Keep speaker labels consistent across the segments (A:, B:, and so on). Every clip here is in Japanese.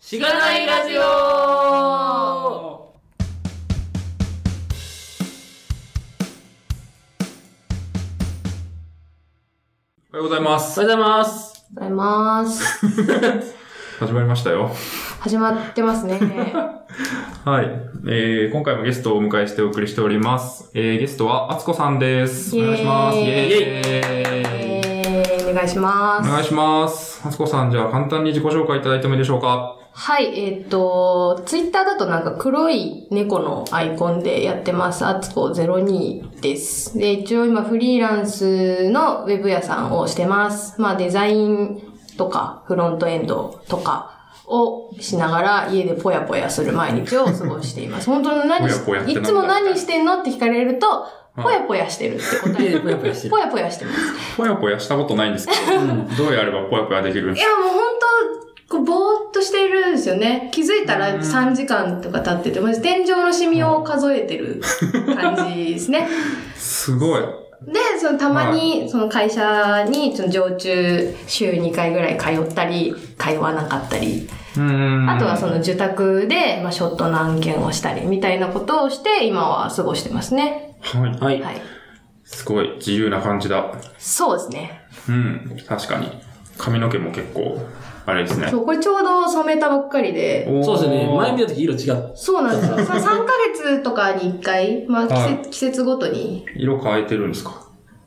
A: しがないラジオ
B: おはようございます。
A: おはようございます。
C: ございます。
B: 始まりましたよ。
C: 始まってます ね。
B: はい。えー、今回もゲストをお迎えしてお送りしております。えー、ゲストは、あつこさんです。
C: イ
B: お
C: エ
B: 願い
C: ーイ
B: します。イエーイ
C: えー、お願いし
B: お
C: ます。
B: 願いします。あつこさん、じゃあ簡単に自己紹介いただいてもいいでしょうか
C: はい、えっ、と、ツイッターだとなんか黒い猫のアイコンでやってます。あつこ02です。で、一応今フリーランスのウェブ屋さんをしてます。まあデザインとかフロントエンドとかをしながら家でぽやぽやする毎日を過ごしてい ます。本当に何し
B: ぽやぽやってなん
C: い
B: だ
C: つも何してんのって聞かれると、
B: うん
C: ぽやぽやしてるって答え
A: 家で
C: る。
A: ぽやぽやしてる
C: ぽやぽやしてます。
B: ぽやぽやしたことないんですけど、どうやればぽやぽやできるん
C: い
B: です
C: や、もう本当こう、ぼーっとしているんですよね。気づいたら3時間とか経ってて、まず天井のシミを数えてる感じですね。
B: かすごい。
C: で、そのたまに、その会社に、その常駐週2回ぐらい通ったり、通わなかったり、
B: うん。
C: あとはその受託で、まあ、ショットの案件をしたり、みたいなことをして、今は過ごしてますね。
B: はい。
A: はい。
C: はい。
B: すごい、自由な感じだ。
C: そうですね。
B: うん。確かに。髪の毛も結構、あれですね。
C: そう、これちょうど染めたばっかりで、
B: おー
A: そうですね。前見た時色違う。
C: そうなんですよ。さ3ヶ月とかに1回、まあ季
B: はい
C: 節、季節ごとに。
B: 色変えてるんですか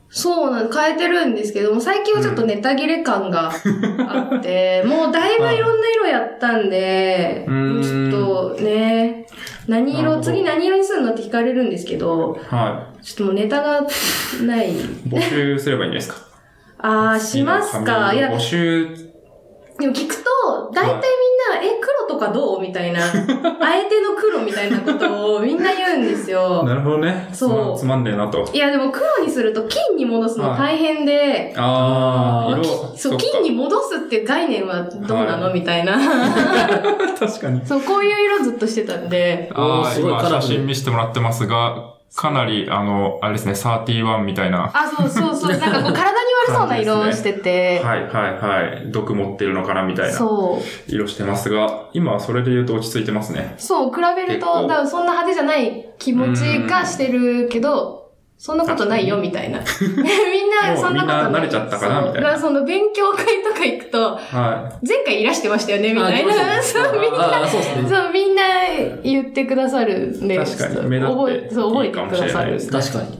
C: そうなん変えてるんですけども、最近はちょっとネタ切れ感があ って、もうだいぶいろんな色やったんで、
B: うーん
C: ちょっとね、何
B: なるほ
C: 色、
B: ど
C: 次何色にするのって聞かれるんですけど、
B: はい。
C: ちょっともうネタがない。
B: 募集すればいいんですか
C: あー、しますか。いや、
B: 募集、
C: でも聞くと、大体みんな、え、黒とかどうみたいな、あえての黒みたいなことをみんな言うんです よ。
B: なるほどね。
C: そう
B: つまんねえなと。
C: いや、でも黒にすると金に戻すの大変で、
B: あ
A: あ
B: ー、
A: ー
B: 色。
C: そう、
B: っか
C: 金に戻すって概念はどうなの、
B: は
C: みたいな。
B: 確かに。
C: そう、こういう色ずっとしてたんで、
B: あ
A: おー
B: ー、
A: すごい
B: 今
A: カラ
B: 写
A: フル
B: 真見せてもらってますが、かなり、あの、あれですね、31みたいな。
C: あ、そうそうそう、なんかこう体に悪そうな色をしてて、
B: はいはいはい。毒持ってるのかなみたいな
C: そう、
B: 色してますが、今はそれで言うと落ち着いてますね。
C: そう、比べる
B: 結構
C: と、だからそんな派手じゃない気持ちがしてるけど、そんなことないよ、みたいな。 みんな、そんなことない。
B: もうみんな慣れちゃったかな
C: そう
B: みたいな
C: だからその勉強会とか行くと、
B: は
C: 前回いらしてましたよね、みたいな。 そう、みんな
A: ああ、そうですね。
C: そう、みんな言ってくださるんで、
B: 確かに
C: ちょっと
B: 目立って
C: 覚えそう、覚えてくださるん
B: いい
A: 確かに。
B: い。は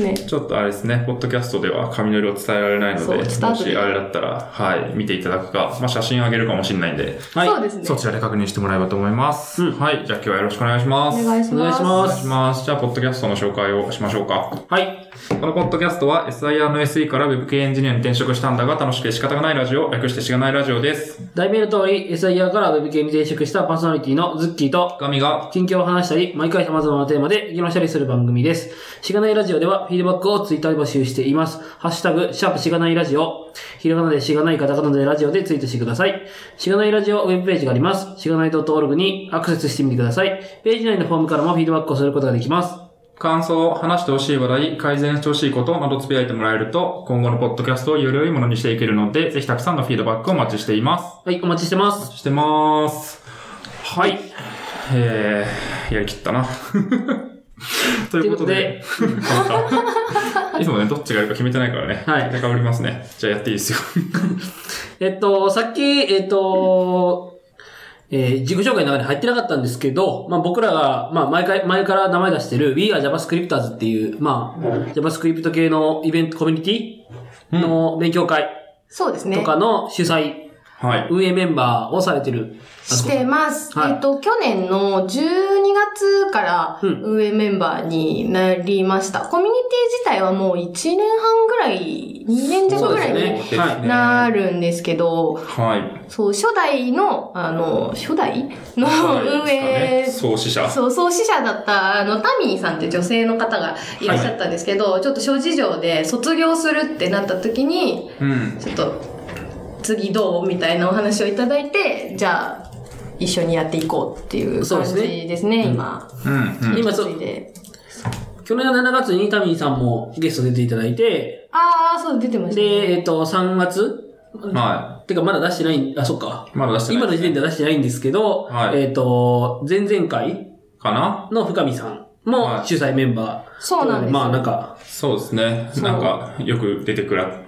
B: い。
C: ね。
B: ちょっとあれですね、ポッドキャストでは髪の色を伝えられないので、
C: そうちょっと
B: も
C: 後で
B: しあれだったら、はい、見ていただくか、まあ写真あげるかもしれないんで、
A: はい。
C: そうですね
B: そ。ちらで確認してもらえればと思います。
A: うん
B: はい。じゃあ今日はよろしくお願いします。
C: お願いします。
A: お願いし
B: お
A: ま
B: 願いします。じゃあ、ポッドキャストの紹介をしましょうか。
A: はい。
B: このポッドキャストは SIR の SE から Web 系エンジニアに転職したんだが楽しくて仕方がないラジオ、略してしがないラジオです。
A: 題名の通り、SIR から Web 系に転職したパーソナリティのズッキーと、
B: 神が、
A: 近況を話したり、毎回様々なテーマで議論したりする番組です。しがないラジオではフィードバックをツイッターで募集しています。ハッシュタグ、シャープしがないラジオ、ひらがなでしがないカタカナでラジオでツイートしてください。しがないラジオウェブページがあります。しがない .org にアクセスしてみてください。ページ内のフォームからもフィードバックをすることができます。
B: 感想、話してほしい話題、改善してほしいことなどつぶやいてもらえると、今後のポッドキャストをより良いものにしていけるので、ぜひたくさんのフィードバックをお待ちしています。
A: はい、お待ちしてま
B: お
A: す。
B: 待ちしてます。はい。えー、やりきったな。ということで、いつもね、どっちがやるか決めてないからね。
A: はい
B: 変わりますね。じゃあやっていいですよ。
A: えっと、さっき、えっと、えー自己紹介の中に入ってなかったんですけど、まあ僕らが、まあ毎回、前から名前出してる We are JavaScripters っていう、まあ、JavaScript 系のイベント、コミュニティの勉強会
C: そうです
A: と
C: ね。
A: かの主催、
B: はい。
A: 運営メンバーをされてる。
C: してます。
A: はい
C: えっと、去年の12月から
A: うん
C: 運営メンバーになりました。コミュニティ自体はもう1年半ぐらい、2年弱ぐらい
A: そう
C: に
A: ですねはい
C: な。るんですけど、
B: はい。
C: そう、初代の、あの、初代の運営
B: 創始者。
C: そう、創始者だった、あの、タミーさんって女性の方がいらっしゃったんですけど、ちょっと諸事情で卒業するってなった時に、
B: うん。
C: ちょっと、次どうみたいなお話をいただいて、じゃあ、一緒にやっていこうっていう
A: そう
C: 感
A: です
C: じ
A: ね
C: ですね、今。
B: うん。うん。
A: 今そ
C: そうう。で
A: 去年の7月にタミーさんもゲスト出ていただいて、
C: ああ、そう、出てました、ね。
A: で、えっと、3月
B: は
A: てかまだ出してない、あ、そっか。
B: まだ出してない
A: 今の時点では出してないんですけど、
B: はい
A: えっ、と、前々回
B: かな
A: の深見さん
B: は
A: も
B: い
A: 主催メンバー。
C: そうなんですよ
A: まあなんか、
B: そうですね。
C: そう
B: なんか、よく出てくら、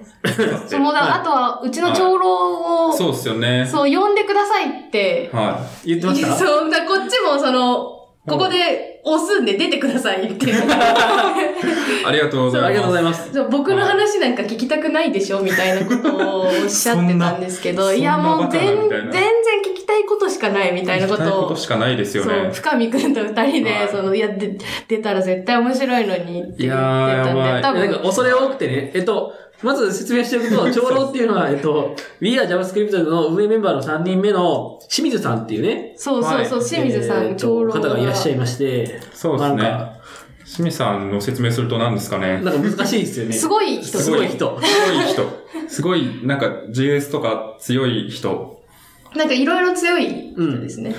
C: そのだ、
A: はい
C: あとは、うちの長老を、
B: そうっすよね。
C: そう、呼んでくださいって。
B: は
A: 言ってました
C: そう、だこっちも、その、ここで押すんで出てくださいって。
B: い。ありがとうございます。
A: ありがとうございます。
C: そう僕の話なんか聞きたくないでしょみたいなことをおっしゃってたんですけ
B: そん
C: ど、
B: ない
C: やも
B: そんなバ
C: う
B: カ
C: 全
B: なみたい
C: 全
B: な
C: 然聞きたいことしかないみたいなこ
B: 聞きたい
C: と
B: こ
C: を
B: と。しかないですよ
C: そう、
B: ね。
C: 深見くんと二人
B: は
C: で、
B: い
C: その、いや、で出たら絶対面白いのにって言ってたん
B: いやー
C: で、
B: やば
C: 多
B: い
A: なんか
C: 分、
A: 恐れ多くてね、えっと、まず説明しておくと、長老っていうのは、えっと、We Are JavaScript の運営メンバーの3人目の清水さんっていうね、
C: そうそうそう、
B: はい
C: 清水さ
A: え
C: ん、
A: っ
C: 長
A: と
C: 老
A: 方がいらっしゃいまして、
B: そうですね
A: なんか、。
B: 清水さんの説明すると何ですかね。
A: なんか難しいですよね。
C: すごい人
A: すごい人。
B: すごい人。すごい、なんか JS とか強い人。
C: なんかいろいろ強い人ですね。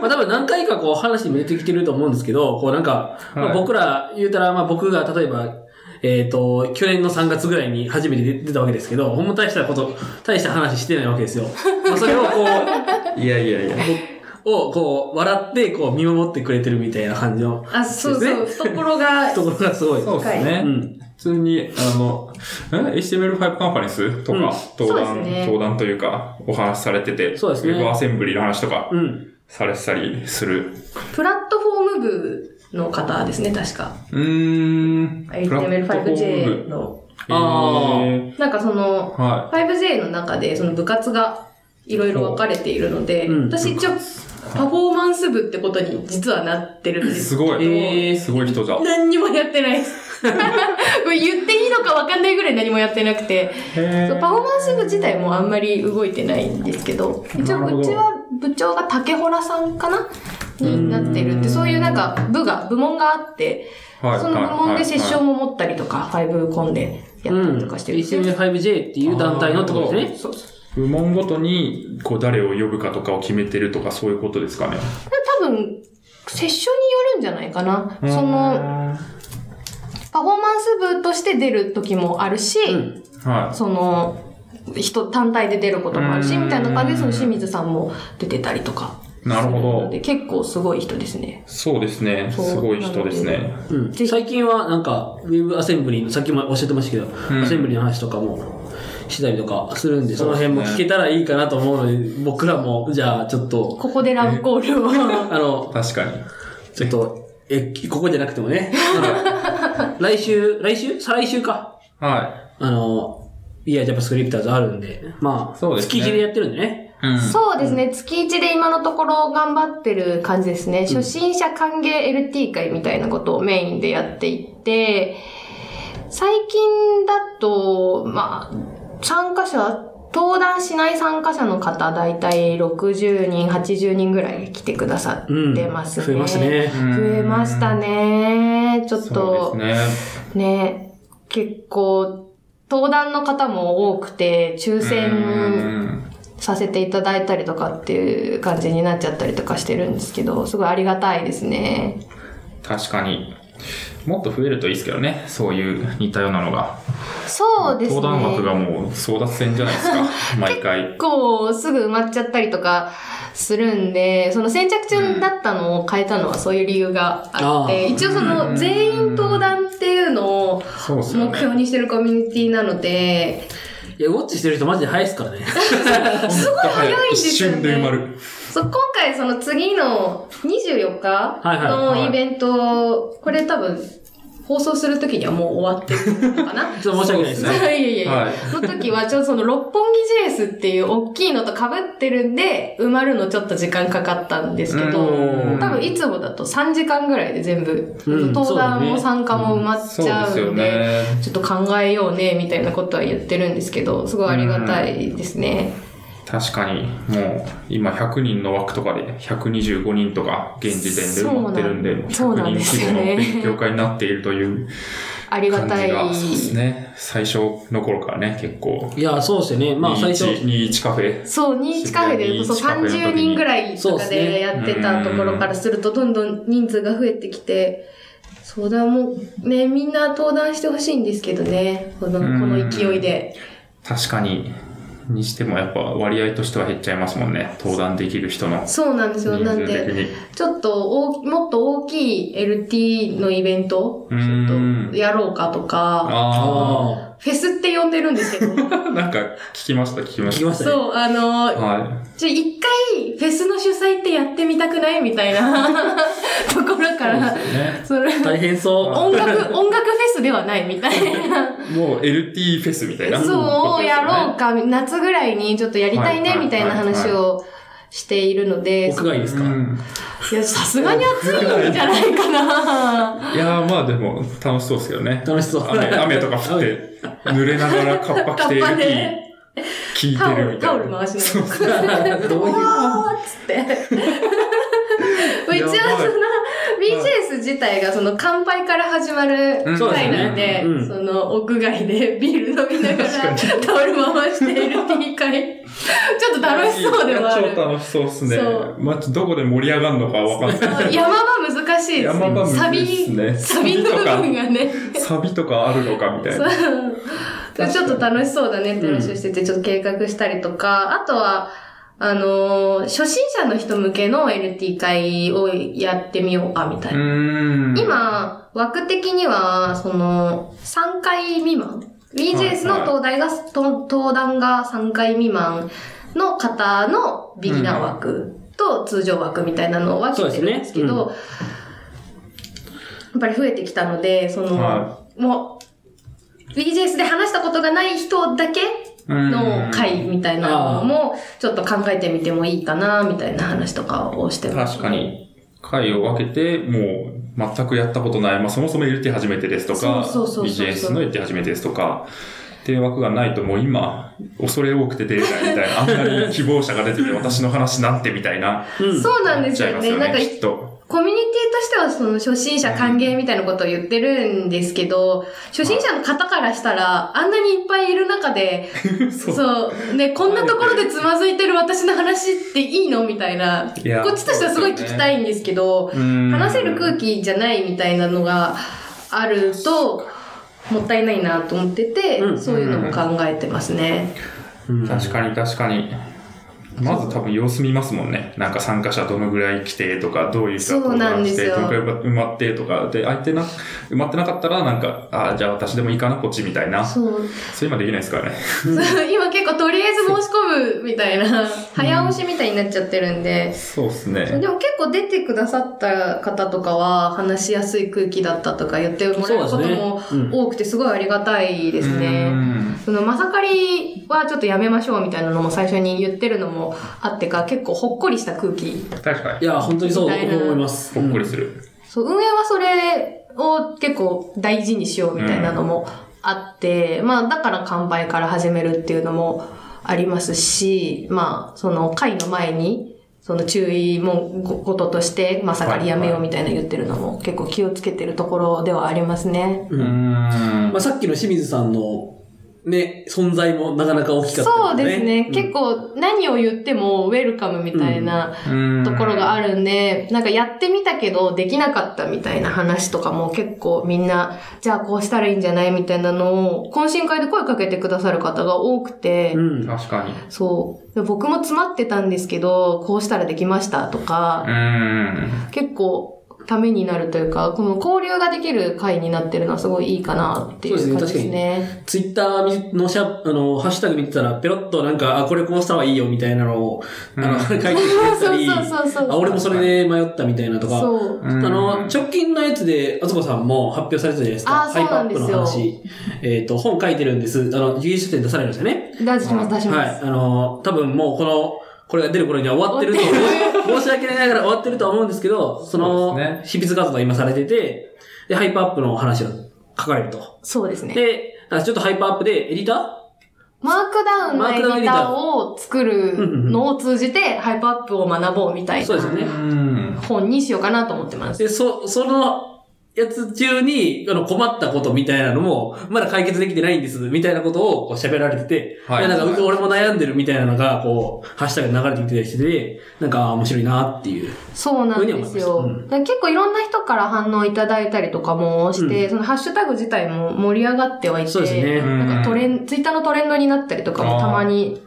A: まあ多分何回かこう話にも出てきてると思うんですけど、こうなんか、まあ
B: はい
A: 僕ら言うたら、まあ僕が例えば、えっ、と、去年の3月ぐらいに初めて出出たわけですけど、ほんま大したこと、大した話してないわけですよ。まあそれをこ
B: いやいやいや。
A: う、 をこう、笑ってこう見守ってくれてるみたいな感じの
C: あ、そう
A: です
C: そう、
A: ね
C: 懐が、
A: ところがすごい。
B: そうですね。
A: うん。
B: 普通に、あの、ん HTML5 カンファレンスとか、
A: うん
B: 登
C: そう
B: 壇、
C: ですね
B: 登壇というか、お話しされてて、
A: そうですね
B: ウェブアセンブリの話とか
A: うん。
B: されてたりする。
C: プラットフォーム部の方ですね、確か。
B: うーん。プラットフォー
C: HTML5J の。
B: ム
A: あー
B: え
C: なんかその、
B: ーは
C: 5J の中でその部活がいろいろ分かれているので、
A: うん
C: 私一応パフォーマンス部ってことに実はなってるんで
B: い。
C: す。
B: すごい。
A: えー
B: すごい人じゃ。
C: 何にもやってない です。これ言っていいのか分かんないぐらい何もやってなくて、
B: へ
C: そうパフォーマンス部自体もあんまり動いてないんですけど、一
B: なるほ
C: 応
B: ど
C: うちは部長が竹原さんかなになってるって、そういうなんか部が、部門があって、
B: はい
C: その部門でセッショ
B: はい
C: ンを持ったりとか、5コンでやったりとかしてる。
A: HTML5J っていう団体のってことですね。
C: そうそう
B: 部門ごとに、こう、誰を呼ぶかとかを決めてるとか、そういうことですかね。
C: 多分、セッションによるんじゃないかな。その、パフォーマンス部として出る時もあるし、
A: うん。
B: うん、は
C: その、人単体で出ることもあるし、
B: うん
C: みたいな感じで、その清水さんも出てたりとか。
B: い。なるほ
C: で
B: ど。
C: 結構すごい人ですね。
B: そうですね。
C: そう
B: すごい人ですね。
A: うん、
C: ぜひ
A: 最近はなんか、ウェブアセンブリーの、さっきもおっしゃってましたけど、
B: ん
A: アセンブリーの話とかもしたりとかするんで、その辺も
B: そうです
A: 聞
B: ね
A: けたらいいかなと思うので、僕らも、じゃあちょっと、
C: ここでラブコールを。
A: あの、
B: 確かに。
A: ちょっと、え、ここじゃなくてもね、あの来週、来週再来週か。
B: は
A: あの、いや、ジャパスクリプターズあるんで、まあ、
B: そうですね
A: 月一でやってるんでね。
B: い。うん
C: そうですね。月1で今のところ頑張ってる感じですね。初心者歓迎 LT 会みたいなことをメインでやっていて、最近だと、まあ、参加者、登壇しない参加者の方、だいたい60人、80人ぐらい来てくださ
A: うん。
C: ってますね。
A: 増えました。ね。
C: 増えました。ね。ちょっと
B: そう、ですね。
C: ね、結構、登壇の方も多くて、抽選
B: うん
C: させていただいたりとかっていう感じになっちゃったりとかしてるんですけど、すごいありがたいですね。
B: 確かに。もっと増えるといいですけどね。そういう似たようなのが。
C: そうですね。
B: 登壇枠がもう争奪戦じゃないです か。毎回。
C: 結構すぐ埋まっちゃったりとかするんで、その先着中だったのを変えたのはそういう理由があって、
A: あー
C: 一応その全員登壇っていうのを
B: そうですよ
C: 目
B: ね。
C: 標にしてるコミュニティなので、
A: いや、ウォッチしてる人マジで早いですからね。
C: すごい早いん
B: 一
C: ですよね。
B: 瞬で埋まる。
C: そう、今回その次の24日
A: はいはい
B: はい
C: のイベント、これ多分放送するときにはもう終わってるのかな
A: ちょっと申し訳ないです
C: い
A: ね。
C: やいやいや、
B: はい
C: の時はちょっとその六本木 JS っていう大きいのと被ってるんで、埋まるのちょっと時間かかったんですけど、
B: うん
C: 多分いつもだと3時間ぐらいで全部、
A: うん
C: 登壇
A: そうだ
C: も
A: ね
C: 参加も埋まっ
B: そう
C: ち
B: で
C: ゃう
B: すよ
C: んで、
B: ね。
C: ちょっと考えようね、みたいなことは言ってるんですけど、すごいありがたいですね。
B: 確かに、もう、今100人の枠とかで125人とか、現時点で埋まってるんで、
C: そうなん
B: 100人規模
C: そうな
B: の
C: んですよね
B: 勉強会になっているという
C: ありが
B: 感
C: た
B: じ
C: い。
B: が、そうですね。最初の頃からね、結構。
A: いや、そうですよね。まあ、最初。
B: 21 21カフェ。
C: そう、21カフェで、そう、
B: 21カフェの時に
C: 30人ぐらいとか
A: そうっす
C: で
A: ね
C: やってたところからすると、どんどん人数が増えてきて、そうだ、もう、ね、みんな登壇してほしいんですけどね、この、こ
B: うん
C: の勢いで。
B: 確かに、にしてもやっぱ割合としては減っちゃいますもんね。登壇できる人の。
C: そうなんですよ。
B: 人
C: な
B: 数
C: ん
B: 的
C: で、
B: に。
C: ちょっと大き、もっと大きい LT のイベント、
B: う
C: ちょ
B: ー
C: っ
B: ん
C: とやろうかとか、
B: あ
C: フェスって呼んでるんで すけど、
B: あ。なんか聞きました、聞きま
A: 聞
B: し
A: きましたね。
C: そう、
B: た。
C: あの、
B: はい。
C: ちょ、一回、フェスの主催ってやってみたくないみたいな ところから、
A: ね
C: それ、
A: 大変そ
C: 音楽、音楽フェスではないみたいな。
B: もう LT フェスみたいな。
C: そう、やろう
B: う。
C: か、夏ぐらいにちょっとやりたいね、
B: はいはい
C: みたいな話をしているの
A: う。
C: で、
A: 屋外
B: いい
A: で
B: ですす
A: か
B: か、
C: いや、さすがに暑いんじゃないかな。
B: いやーまあでも楽しそうですけどね。
A: 楽しそう。
B: 雨雨とか降 って、濡れながらカッパ着て
C: カッパで
B: LT 聞い
C: タ
B: て
C: オ
B: る
C: ル、
B: みた
C: タ
B: い
C: オ
B: な。
C: ル回し
B: そ
C: な
B: う
C: が
A: どういう
C: ら。わーっ つって。一応その
B: やばい
C: BGS 自体がその乾杯から始まる
B: うん
C: みたいなんで、
A: そうですねうん
C: その屋外でビール飲みながらタオル回している2回。ちょっと楽しそうではあ
B: い
C: る
B: や。超楽しそうっすね
C: そう。
B: まあ、どこで盛り上がるのかわかんない。
C: 山場難しいです
B: 山場
C: ね。サ
B: 難しいっす
C: ビ、
B: ね
C: サビの部分がね。
B: サビとかあるのかみたいな。
C: そうちょっと楽しそうだねって話をしてて、ちょっと計画したりとか、あとは、あのー初心者の人向けの LT 会をやってみようか、みたいうな。
B: ーん。
C: 今、枠的には、その、3回未満。BGS の東大が、と登壇が3回未満の方のビギナー枠と通常枠みたいなのを分けてるんですけど、やっぱり増えてきたので、その、
B: は
C: もう、BGS で話したことがない人だけの会みたいなのも、ちょっと考えてみてもいいかな、みたいな話とかをしてます。
B: 確か。に、回を分けて、もう、全くやったことない、まあ、そもそも LT 初めてですとか、
C: そうそうそうそう
B: BGS の LT 初めてですとか、っていう枠がないと、もう今、恐れ多くて出れないみたい な、あんなに希望者が出てて、私の話なんてみたいな、
A: うん。
C: そうなんです
B: な
C: よ
B: っちゃい
C: ね。なんか
B: ますよね、きっと。
C: コミュニティとしてはその初心者歓迎みたいなことを言ってるんですけど、初心者の方からしたら、あんなにいっぱいいる中で、 そう、ね、こんなところでつまずいてる私の話っていいのみたいな。
B: いや
C: こっちとしてはすごい聞きたいんですけど、話
B: 話
C: せる空気じゃないみたいなのがあると、もったいないなと思ってて、
A: うん
C: そういうのも考えてますね。
A: うん
B: 確かに確かに。まず多分様子見ますもんね。なんか参加者どのぐらい来てとか、どういう人が
C: そうな
B: 登壇
C: んで
B: し
C: す
B: て、
C: よ
B: どのくらい埋まってとか、で、相手な、埋まってなかったらなんか、あじゃあ私でもいいかな、こっちみたいな。そ
C: そう。
B: ういうのはできないですからね。
C: 今結構とりあえず申し込むみたいな、早押しみたいになっちゃってるんで、
B: そうです
C: そう
B: ね。
C: でも結構出てくださった方とかは話しやすい空気だったとか言ってもらえることも
A: そうですね
C: 多くてすごいありがたいですね。
B: うん
C: そのまさかりはちょっとやめましょうみたいなのも最初に言ってるのもあってか結構ほっこりした空気。
B: 確か
A: い
B: に。
A: や、本当にそう
C: みたいな
A: 思います。
B: ほっこり
A: うん
B: する。
C: そう運営はそれを結構大事にしようみたいなのもあって、まあだから乾杯から始めるっていうのもありますし、まあその会の前にその注意もごこととして、まあさかりやめようみたいな言ってるのも結構気をつけてるところではありますね。
B: うーん
A: まあ、さっきの清水さんの、ね、存在もなかなか大きかった
C: そうですね。
A: うん
C: 結構何を言ってもウェルカムみたいな、
B: うん
C: ところがあるんで、なんかやってみたけどできなかったみたいな話とかも結構みんな、じゃあこうしたらいいんじゃないみたいなのを、懇親会で声かけてくださる方が多くて、
A: うん。
B: 確かに。う
C: そう。で僕も詰まってたんですけど、こうしたらできましたとか、
B: ーん。
C: 結構ためになるというか、この交流ができる会になってるのはすごいいいかなっていう感じですね。
A: ツイッターのシャあの、ハッシュタグ見てたら、ペロッとなんか、あ、これこうしたはいいよみたいなのを、あ
B: う
A: の、
B: ん
A: 書いてくれ
C: そ
A: た
C: う
A: り、
C: そう
A: あ、
C: そうそう。
A: 俺もそれで迷ったみたいなとか、
C: そう。
B: あ
A: あの、直近のやつで、あつこさんも発表されてたじゃないですか。
C: あーそうなんですよ
A: ハイパーアップの話。えっ、と、本書いてるんです。あの、有事書店出されるんですよね。
C: 出します、出し
A: は
C: ま
A: い。
C: す。
A: あの、多分もうこの、これが出る頃には終わってると、申し訳ないながら終わってるとは思うんですけど、その
B: そうですね、
A: 執筆活動が今されてて、で、ハイパーアップの話を書かれると。
C: そうですね。
A: で、あちょっとハイパーアップで、エディター
C: マークダウンのエディターを作るのを通じて、ハイパーアップを学ぼうみたい
A: そう
C: な
A: ですよ
B: う
A: ね。
B: ん。
C: 本にしようかなと思ってます。
A: で、そ、その、やつ中に、あの、困ったことみたいなのも、まだ解決できてないんです、みたいなことをこう喋られてて、
B: はい
A: やなん
B: は
A: か、
B: い
A: 俺も悩んでるみたいなのが、こう、ハッシュタグで流れてきてたりしてて、なんか、あー面白いなっていう。
C: そうなんですよ。
A: ふうに思いまし
C: だから結構いろんな人から反応いただいたりとかもして、
A: う
C: そのハッシュタグ自体も盛り上がってはいて、
A: そうですね
C: なんかトレン、ツイッターのトレンドになったりとかもたまに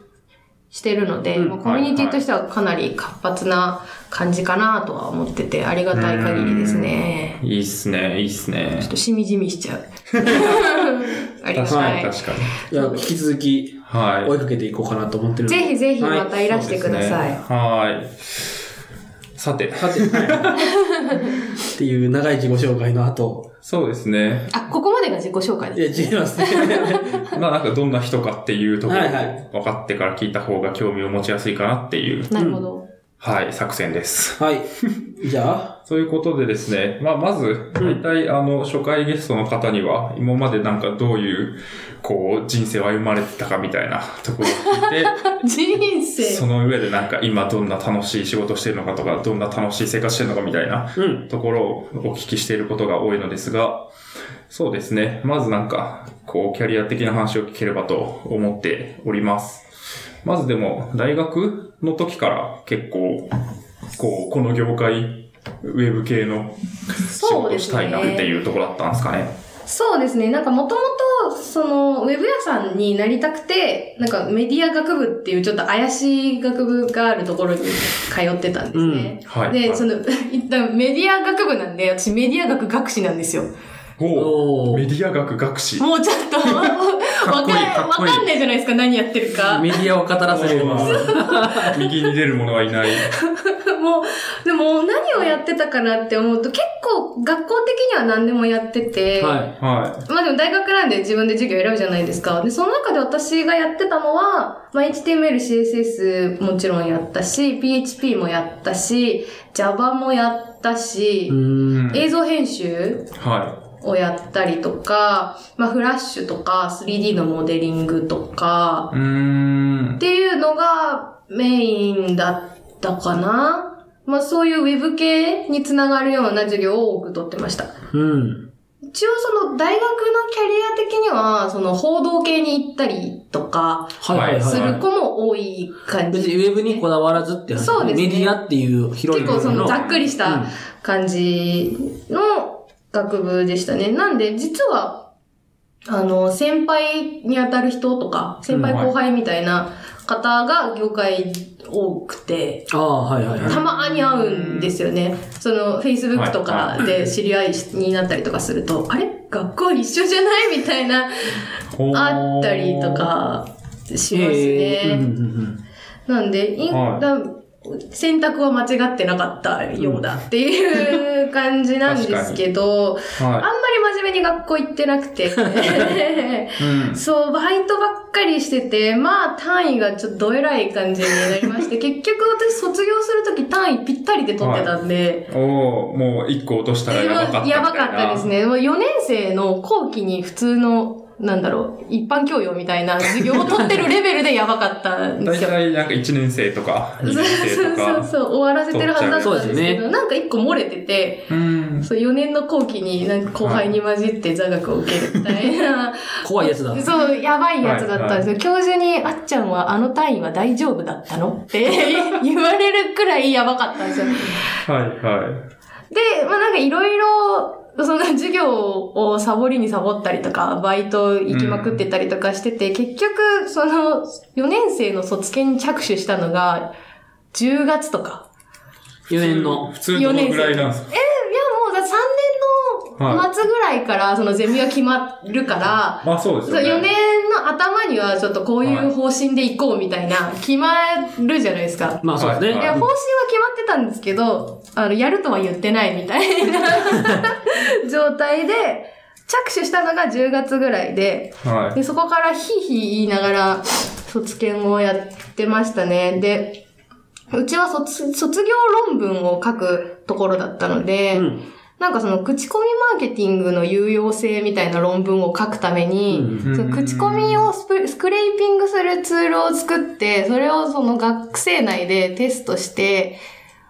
C: してるので、
A: うん
C: もうコミュニティとしてはかなり活発な感じかなとは思ってて、ありがたい限りですね。
B: いいっすね、いいっすね
C: ちょっ。としみじみし ちゃう。ありが
B: 確
C: た
B: かに、
C: い。
B: 確かに。
A: いや、引き続き
B: はい
A: 追。いかけていこうかなと思ってるので。
C: ぜひぜひまたいらして
B: そう
C: く
B: で
C: だ
B: すね
C: さい。
B: はい。さて、
A: さて、はい、っていう長い自己紹介の後。
B: そうですね。
C: あ、ここまでが自己紹介
A: い
C: で
A: や、違いますね。
B: まあなんかどんな人かっていうところを
A: はいはい
B: 分かってから聞いた方が興味を持ちやすいかなっていう、
C: す。なるほど。
B: はい、作戦です。
A: はい。じゃあ、
B: そういうことでですね、まあ、まず、大体、あの、初回ゲストの方には、今までなんかどういう、こう、人生を歩まれてたかみたいなところを聞い
C: 人
B: て、
C: 生
B: その上でなんか今どんな楽しい仕事してるのかとか、どんな楽しい生活してるのかみたいな
A: うん。
B: ところをお聞きしていることが多いのですが、そうですね、まずなんか、こう、キャリア的な話を聞ければと思っております。まずでも、大学の時から結構、こう、この業界、ウェブ系の仕
C: そう
B: 事
C: で
B: し
C: す
B: たいなって
C: ね。
B: いうところだったんですかね。
C: そうですね。なんかもともと、その、ウェブ屋さんになりたくて、なんかメディア学部っていうちょっと怪しい学部があるところに通ってたんですね。
B: はい。
C: で、その、 一旦メディア学部なんで、私メディア学学士なんですよ。
B: お
A: お
B: お
A: ー
B: メディア学学士。
C: もうちょ っと、わか
B: っこいいかっ
C: わ
B: こいい
C: かんないじゃないですか、何やってるか。
A: メディアを語らせるような。
B: 右に出る者はいない。
C: もう、でも何をやってたかなって思うと、結構学校的には何でもやってて、
A: はい。
B: は
C: まあでも大学なんで自分で授業選ぶじゃないですか。で、その中で私がやってたのは、まあ HTML、CSS もちろんやったし、PHP もやったし、Java もやったし
A: う、
B: い。
A: ーん。
C: 映像編集
B: は
C: をやったりとか、まあフラッシュとか 3D のモデリングとか、
B: い。うーん
C: っ。ていうのがメインだったかな。まあそういうウェブ系につながるような授業を多く取ってました。
A: うん。
C: 一応その大学のキャリア的には、その報道系に行ったりとか
A: はいはい
C: す
A: はいは
C: る
A: い。
C: 子も多い感
A: 別
C: じ。
A: にウェブにこだわらずって話
C: そうですね
A: メディアっていう広い
C: 結
A: 部
C: 構そ
A: 分
C: の
A: の。
C: ざっくりした感じの学部でしたね。なんで実は、あの、先輩にあたる人とか、先輩
B: うんはい
C: 後輩みたいな方が業界多くて、
A: ああ、はいはいはい。
C: たまに会うんですよね。その、Facebook とかで知り合いになったりとかすると、あれ学校一緒じゃないみたいな
B: ほー
C: あったりと。かしますね。
A: ええうんうんうん
C: なんで、イン
B: はい
C: だ選択は間違ってなかったようだっていう感じなんですけど、あんま
B: は
C: り真面目に学校行ってなくて、
B: い。うん。
C: そう、バイトばっかりしてて、まあ単位がちょっとどえらい感じになりまして、結局私卒業するとき単位ぴったりで取ってたんで、
B: おおもう一個落としたらやばかったみたい
C: や
B: な。
C: ばかったですね。もう4年生の後期に普通の、なんだろう、一般教養みたいな授業を取ってるレベルでやばかったんで
B: 大
C: すよ。
B: 体なんか1年生とか、
C: そう
B: 2年生
C: そう
B: と
C: そう
B: か。
C: そう、終わらせてるはずだったんです
A: そうで
C: け
A: す
C: ど、
A: ね
C: なんか一個漏れてて、
B: うん。
C: そう4年の後期になんか後輩に混じって座学を受けるみた いな、
A: 怖いやつだ。
C: そう、やばいやつだったんですよ。教授に、あっちゃんはあの単位は大丈夫だったのって言われるくらいやばかったんですよ。
B: はいは
C: で、まあなんかいろいろ、その授業をサボりにサボったりとか、バイト行きまくってたりとかしてて、結局、その、4年生の卒検に着手したのが、10月とか。
A: 4
B: い。
A: 年の。
B: 普通どのぐらいなんですか
C: いや、もう3年の末ぐらいから、そのゼミが決まるから、
B: まあそうです
C: そう
B: よね。
C: 4年の頭にはちょっとこういう方針で行こうみたいな、決まるじゃないですか。
A: まあそうですね。
B: はいい
C: や、
B: は
C: 方針は決まってたんですけど、あの、やるとは言ってないみたい な状態で、着手したのが10月ぐらいで、
B: はい。
C: でそこからヒーヒー言いながら、卒検をやってましたね。で、うちは卒卒業論文を書くところだったので、
A: うん
C: なんかその口コミマーケティングの有用性みたいな論文を書くために、
A: うん
C: その口コミをスプスクレーピングするツールを作って、それをその学生内でテストして、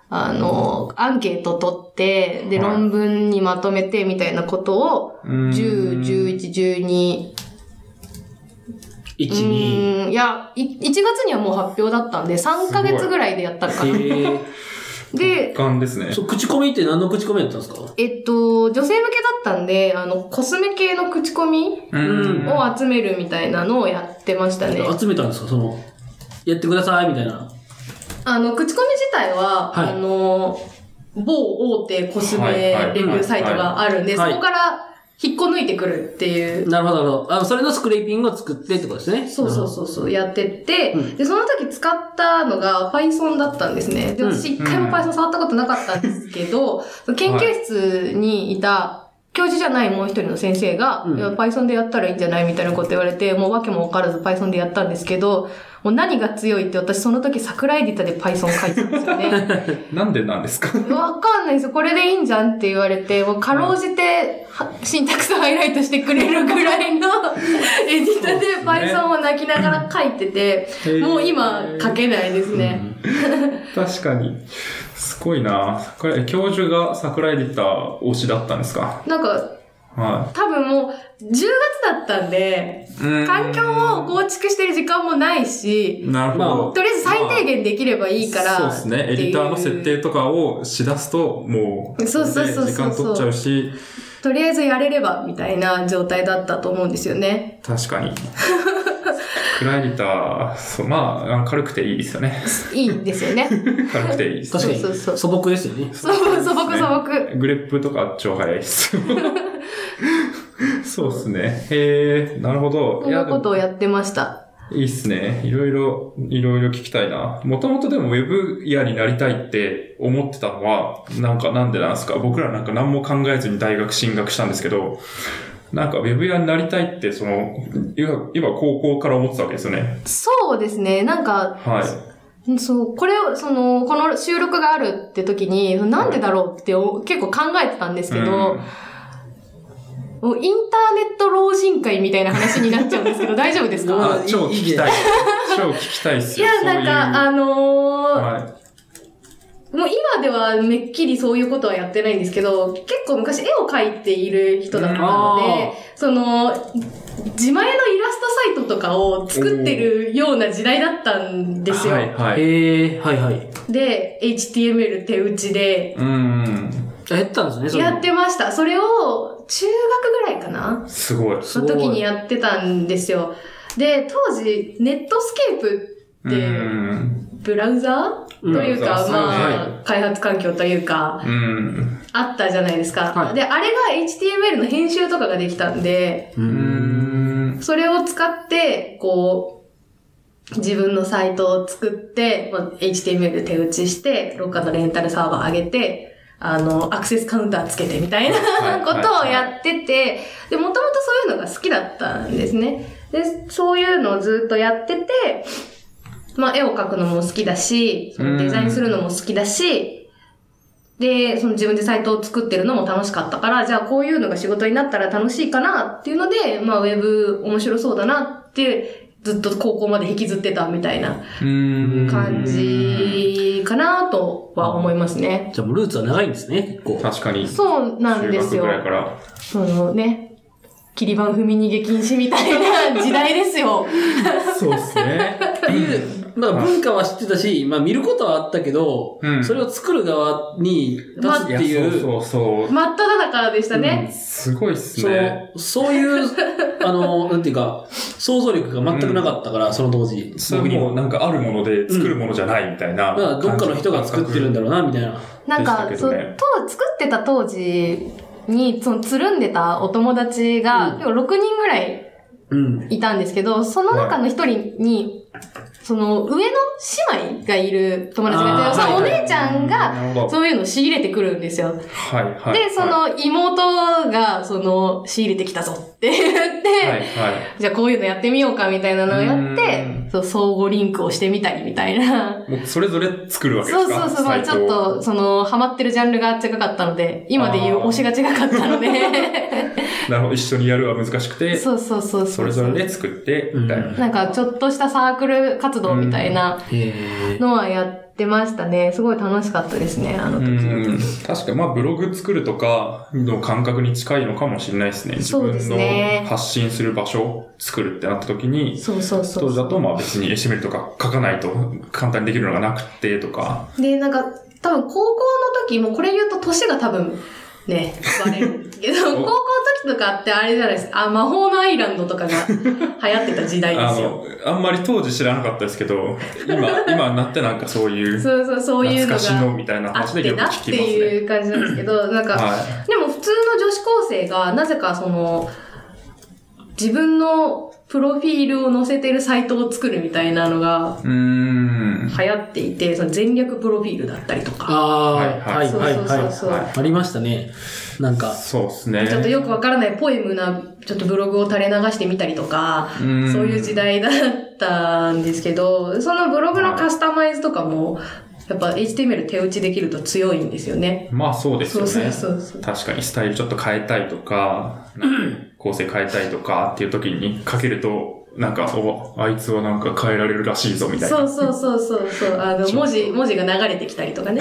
C: あの、アンケート取って、で、
B: はい
C: 論文にまとめてみたいなことを、
B: うん
C: 10、11、12、
A: 1、
C: う
A: 2。
C: ーんいや、い1月にはもう発表だったんで、3ヶ月ぐらいでやったのかな。
A: え
C: で、
B: 感ですね
A: え。そう、口コミって何の口コミだったんですか
C: えっと、女性向けだったんで、あの、コスメ系の口コミ
B: うん
C: を集めるみたいなのをやってましたね。
A: 集めたんですかその、やってください、みたいな。
C: あの、口コミ自体は、
A: はい
C: あの、某大手コスメレビューサイトがあるんで、
A: はいはい
C: そこから引っこ抜いてくるっていう。
A: なるほど、なるほど。あそれのスクレーピングを作ってってことですね。
C: そうそうそうそう、やってって、
A: うん
C: で、その時使ったのが Python だったんですね。で、
A: うん
C: 私一回も
B: うん
C: Python 触ったことなかったんですけ ど、その研究室にいた教授じゃないもう一人の先生が、
A: うん
C: いや Python でやったらいいんじゃないみたいなこと言われて、もう訳もわからず Python でやったんですけど、もう何が強いって私その時桜エディタで Python 書いてたんですよ ね。
B: なんでなんですか
C: わかんないですよ。これでいいんじゃんって言われて、もうかろうじて、はシンタクスハイライトしてくれるぐらいの エディタ
B: そう
C: ーで
B: ですね
C: Python を泣きながら書いてて、もう今書けないですね。
B: 確かに。すごいな桜井教授が桜井リッター推しだったんですか
C: なんか、
B: は
C: 多分もう10月だったんで
B: い、。うん
C: 環境を構築してる時間もないし、
B: なるほど。
C: とりあえず最低限できればいいから。
B: そうですね。エディターの設定とかをしだすと、もう、
C: そうそうそうそう
B: 時間取っちゃうし、
C: とりあえずやれればみたいな状態だったと思うんですよね。
B: 確かに。クライリター、そう、まあ、軽くていいですよね。
C: いいんですよ ね。
B: 軽くていいです。
A: 確かに
C: そうそう
A: 素朴ですよね。
C: そう、素朴素朴。
B: グレップとか超早い です。そうですね。へえ、なるほど。
C: こんなことを
B: いや
C: やってました。
B: でもいいっすね。いろいろ、いろいろ聞きたいな。もともとでもウェブイヤーになりたいって思ってたのは、なんかなんでなんですか僕らなんか何も考えずに大学進学したんですけど、なんかウェブイヤーになりたいって、その、今今高校から思ってたわけですよね。
C: そうですね。なんか、
B: はい。
C: そう、これを、その、この収録があるって時に、なんでだろうってお結構考えてたんですけ
B: う
C: ど
B: ん、
C: もうインターネット老人会みたいな話になっちゃうんですけど、大丈夫ですか
A: あ
B: あ、超聞きたい。超聞きたいっ
C: い
B: すよ。
C: や、なんか、あ
B: そういう
C: のー
B: はい。
C: もう今ではめっきりそういうことはやってないんですけど、結構昔絵を描いている人だったの
A: うんあ
C: で、その、自前のイラストサイトとかを作ってるような時代だったんですよ。
B: はい、はい。
A: へえ、はいはい。
C: で、HTML 手打ちで、
B: うん。
A: あやってたんですね、それ。
C: やってました。それを、中学ぐらいかな
B: すごい。
A: す
C: の
A: ごい
C: 時にやってたんですよ。で、当時、ネットスケープ
B: う
C: って、
B: ん。
C: ブラウザー
A: うん
C: というか、
B: ブラウザーそう
C: まあ、開発環境というか、
B: うん。
C: あったじゃないです
A: は
C: か。
A: い
C: で、あれが HTML の編集とかができたんで、
A: う。
B: うんん。
C: それを使って、こう、自分のサイトを作って、まあ HTML で手打ちして、ロッカーのレンタルサーバー上げて、あの、アクセスカウンターつけてみたいな
B: はい
C: ことをやってて、で、もともとそういうのが好きだったんですね。で、そういうのをずっとやってて、まあ、絵を描くのも好きだし、そのデザインするのも好きだし、で、その自分でサイトを作ってるのも楽しかったから、じゃあこういうのが仕事になったら楽しいかなっていうので、まあ、ウェブ面白そうだなって、ずっと高校まで引きずってたみたいな
B: うん
C: 感。じかなとは思いますね。
A: じゃあもうルーツは長いんですね、結構。
B: 確かに。
C: そうなんです
B: 中学
C: よ
B: ぐ。らいから。
C: そのね、切り板踏み逃げ禁止みたいな時代です よ。
B: そうですね。
A: っていう、まあ文化は知ってたし、まあ見ることはあったけど、
B: うん
A: それを作る側に立つって
B: いや、
A: いう、
B: そうそうそう。
C: 真っ只中でしたね。
B: すごいっす
A: そ
B: ね。
A: の、そういう、あの、なんていうか、想像力が全くなかったから、その当時。
B: そ
A: 僕
B: れ
A: に
B: もうなんかあるもので作るものじゃないみたいな。
A: まあ、どっかの人が作ってるんだ
B: ろ
A: ろうな、みたいな。
C: なんか、
B: でした
C: そ
B: けど
C: う
B: ね
C: 当作ってた当時に、そのつるんでたお友達が、
A: うん
C: でも6人ぐらい
A: うん。
C: いたんですけど、その中の一人に、その上の姉妹がいる友達がい
A: あー
C: て、そのお
A: はいはい
C: 姉ちゃんが、
B: なるほど。
C: そういうのを仕入れてくるんですよ。
B: はいはい。
C: で、そ
B: は
C: の妹が、その、仕入れてきたぞって言って、
B: いはい。
C: じゃあこういうのやってみようかみたいなのをやっ
B: う
C: て、そう、相互リンクをしてみたりみたいな。
B: もうそれぞれ作るわけで
C: そ
B: す
C: う
B: か
C: そうそう、まあちょっ。と、その、ハマってるジャンルが違かったので、今で言う
B: あー
C: 推しが違かっ たので、
B: サイトなるほど。一緒にやるは難しくて、
C: そうそうそうう。
B: それぞれで作って、みたいな。
C: なんか、ちょっとしたサークル活動みたいな
A: へえ。
C: のはやってましたね。すごい楽しかったですね、あの時。
B: うん、確かに、まあ、ブログ作るとかの感覚に近いのかもしれないですね。自
C: そう
B: 分
C: ですね
B: の発信する場所を作るってなった時に、
C: そうそうそ
B: 当
C: う
B: 時。だと、まあ別に HTML とか書かないと簡単にできるのがなくてとか。
C: で、なんか、多分高校の時、もうこれ言うと年が多分ね、バレるけ ど、高校の時とかってあれじゃないですか。あ、魔法のアイランドとかが流行ってた時代で
B: あ
C: すよ。
B: の、あんまり当時知らなかったですけど、今、 今になってなんかそういう、
C: そうそう、そうい
B: 懐
C: うの
B: かしの
C: が
B: みたいな
C: あっ
B: 話で
C: て
B: よく
C: な
B: 聞
C: って
B: きますね。
C: いう感じなんですけど、なんか、
B: は
C: でも普通の女子高生がなぜかその、自分のプロフィールを載せてるサイトを作るみたいなのが
B: い。うーん。
C: 流行っていて、その全略プロフィールだったりとか。
A: あー、は
B: はいい
C: そう
A: はい
C: そうそう
A: は
C: そう。
B: はい
A: い。ありましたね。なんか、
B: そうですね。
C: ちょっとよくわからないポエムな、ちょっとブログを垂れ流してみたりとか、そ
B: う
C: う
B: ん
C: いう時代だったんですけど、そのブログのカスタマイズとかも、やっぱ HTML 手打ちできると強いんですよね。
B: まあそうですよね。
C: そうそうそうそう
B: 確かにスタイルちょっと変えたいとか、構成変えたいとかっていう時にかけると、なんか、お、あいつはなんか変えられるらしいぞみたい
C: そう
B: な。
C: そうそうそうそう、あの、文字、文字が流れてきたりと かね。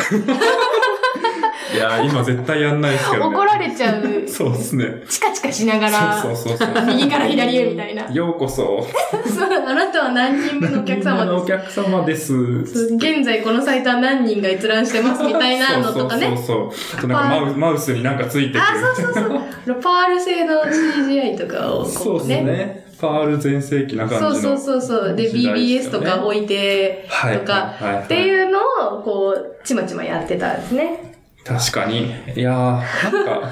B: いやー、今絶対やんないですけどね。
C: 怒られちゃう。
B: そうですね。
C: チカチカしながら、
B: そうそう そうそう。
C: 右から左へみたいな。
B: ようこそ。
C: そうあなたは何人分のお客
B: みんな
C: 様
B: の
C: で
B: お客様です。
C: す。現在このサイトは何人が閲覧してますみたいなのとかね。
B: そうそうそうそう。あとなんかマウマウスになんかついてくる。
C: あ、そうそうそう。あのパール製の CGI とかを
B: そうで
C: こ
B: す
C: う
B: ね
C: ね。
B: パール全盛期な
C: そ
B: 感
C: う
B: じ
C: そ
B: の。
C: うそうそう。で、
B: 時代です
C: BBS
B: よね
C: とか置いて、
B: はい
C: とか
B: はいはい、
C: っていうのを、こう、ちまちまやってたんですね。
B: 確かに。いやー、なんか、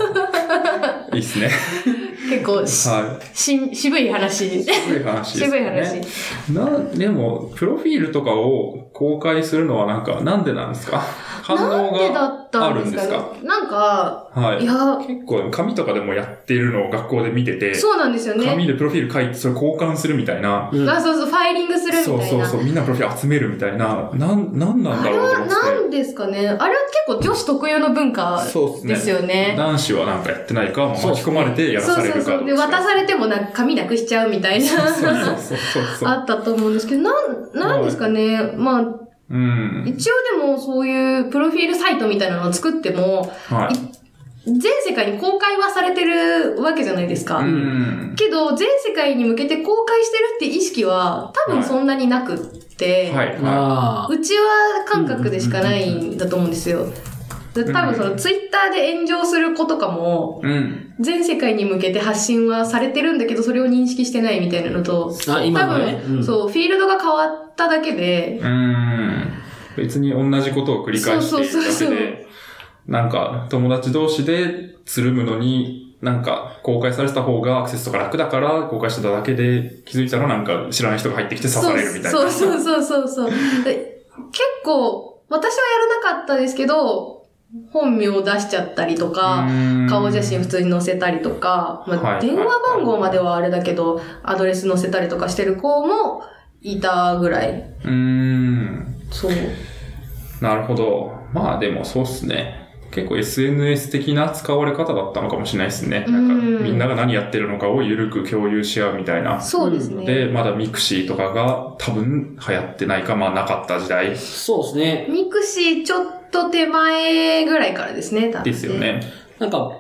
B: いいっすね。
C: 結構し、
B: は
C: し渋い話。
B: い。渋い話ですね。
C: 渋い話。
B: な、でも、プロフィールとかを公開するのはなんか、なんでなんですか反応
C: なんでだった
B: があ
C: ん
B: るん
C: で
B: ですす
C: か
B: か
C: ねなんか、
B: はいい。
C: や、
B: 結構、紙とかでもやってるのを学校で見てて、
C: そうなんですよね。
B: 紙でプロフィール書いて、それ交換するみたいな。
A: うん
C: あ、そうそう、ファイリングするみたい
B: そう
C: な。
B: そうそう、みんなプロフィール集めるみたいな、なん、なんなん
C: あ
B: だ
C: れ
B: ろうと
C: は
B: 思って
C: 何ですかねあれは結構女子特有の文化
B: て。そうっすね。
C: ですよね。
B: 男子はなんかやってないか、もう
A: そうっ
B: 巻
A: す
B: き込まれてやら
C: そ
B: さ
C: う
B: れ
C: そう
B: るか
C: そ
B: ど
C: う。
B: っ
C: で、
B: ちか。
C: 渡されてもなんか紙なくしちゃうみたい な、
B: そうそうそうそう。
C: あったと思うんですけど、なん、なんですかね、まあ、
B: うん。
C: 一応でもそういうプロフィールサイトみたいなのを作っても、
B: はい。
C: 全世界に公開はされてるわけじゃないですか。
B: うん。
C: けど、全世界に向けて公開してるって意識は多分そんなになくって、
B: はい。は
A: あ
C: うちは感覚でしかないんだと思うんですよ。で多分そのツイッターで炎上する子とかも、
B: い。うん。
C: 全世界に向けて発信はされてるんだけど、それを認識してないみたいなのと、
A: あ。あ、今
C: 多
A: のね。
C: 分、
A: ん
C: そう、フィールドが変わっただけで、
B: うん。別に同じことを繰り返しているだ
C: そうそう
B: け
C: そう
B: で、なんか友達同士でつるむのに、なんか公開されてた方がアクセスとか楽だから公開してただけで、気づいたらなんか知らない人が入ってきて刺されるみたいな。
C: そうそうそうそうそうそう。で結構、私はやらなかったですけど、本名を出しちゃったりとか、
B: うん
C: 顔写真普通に載せたりとか、ま
B: は
C: あ、
B: い
C: 電話番号まではあれだけど、アドレス載せたりとかしてる子もいたぐらい。
B: うん。
C: そう。
B: なるほど。まあでもそうっすね。結構 SNS 的な使われ方だったのかもしれないですね。なんか
C: うん
B: みんなが何やってるのかを緩く共有し合うみたいな。
C: そうですね。
B: で、まだミクシーとかが多分流行ってないか、まあなかった時代
A: そうですね。
C: ミクシーちょっと手前ぐらいからですね、多分
B: ですよ。ね。
A: なんか、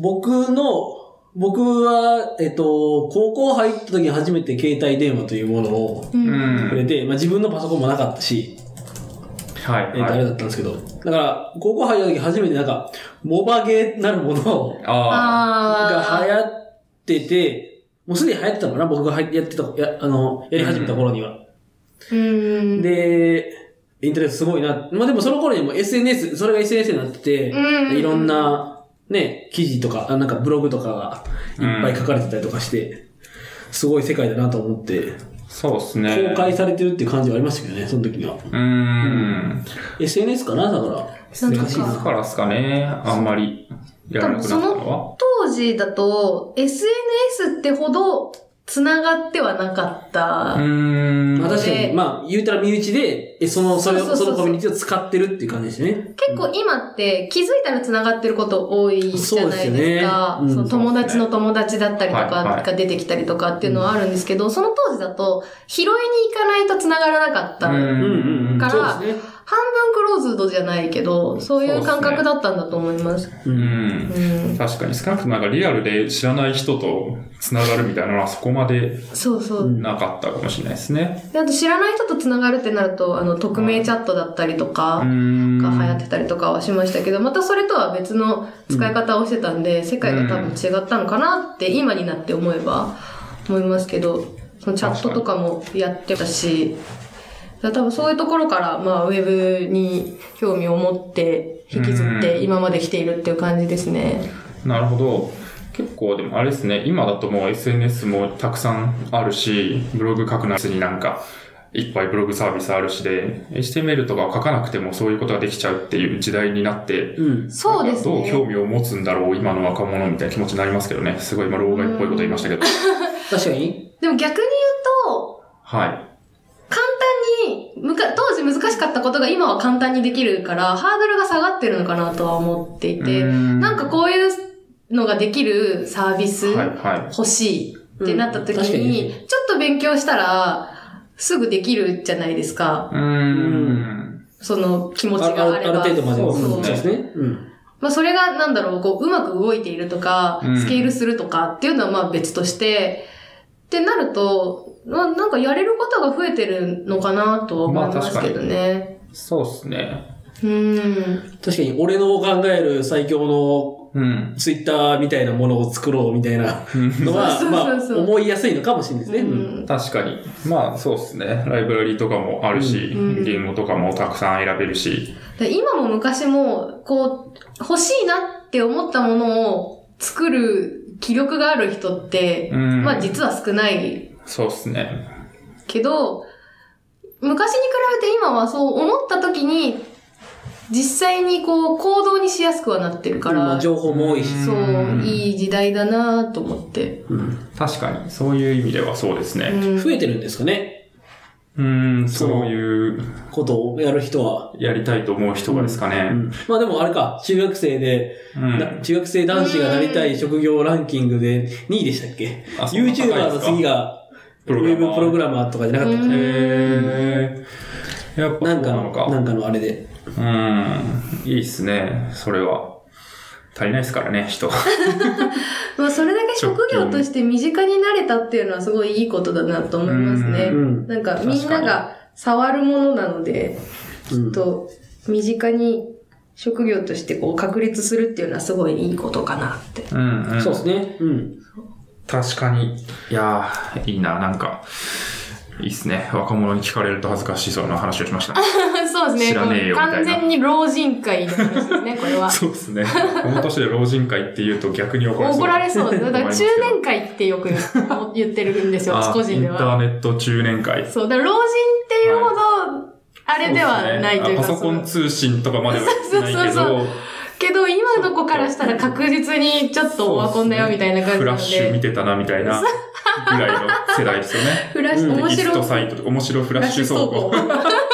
A: 僕の、僕は、えっと、高校入った時に初めて携帯電話というものを
C: う。
B: うんん。
A: くれて、まあ自分のパソコンもなかったし、
B: はい、
A: えっと、あ
B: は
A: れ
B: い。
A: だったんですけど、だから、高校入った時初めてなんか、モバゲーなるもの
B: あ
A: が
C: あ
A: 流行ってて、もうすでに流行ってたのかな僕が入ってやってた、や、あの、やり始めた頃には。
C: ー。うん。
A: で、インターネットすごいな。まあでもその頃にも SNS、それが SNS になってて、
C: うん
A: いろんな、ね、記事とか、あなんかブログとかがいっぱい書かれてたりとかして、すごい世界だなと思って、
B: あ、そうですね。
A: 公開されてるっていう感じはありましたけどね、その時には。
B: うーん。
A: SNS かなだから。
C: なん
A: 難しい
B: だ
A: な。
B: からですかね、あんまりやらなくなったのは。
C: 当時だと、SNS ってほど繋がってはなかった。
B: うーん。
A: まあ確か
C: で
A: に、まあ、言うたら身内で、えその、それ
C: そうそう
A: を、
C: そ
A: そう
C: そう
A: のコミュニティを使ってるっていう感じですね。
C: 結構今って気づいたら繋がってること多いじゃないですか。
A: そうですよねうん
C: その友達の友達だったりと
B: はいは
C: か
B: い
C: が出てきたりとかっていうのはあるんですけど、その当時だと拾いに行かないと繋がらなかった。
B: うんうんうん
C: から
A: そうですね。
C: 半分クローズドじゃないけど、そういう感覚だったんだと思います。
A: う。
B: うんん。
C: うん。
B: 確かに少なくともなんかリアルで知らない人と繋がるみたいなのはそこまで
C: そうそう。
A: うん
B: なかったかもしれないですね。
C: であと知らない人と繋がるってなると、あの、匿名チャットだったりと
B: う
C: か、
B: ん。
C: が流行ってたりとかはしましたけど、またそれとは別の使い方をしてたんで、世界が多分違ったのかなって今になって思えば思いますけど、そのチャットとかもやってたし、だから多分そういうところから、まあ、ウェブに興味を持って引きずっ
B: う
C: て
B: ん
C: 今まで来ているっていう感じですね。
B: なるほど。結構でもあれですね、今だともう SNS もたくさんあるし、ブログ書くなしになんか、いっぱいブログサービスあるしで、HTML とかを書かなくてもそういうことができちゃうっていう時代になって、
A: うん。
C: そうです
B: なんかどう興
C: ね。
B: 味を持つんだろう、今の若者みたいな気持ちになりますけどね。すごい今、老害っぽいこと言いました けど。
A: 確かに。
C: でも逆に言うと、
B: はい。
C: 簡単に、むか、当時難しかったことが今は簡単にできるから、ハードルが下がってるのかなとは思っていて、
B: な
C: なんかこういうのができるサービス
B: はいは
C: 欲しいってなった時
A: うん確か
C: に、
A: に
C: ちょっと勉強したら、すぐできるじゃないですか。
B: い。うーん。
C: その気持ち
A: ああ
C: があれ
A: るある
C: ば。
A: 程度までは。
C: そう
A: うんそう
C: そう
A: ですね。うん。
C: まあそれがなんだろう、こう、うまく動いているとか
B: うん、
C: スケールするとかっていうのはまあ別として、ってなると、まあなんかやれることが増えてるのかなとは思いますけどね。
B: そうですね。
C: うん。
D: 確かに俺の考える最強の
B: うん。
D: ツイッターみたいなものを作ろうみたいなのは、
C: そうそう
D: まあ
C: そうそう
D: 思いやすいのかもしれないですね。
C: うん
B: 確かに。まあそうですね。ライブラリとかもあるし、
C: うん
B: 言語とかもたくさん選べるし。
C: で今も昔も、こう、欲しいなって思ったものを作る気力がある人って、
B: うん
C: まあ実は少ない
B: そうですね。
C: けど、昔に比べて今はそう思った時に、実際にこう行動にしやすくはなってるか
A: ま
C: ら、
A: あ
C: そ
A: 情報も多いし。
C: う、
B: ん
C: いい時代だなと思って。
A: うん。
B: 確かに。そういう意味ではそうです
C: う
B: ね。
C: ん
D: 増えてるんですかね
B: うん、
D: そう
B: そういう、
D: ことをやる人は。
B: やりたいと思う人がですか
D: う
B: ね。
D: ん、まあでもあれか、中学生で、
B: うん。
D: な中学生男子がなりたい職業ランキングで2位でしたっけ
B: あそんな高いですか
D: ?YouTuber の次が、ウ
B: プログ
D: ェ
B: ラマー
D: ブプログラマーとかじゃなかったっけ
B: へー。やっぱ
D: な
B: そうん
D: か
B: な
D: の
B: のか。
D: なんかのあれで。
B: うん。いいっすね。それは。足りないですからね、人。
C: まあそれだけ職業として身近になれたっていうのはすごいいいことだなと思いますね。
D: うん
C: なんかみんなが触るものなので、
D: う
C: き
D: ん
C: っと身近に職業としてこう確立するっていうのはすごいいいことかなって。
B: うん、うん。
D: そうですね。うん。
B: 確かに。いやー、いいな、なんか。いいっすね。若者に聞かれると恥ずかしそうな話をしましたね。
C: そうですね。
B: 知らねえよみたいな
C: 完全に老人会の話ですね、これ は。
B: そうですね。この年で老人会って言うと逆に怒られそう。
C: 怒られそうです。だから中
B: 年
C: 年会ってよく言う言ってるんですよ、個
B: あ、イ
C: 人
B: ン
C: で
B: ター
C: は。
B: ネット中年会。
C: そう、だから老人っていうほど、あれではないというか、
B: そうですねあパソコン通信とかまではないけ
C: そうそう
B: ど、
C: けど今の子からしたら確実にちょっとオワコンだよみたいな感
B: フ
C: じな
B: ラ
C: の
B: ッシュ見
C: で。
B: てたなみたいなぐらいの世代ですよね。
C: フラッシュ、面
B: テキスト
C: 白
B: サイトとか、面白フラッシュ倉庫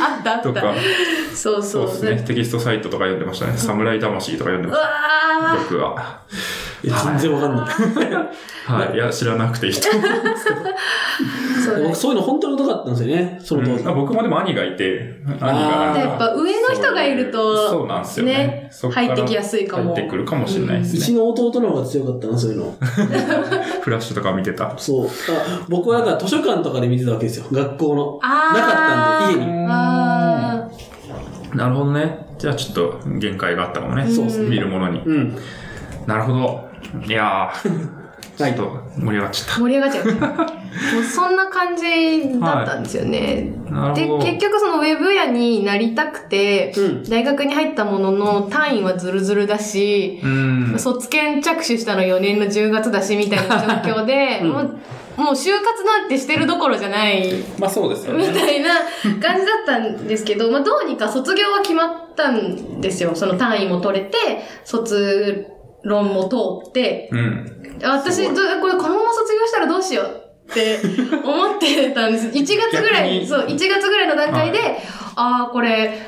C: あったあ
B: と
C: っ
B: か
C: た。、そう
B: そ
C: そうう。
B: ですね。テキストサイトとか読んでましたね。侍魂とか読んで
C: う
B: まし
C: わ
B: た。
C: ー
B: 僕は。
D: いや全然わかんない。
B: はい。いや、知らなくていいと思う
C: そうだ
D: 僕そういうの本当に疎かったんですよね、その当時。
B: うん僕もでも兄がいて、兄が。
C: やっぱ上の人がいると
B: そういうそうなんですよね
C: ね。
B: そっから
C: 入ってきやすいかも
B: 入ってくるかもしれないで
D: う
B: す
D: ち
B: ね。
D: の弟の方が強かったな、そういうの。
B: フラッシュとか見て た。
D: そう。あ僕はだから図書館とかで見てたわけですよ、学校の。
C: あ
D: な
C: ー
D: かったんで、家に。
C: あ
B: なるほどね。じゃあちょっと限界があったかもね。
D: そうっすね
B: 見るものに。
D: うん。
B: なるほど。いや ー。ちょ
D: はい
B: っと盛り上がっちゃっ
C: ー盛り上がっちゃう。 もうそんな感じだったんですよね。
B: た。な
C: で
B: るほど。
C: 結局そのウェブ屋になりたくて、
D: うん
C: 大学に入ったものの単位はズルズルだし、
B: うん。
C: 卒検着手したの4年の10月だしみたいな状況で、もうもう就活なんてしてるどころじゃない
B: まあそうですよ
C: み
B: ね。
C: たいな感じだったんですけど、まあどうにか卒業は決まったんですよ。その単位も取れて、卒論も通って、
B: うん。
C: 私、
B: す
C: どこれこのまま卒業したらどうしようって思って たんです。1月ぐら
B: 逆
C: い、
B: に
C: そう、1月ぐらいの段階で、
B: は
C: ああ、これ、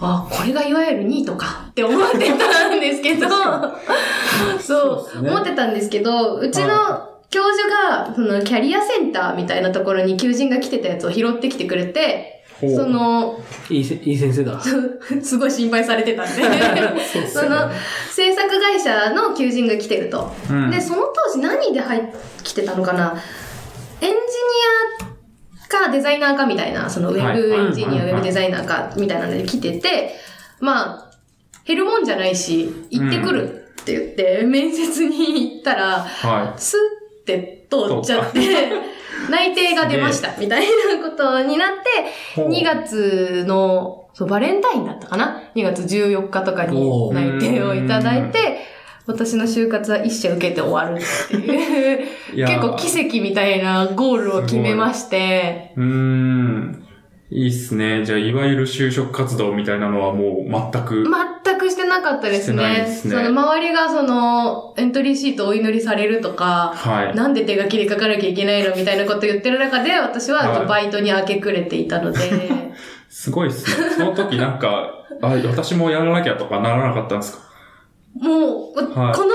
C: ああ、これがいわゆる2位とかって思ってたんですけど、 そう、
B: ね
C: 思ってたんですけど、うち
B: は
C: の教授が、そのキャリアセンターみたいなところに求人が来てたやつを拾ってきてくれて、
B: ほう
C: その、
A: いいせいい先生だ。
C: すごい心配されてたんで。 その、制作会社の求人が来てると。
B: うん
C: で、その当時何で入ってきてたのかなエンジニアかデザイナーかみたいな、そのウェブエンジ
B: は
C: ニア、ウ
B: いはいはいはい
C: ェブデザイナーかみたいなので来てて、まあ、減るもんじゃないし、行ってくるって言って、面接に行ったら、
B: は
C: スッて通っちゃって、 内定が出ました、みたいなことになって、
B: ほう
C: 2月の、そう、バレンタインだったかな ?2 月14日とか
A: お
C: に
A: う
C: 内定をいただいて、私の就活は1社受けて終わるっていう、
B: い。いや
C: 結構奇跡みたいなゴールを決めまして、
B: うーん。いいっすね。じゃあ、いわゆる就職活動みたいなのはもう全く。
C: 全くしてなかったです
B: してない
C: ね。
B: ですね
C: その周りがその、エントリーシートお祈りされるとか、
B: はい。
C: なんで手書きで書かなきゃいけないのみたいなこと言ってる中で、私
B: は
C: はいバイトに明け暮れていたので、
B: すごいっすね。その時なんか、あ、私もやらなきゃとかならなかったんですか
C: もう、このままここのバイト先に就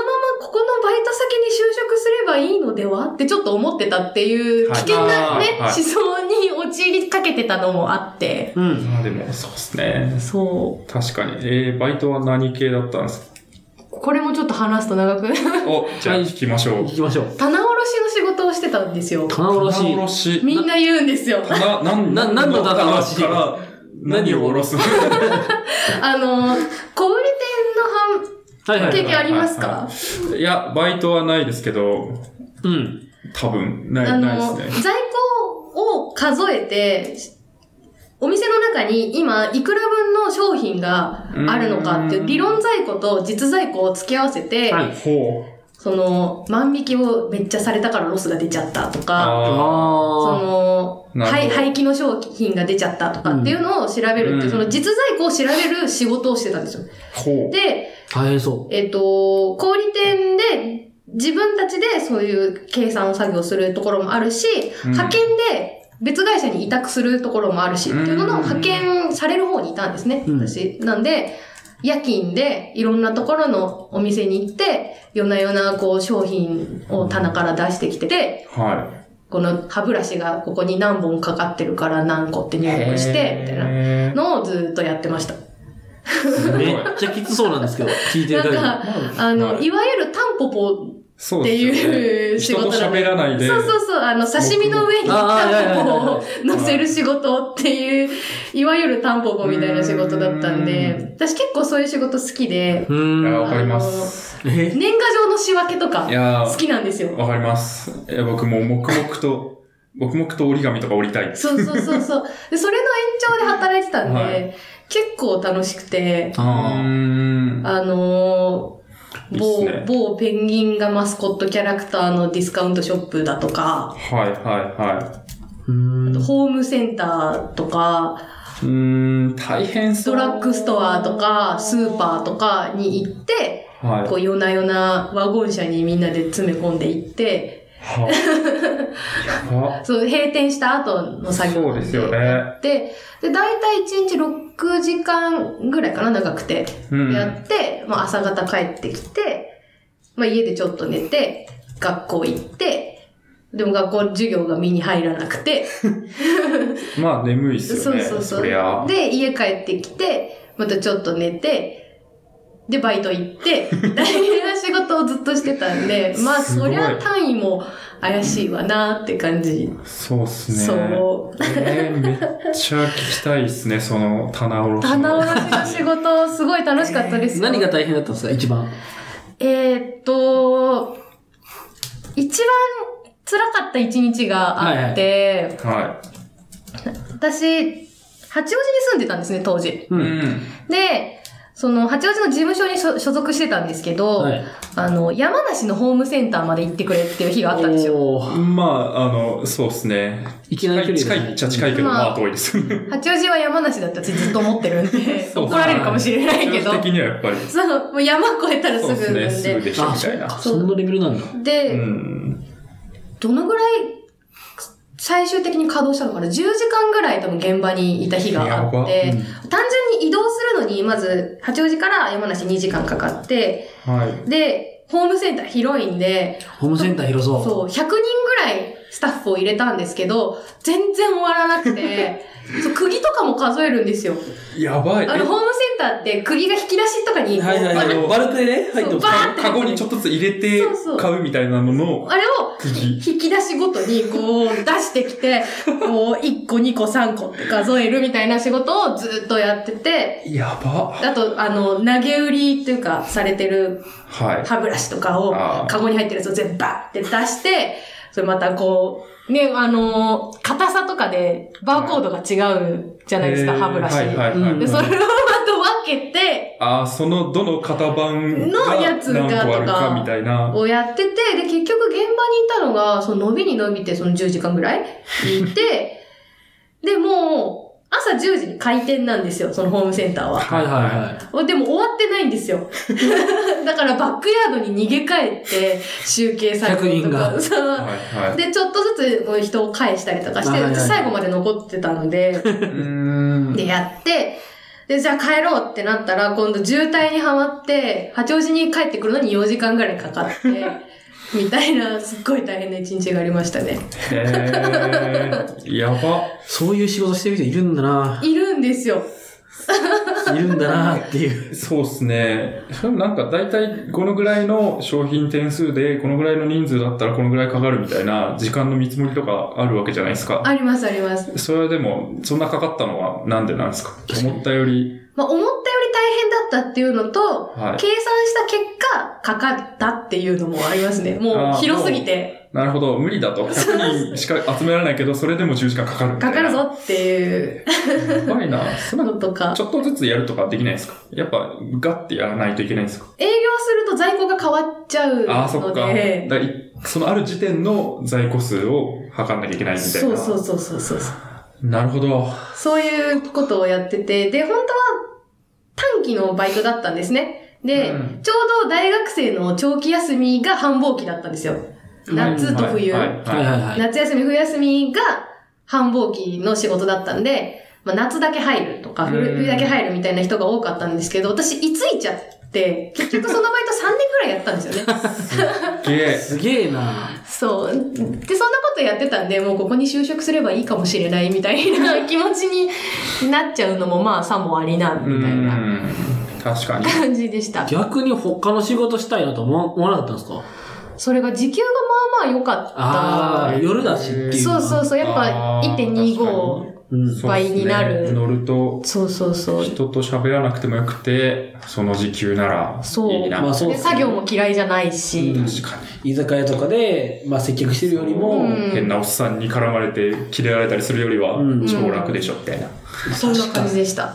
C: 職すればいいのではってちょっと思ってたっていう
B: はい
C: 危険な
B: あ
C: ね、
B: ーはい
C: 思想に陥りかけてたのもあって、
A: うん。
B: あでも、そうっすね。
C: そ
B: 確かに。えー、バイトは何系だったんですか
C: う。これもちょっと話すと長く。
B: お、じゃあ聞きましょう
A: 行。きましょう。
C: 棚卸しの仕事をしてたんですよ。
A: 棚卸し。
B: 棚卸し。
C: みんな言うんですよ。
B: 棚、なん、
A: な何の棚卸し
B: から何を下ろす
C: あの、小売店
A: はい
C: の販
A: は
C: 経
A: い。
C: 験あります
B: はいはい
C: か
B: いや、バイトはないですけど、
A: うん。
B: 多分、な
C: あ
B: い、ない
C: の、
B: で
C: 在
B: すね。
C: 庫を数えて、お店の中に今、いくら分の商品があるのかっていうう、
B: ん
C: 理論在庫と実在庫を付け合わせて、
A: はい。
B: ほう。
C: その、万引きをめっちゃされたからロスが出ちゃったとか、
B: あ
C: そ
A: あ
C: の、
B: なるほど
C: 廃廃棄の商品が出ちゃったとかっていうのを調べるっていう、
B: うん
C: その実在庫を調べる仕事をしてたんですよ。
B: ー。ほう。
C: で、
A: ー。大変そ
C: えっ、と、小売店で自分たちでそういう計算を作業するところもあるし、
B: うん
C: 派遣で別会社に委託するところもあるし、っていうの
B: う
C: の
B: ん
C: 派遣される方にいたんですね、
A: うん
C: 私。なんで、夜勤でいろんなところのお店に行って、夜な夜なこう商品を棚から出してきてて、
B: はい。
C: この歯ブラシがここに何本かかってるから何個って入力して、みたいな
B: へー
C: のをずっとやってました。
B: す
A: う。
B: ごい
A: めっちゃきつそうなんですけど、聞いてる限り。
C: なんあの、
B: はい
C: いわゆるタンポポ
B: そ
C: っ
B: う
C: て
B: ですよね
C: いう仕事
B: 人と
C: なんで
B: 喋らないで。
C: そうそうそう、あの、刺身の上にタンポポを 乗せる仕事っていう、いわゆるタンポポみたいな仕事だったん
B: う
C: で、私結構そういう仕事好きで、
A: う
B: いや、
A: ーん。
B: わかります。
A: え
C: 年賀状の仕分けとか
B: いや
C: 好
B: ー、
C: きなんですよ。
B: わかります。いや、僕も黙々と、黙々と折り紙とか折りたい。
C: そうそうそ うそう。で、それの延長で働いてたんで、
B: はい
C: 結構楽しくて、
B: うー
A: あ
B: ん。
C: あのー
B: いいっ
C: 某
B: すね
C: 某ペンギンがマスコットキャラクターのディスカウントショップだとか、
B: はい、はい、は
A: ー。うーん。
C: ホームセンターとか、
B: い。うーん、大変そう。
C: ドラッグストアとか、スーパーとかに行って、
B: はい。
C: こう、夜な夜なワゴン車にみんなで詰め込んで行って、
B: はいや ば
C: そう、閉店した後の作業
B: そうですよね
C: やって、で、大体1日6時間ぐらいかな、長くて。
B: うん。
C: やって、まあ、朝方帰ってきて、まあ、家でちょっと寝て、学校行って、でも学校授業が身に入らなくて、
B: まあ、眠いっす
C: そ
B: よ
C: う
B: ね。
C: そうそう。
B: そりゃ。
C: で、家帰ってきて、またちょっと寝て、で、バイト行 って、みたいな仕事をずっとしてたんで、まあ、
B: すご
C: そ
B: い
C: りゃ単位も怪しいわなって感じ。
B: そうっすね。
C: そう。
B: えーめっちゃ聞きたいっすね、その棚卸しの。
C: 棚卸しの仕事、すごい楽しかったですよ。
A: 何が大変だったんですか、一番。
C: えーっと、一番辛かった一日があって、
B: は
C: 私、八王子に住んでたんですね、当時。
B: い。
A: うん
B: ん。
C: で、その、八王子の事務所に所所属してたんですけど、
A: はい。
C: あの、山梨のホームセンターまで行ってくれっていう日があったんですよ。
A: おー
B: まあ、あの、そうですね。
A: いきなり距離です
B: 近
A: ね
B: い近いっちゃ近いけど、
C: まあ
B: まあ遠いです。ね、
C: 八王子は山梨だって私ずっと思ってるんで 怒られるかもしれないけど、
B: 的にはやっぱり。
C: そう、もう山越えたらす
B: そう
C: ぐ
B: です
C: な
B: ね、すぐ
C: んで。
B: できた
A: あ、
B: みた
A: そ
B: い
A: っ
B: な。
A: か。そんなレベルなんだ。
B: う
C: で、
B: ん。
C: どのぐらい最終的に稼働したのかな ?10 時間ぐらい多分現場にいた日があ
B: やば
C: っ
B: う
C: て
B: ん、
C: 単純に移動するのに、まず八王子から山梨2時間かかって、
B: はい。
C: で、ホームセンター広いんで、
A: ホームセンター広そう。
C: そう、100人ぐらいスタッフを入れたんですけど、全然終わらなく て、そう釘とかも数えるんですよ。
B: やばい。
C: あの、ホームセンターって釘が引き出しとかに、
D: はいはい
B: あ
D: はい。
B: の
D: バルクでね、入って
C: そ
D: ま
C: う
D: す
C: バーって
B: カゴにちょっとずつ入れて
C: そうそう
B: 買うみたいなのの
C: あれを
B: 釘。
C: 引き出しごとにこう出してきて、こう1個2個3個って数えるみたいな仕事をずっとやってて、
B: やば。
C: あと、あの、投げ売りというか、されてる
B: はい。
C: 歯ブラシとかを
B: あー、
C: カゴに入ってるやつを全部バーって出して、それまたこう、ね、あのー硬さとかでバーコードが違うじゃないですか、
B: えー
C: 歯ブラシ。
B: はいはいはい
D: うん
C: で、それをまた分けて、
B: ああ、そのどの型番が
C: のやつが
B: 何個ある
C: とか
B: かみたいな。
C: をやってて、で、結局現場にいたのが、その伸びに伸びて、その10時間ぐらいいて、 で、もう、朝10時に開店なんですよ、そのホームセンターは。
A: はいはいはい。
C: おでも終わってないんで すよ。だからバックヤードに逃げ帰って、集計されたりとか
A: 100人が
C: そう
B: はいはい。
C: で、ちょっとずつこう人を返したりとかして、
A: はいはいはい
C: 最後まで残ってたの で、
B: うーん。
C: で、やって、で、じゃあ帰ろうってなったら、今度渋滞にはまって、八王子に帰ってくるのに4時間ぐらいかかって、 みたいな、すっごい大変な一日がありましたね。
B: へーやば。
A: そういう仕事してる人いるんだな
C: いるんですよ。
A: いるんだなっていう。
B: そうですね。それもなんか大体このぐらいの商品点数で、このぐらいの人数だったらこのぐらいかかるみたいな時間の見積もりとかあるわけじゃないですか。
C: ありますあります。
B: それはでも、そんなかかったのはなんでなんですか思ったより。
C: まあ、思ったより大変だったっていうのと、
B: はい
C: 計算した結果、かかったっていうのもありますね。も
B: あ
C: う
B: ー
C: 広すぎて、
B: なるほど、無理だと。100人しか集められないけど、それでも10時間かかるみた
C: か
B: いな。
C: かるぞっていう
B: やばいな。そんな
C: のとか
B: ち。ょっとずつやるとかできないですかやっぱ、ガッてやらないといけないんですか
C: 営業すると在庫が変わっちゃうので、
B: ああ、そっか。だからいそのある時点の在庫数を測んなきゃいけないみたいな。
C: そうそうそうそうそうそう。
B: なるほど。
C: そういうことをやってて、で、本当は短期のバイトだったんですね。で、
B: うん
C: ちょうど大学生の長期休みが繁忙期だったんですよ。夏と冬。
B: はいはい
A: はいはいはい。
C: 夏休み、冬休みが繁忙期の仕事だったんで、まあ、夏だけ入るとか、
B: うん
C: 冬冬だけ入るみたいな人が多かったんですけど、私、いついちゃって、結局そのバイト3年くらいやったんですよね。
B: です
A: げえな
C: そう。で、そんなことやってたんで、もうここに就職すればいいかもしれないみたい な気持ちになっちゃうのも、まあ、さもありな、
B: う。
C: みたいなん
B: 確かに。
C: 感じでした。
A: 逆に他の仕事したいなと思わ思わなかったんですか
C: それが時給がまあまあ良かった。
A: ああ、夜だしっていうの
C: そ
A: は。
C: うそうそう、やっぱ
B: あー確
C: 1.25。
A: うん。
C: 倍にな
B: そうっ
C: る
B: すね乗ると、
C: そうそうそう。
B: 人と喋らなくてもよくて、その時給なら
C: そう
B: いいな。
A: まあそう
C: で
A: ですね
C: 作業も嫌いじゃないし。
B: 確か
A: 居酒屋とかで、まあ接客してる
B: に。
A: よりも、
C: うん
B: 変なおっさんに絡まれて、キレられたりするよりは
A: うん、
B: 超楽でしょ、みたいな。
C: そんな感じでした。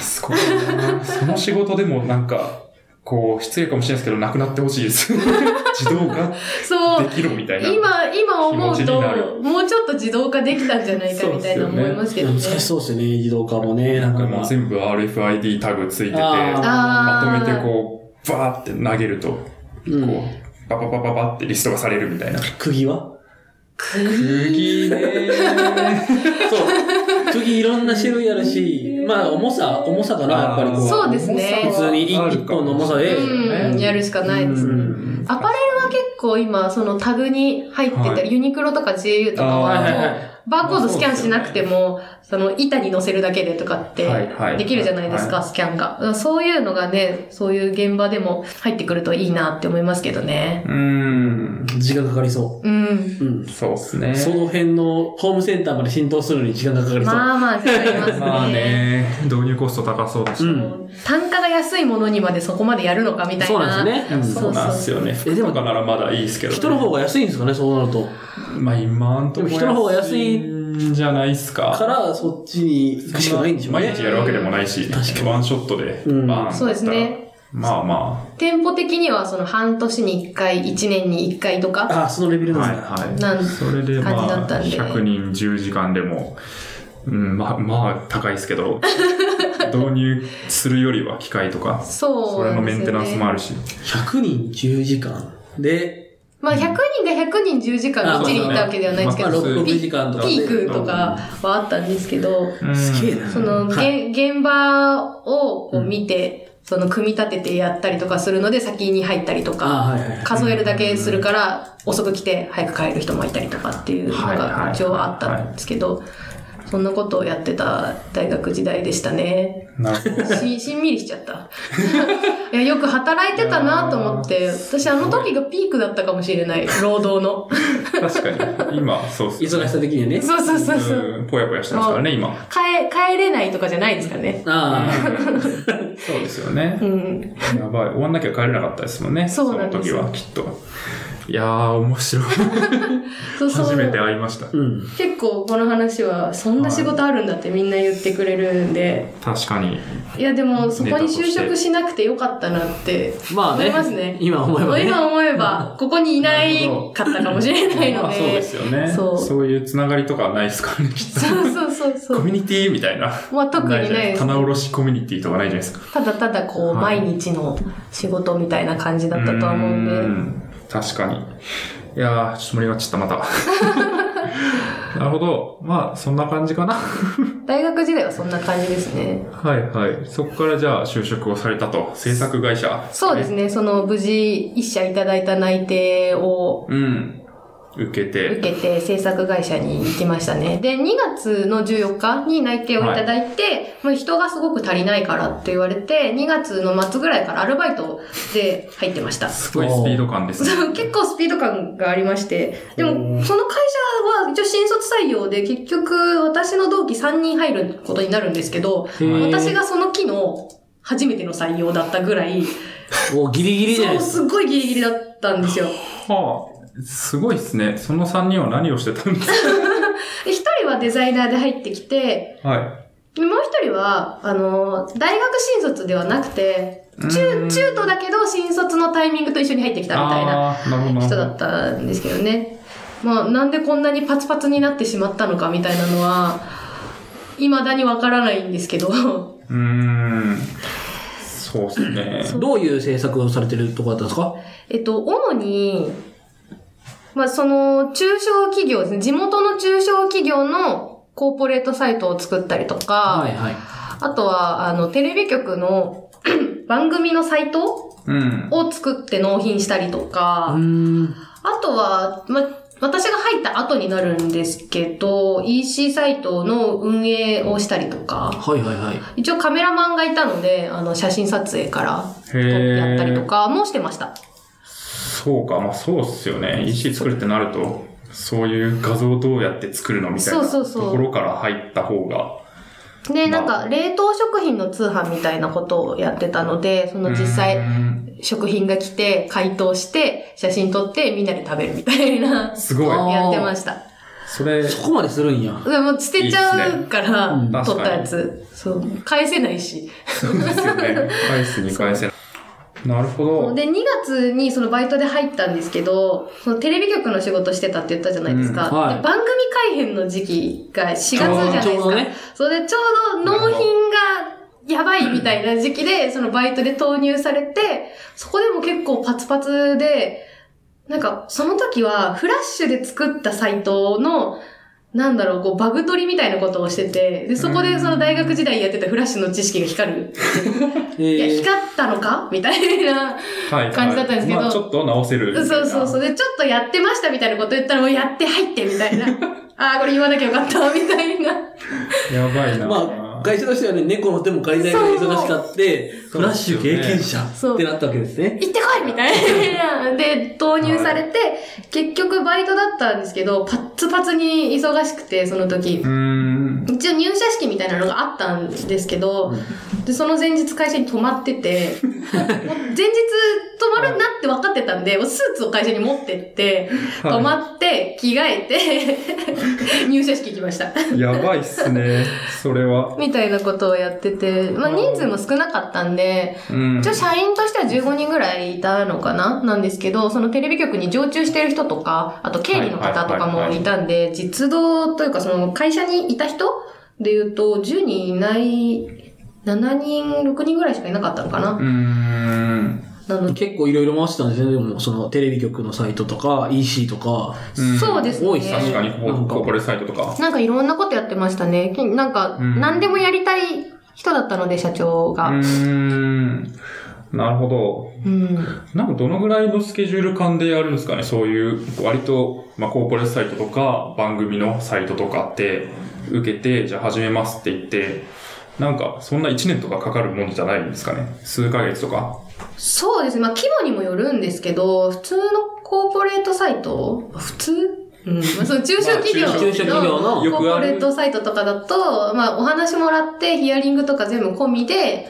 B: すごいなその仕事でもなんか、こう、失礼かもしれないですけど、なくなってほしい です。自動化
C: そ
B: で
C: う。
B: きるみたいな。
C: 今、今思う
B: 気持ちに
C: と
B: なる、
C: もうちょっと自動化できたんじゃないか
B: そ
C: みたいな
B: うっすよね
C: 思いますけど
A: 難
C: ね。
A: しそうですよね、自動化もね。
B: なんか
A: ま
B: も
A: あ
B: う全部 RFID タグついてて、
A: あ
C: あー
B: まとめてこう、バーって投げると、こ
A: う
B: う、
A: ん
B: バババババってリストがされるみたいな。
A: 釘は
B: 釘ね
A: そう。釘いろんな種類あるし、まあ重さ、重さかな、やっぱりこう。
C: そうですね
A: 普通に一一本の重さで
C: うん、やるしかないです
A: う
C: ね。
A: ん
C: アパレルは結構今、そのタグに入ってた
B: は
C: り、ユニクロとか GU とか
B: あー
C: は、
A: はいはい
C: も
A: は
C: う
A: い。
C: バーコードスキャンしなくても、その板に乗せるだけでとかって
B: はいはい
C: できるじゃないですか、スキャンが。だからそういうのがね、そういう現場でも入ってくるといいなって思いますけどね。
B: うん。
A: 時間かかりそ
C: うん。
A: う。うん。
B: そうっすね。
A: その辺のホームセンターまで浸透するのに時間がかかりそう。
C: まあまあ、あります ね。
B: まあね、導入コスト高そうだし。
A: うん。
C: 単価が安いものにまでそこまでやるのかみたいな。
A: そうなんですね。うん
C: そう
B: なんですよね。
A: えでも
B: 服とかならまだいいですけど。
A: 人の方が安いんですかね、そうなると。
B: まあ今んとこ
A: でも人の方が安い
B: んじゃないですか。
A: から、そっちに行くしかないんでしょうね
B: 毎。日やるわけでもないし、ワンショットで、
A: うん
B: バーンだったら
C: そうですね。
B: まあま
C: 店舗的にはその半年に1回、1年に1回とか、
A: ああ、そのレベ
B: あ、
A: ル
B: は
A: ないんですね。
B: はい。
C: なん
B: それでま
C: 感じだ
B: あ、
C: ったんで
B: 100人10時間でも、うん、まあ、まあ、高いですけど、導入するよりは機械とか、
C: そ
B: そうれ
C: な
B: の
C: んで
B: メ
C: すよね
B: ンテナンスもあるし。
A: 100人10時間。で、
C: まあ100人が100人10時間きっちりいたわけではないですけ
A: まあ
C: ど、
B: そう
A: 6、6時間とかで。
C: ピークとかはあったんですけど、
B: うん
A: すげえな
C: その、
A: は
C: げ現場をこう見て、その組み立ててやったりとかするので先に入ったりと
D: あ
C: か、
D: はいはい。
C: 数えるだけするから遅く来て早く帰る人もいたりとかっていうの
B: はいはいは
C: が
B: い
C: 一応あったんですけど、そんなことをやってた大学時代でしたね。
B: なるほど。
C: し、しんみりしちゃった。いや、よく働いてたなと思って、私あの時がピークだったかもしれない、労働の。
B: 確かに。今、そうっす。
D: 忙しさ的にはね。
C: そうそうそうそう。
B: うん、ぽやぽやしてますからね、今。
C: 帰、帰れないとかじゃないですかね。
D: あ
B: そうですよね
C: う。ん。
B: やばい。終わんなきゃ帰れなかったですもんね。
C: そうなんですよ
B: その時は、きっと。いやー、面白い。
C: そうそう。
B: 初めて会いました。
D: あ。うん。
C: 結構この話は、そんな仕事あるんだってみんな言ってくれるんで、
B: 確かに。
C: いやでもそこに就職しなくてよかったなって
D: まあ
C: 思
D: ね
C: いますね。
D: 今思えばね
C: 今思えば、ここにいないかったかもしれないの
B: まあ、
C: で。
B: そうですよね。
C: そ
B: そうういうつながりとかはないですからね、きっと。
C: そうそうそうそ
B: コ
C: う。
B: ミュニティみたいな。
C: まあ特にない
B: じゃ
C: です
B: 棚卸しコミュニティとかないじゃないですか。
C: ただただこう、
B: はい
C: 毎日の仕事みたいな感じだったとは思うんで。
B: ん確かに。いやー、ちょっと盛り上がっちゃった、また。 なるほど。まあ、そんな感じかな。
C: 大学時代はそんな感じですね。
B: はいはい。そこからじゃあ就職をされたと。制作会社。
C: そうです
B: ね。
C: ね、その無事一社いただいた内定を
B: うん。受けて。
C: 受けて制作会社に行きましたね。で、2月の14日に内定をいただいて、もう人がすごく足りないからって言われて、2月の末ぐらいからアルバイトで入ってました。
B: すごいスピード感ですね。
C: そう 結構スピード感がありまして、でも、その会社は一応新卒採用で、結局私の同期3人入ることになるんですけど、
D: ー
C: 私がその期の初めての採用だったぐらい、
D: おギリギリじゃないですか。
C: そう、すっごいギリギリだったんですよ。
B: はあ、すごいですね。その3人は何をしてたんです
C: で一人はデザイナーで入ってきて、
B: かはい。
C: でもう一人は、あの、大学新卒ではなくて、
B: う
C: 中、
B: ん
C: 中途だけど新卒のタイミングと一緒に入ってきたみたいな
B: あーなるほどなるほど。
C: 人だったんですけどね。まあ、なんでこんなにパツパツになってしまったのかみたいなのは、未だにわからないんですけど、
B: うーん。そうですね。
D: どういう制作をされてるとこだったんですか
C: えっと、主に、まあ、その、中小企業ですね。地元の中小企業のコーポレートサイトを作ったりとか、
D: はいはい。
C: あとは、あの、テレビ局の 番組のサイト
B: うん。
C: を作って納品したりと
D: う
C: か、
D: ーん。
C: あとは、ま、私が入った後になるんですけど、EC サイトの運営をしたりとか、
D: はいはいはい。
C: 一応カメラマンがいたので、あの、写真撮影から
B: へー
C: やったりとかもしてました。
B: そうか、まあそうっすよね。石作るってなると、そういう画像をどうやって作るのみたいな
C: そうそう
B: と
C: そう
B: ころから入った方が。
C: で、
B: まあ
C: なんか、冷凍食品の通販みたいなことをやってたので、その実
B: う
C: 際、
B: ん
C: 食品が来て、解凍して、写真撮って、みんなで食べるみたいな、
B: すごい
D: あ。ー
C: やってました。
B: それ、
D: そこまでするんや。
C: でも捨てちゃうから、
D: いいっすねうん
C: 取ったやつ。そう。返せないし。
B: そうですよ ね。返すに返せない。なるほど。
C: で、2月にそのバイトで入ったんですけど、そのテレビ局の仕事してたって言ったじゃないですか。
D: うんはい
C: で番組改編の時期が4月じゃないです
D: ちょう
C: か。
D: どね
C: それでちょうど納品がやばいみたいな時期で、そのバイトで投入されて、そこでも結構パツパツで、なんかその時はフラッシュで作ったサイトの、なんだろう、こう、バグ取りみたいなことをしてて、で、そこでその大学時代やってたフラッシュの知識が光る。
D: え
C: いや、
D: ー、
C: 光ったのかみたいな。
B: はいはい
C: 感じだったんですけど
B: まあちょっと直せるみたいな。
C: そうそうそう。で、ちょっとやってましたみたいなこと言ったら、もうやって入ってみた いな。ああ、これ言わなきゃよかった、みたいな。
B: やばいな。
D: まあ、会社としてはね、猫の手も借りたいが忙しかって、
B: そう
D: フラッシュ経験者
C: そう
D: ってなったわけですね。
C: 行ってこいみたいな。で、投入されて、結局バイトだったんですけど、パッツパツに忙しくて、その時
B: うー。ん。
C: 一応入社式みたいなのがあったんですけど、で、その前日会社に泊まってて、 もう前日泊まるなって分かってたんで、もうスーツを会社に持ってって、
B: はい
C: 泊まって、着替えて、入社式行きました。
B: やばいっすね。それは。
C: みたいなことをやってて、まあ人数も少なかったんで、
B: うん。
C: 一応社員としては15人ぐらいいたのかななんですけど、そのテレビ局に常駐してる人とか、あと経理の方とかもいたんで、実動というかその会社にいた人で言うと、10人いない、7人、6人ぐらいしかいなかったのかな
B: うーん。
C: なので、
D: 結構いろいろ回してたんですよね。でも、そのテレビ局のサイトとか、EC とか。
B: うん
C: そうですね。
D: 多いっす
B: 確かに、こ
D: なん
B: う
D: か
B: コーポレートサイトとか。
C: なんかいろんなことやってましたね。きなんか、
B: うん
C: 何でもやりたい人だったので、社長
B: うー
C: が。
B: ん。なるほど。
C: うん。
B: なんかどのぐらいのスケジュール感でやるんですかねそういう、割と、まあ、コーポレートサイトとか、番組のサイトとかって、受けて、じゃあ始めますって言って、なんか、そんな1年とかかかるもんじゃないんですかね数ヶ月とか。
C: そうですね。まあ、規模にもよるんですけど、普通のコーポレートサイト普通うん。まあ、その中小企
B: ま
C: 業の。
B: あ
A: 中小企業の
B: よく
C: コ
B: ある
C: ーポレートサイトとかだと、まあ、お話もらって、ヒアリングとか全部込みで、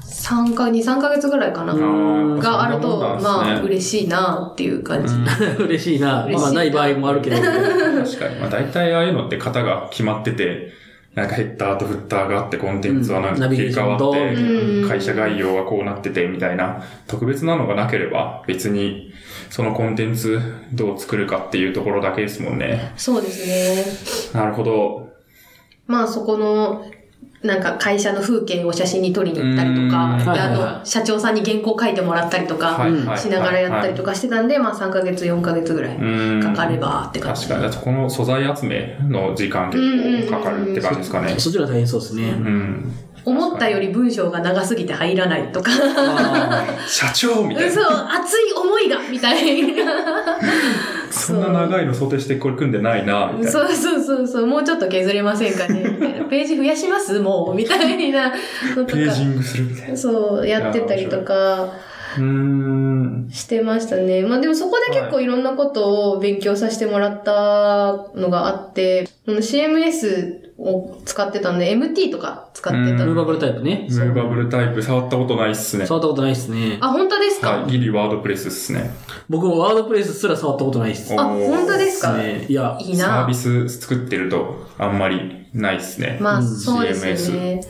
C: 3か、2、3ヶ月ぐらいかな。
B: ー
C: があると、まあ、
B: しい。
C: 嬉しいなっていう感じ。
D: 嬉しいな。
C: 嬉しい
D: まあ、ない場合もあるけど。
B: 確かに。まあ、大体ああいうのって型が決まってて、なんかヘッダーとフッターがあって、コンテンツはなん
D: うんナ
B: か
D: ビ
B: 切
D: ゲー
B: り
D: シ
B: 替
D: ョンと
B: わって、
C: うん
B: 会社概要はこうなってて、みたいな、特別なのがなければ、別に、そのコンテンツどう作るかっていうところだけですもんね。
C: そうですね。
B: なるほど。
C: まあ、そこの、なんか会社の風景を写真に撮りに行ったりとか、
B: うん
D: は
C: で
D: いはい
C: あ
D: は
C: と、社長さんに原稿書いてもらったりとか、
B: はい
D: うん
B: はい。
C: しながらやったりと
B: か。
C: かしてたんで、まあ、3ヶ月、4ヶ月ぐらいかかればって感じ
B: 確。かに。だってこの素材集めの時間結構かかるって感じですかね。
D: そっちが大変そうですね。
B: うん。
C: 思ったより文章が長すぎて入らないとか、そう、
D: あ
B: 社長 みたいな。
C: 熱い思いがみたいな。
B: そんな長いの想定してこれ組んでないな、みたいな。
C: そうそうそうそう、もうちょっと削れませんかねみたいな。ページ増やしますもうみたいなのと
B: ページ
C: か。
B: ングするみたいな。う
C: そう、やってたりとか
B: ーん。
C: してましたね。まあでもそこで結構いろんなことを勉強させてもらったのがあって、あの CMS を使ってたんで、MT とか使って
D: あ、
C: た
B: う
D: ムー
B: ん
D: バブルタイプね。
B: ムーバブルタイプ触ったことないっすね。
D: 触ったことないですね。
C: あ、本当ですか、
B: はい、ギリワードプレスっすね。
D: 僕もワードプレスすら触ったことないです。
B: お
C: あ、本当ですか
D: ねいや、
C: いいな
B: サービス作ってるとあんまりないっすね。
C: まあ
D: うん
C: そうですよね。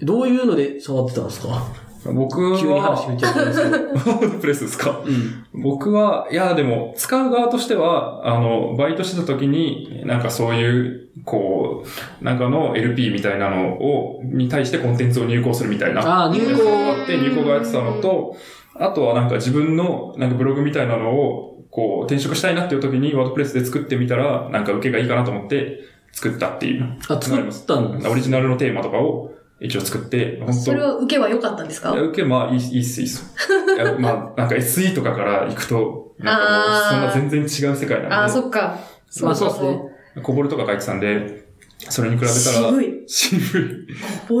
D: どういうので触ってたんですか
B: 僕
D: 急に話振っ
B: は、
D: ちゃったんですけど。
B: ワードプレスですか
D: うん。
B: 僕は、いや、でも、使う側としては、あの、バイトしてた時に、なんかそういう、こう、なんかの LP みたいなのを、に対してコンテンツを入稿するみたいな。
D: ああ、入
B: 入
D: 稿。
B: 稿があって、入稿がやってたのと、あとはなんか自分のなんかブログみたいなのを、こう、転職したいなっていう時にワードプレスで作ってみたら、なんか受けがいいかなと思って作ったっていう。
D: あ、作ったんです
B: オリジナルのテーマとかを一応作って、本当
C: それは受けは良かったんですか
B: いや受け、まあ、いいいいっす、いいっ す。いやまあ、なんか SE とかから行くと、なんかもう
C: あー
B: そんな全然違う世界
C: あ
B: な
C: あ、
B: ん
C: そっか。
D: まあそうですね。
B: で、こぼれとか書いてたんで、それに比べたら、
C: 渋い。
B: 渋い。
C: ボ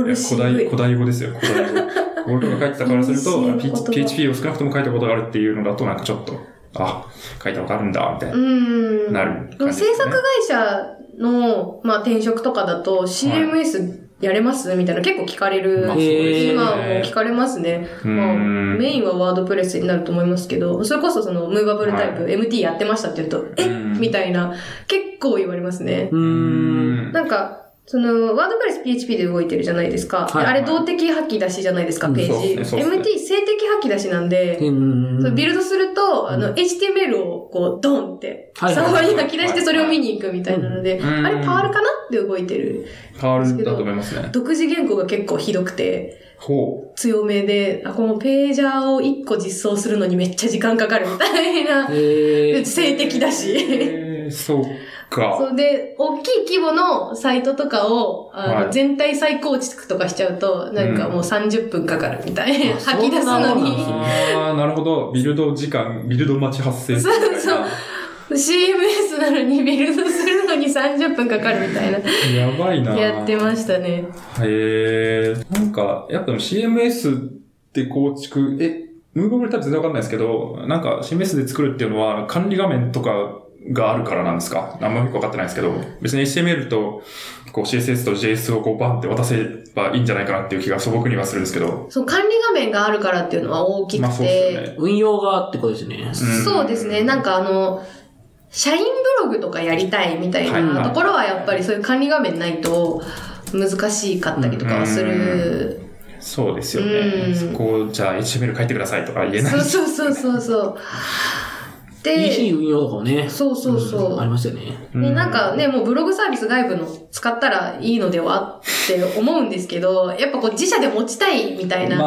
B: い
C: ー
B: や
C: ル
B: 古
C: 渋
B: 代、
C: い
B: 古。代語ですよ、古代語。俺とか書いてたからす ると、
C: 厳しい言葉
B: P- PHP を少なくとも書いたことがあるっていうのだと、なんかちょっと、あ、書いたことあるんだ、みたいな。
C: うん。
B: なる
C: で
B: 感
C: も
B: じですね
C: 制作会社の、まあ、転職とかだと CMS やれます、みたいな結構聞かれる。
B: まあそうですね
C: 今も聞かれますね。
B: うん
C: まあ、メインはワードプレスになると思いますけど、それこそそのムーバブルタイプ、
B: は
C: MT やってましたって言うと、え
B: うん
C: みたいな、結構言われますね。
D: うーん。
C: なんか、その、ワードプレス PHP で動いてるじゃないですか。
D: はい
C: あれ動的吐き出しじゃないですか、
D: うん
C: ページ。
B: そうっすねそうっ
C: MT 性的吐き出しなんで、
D: うん
C: そのビルドすると、あ
D: うん
C: の、HTML をこう、ドンって、
D: はい
C: サーバーに吐き出してそれを見に行くみたいなので、
B: はいうん
C: あれパールかなって動いてる。
B: パールだと思いますね。
C: 独自言語が結構ひどくて、
B: ほう。
C: 強めで、あこのページャーを1個実装するのにめっちゃ時間かかるみたいな、
D: えー、
C: 性的だし。
B: えー、そう か。
C: そうで、大きい規模のサイトとかを、あの、
B: はい
C: 全体再構築とかしちゃうと、なんかもう30分かかるみたいな。
D: あ
C: 吐き出すの
D: そんなもんなんですね
C: に。
B: あー、なるほど。ビルド時間、ビルド待ち発生みたいな
C: そう CMS なのにビルドするのに30分かかるみたいな。
B: やばいな。
C: やってましたね。
B: へえ。なんか、やっぱでも CMS って構築、え、ムーバブルタイプ全然わかんないですけど、なんか CMS で作るっていうのは管理画面とかがあるからなんですかあんまよくわかってないですけど、別に HTML とこう CSS と JS をこうバンって渡せばいいんじゃないかなっていう気が素朴にはするんですけど。
C: そう、管理画面があるからっていうのは大き
B: まあ
C: く
B: そうです
C: て。
B: よね。
D: 運用がってことですね。
B: うん
C: そうですね。なんかあの、社員ブログとかやりたいみたい
B: はい
C: なところはやっぱりそういう管理画面ないと難しかったりとかはする。
B: そうですよね。
C: うん
B: そこをじゃあ HTML 書いてくださいとか言えない
C: そうそうそうそうそう。
D: EC
C: で、
D: 運用とかもね。
C: そうそうそう
D: うんありましたよね。
B: う
C: でなんかね、もうブログサービス外部の使ったらいいのではって思うんですけど、やっぱこう自社で持ちたいみたいな。
B: ま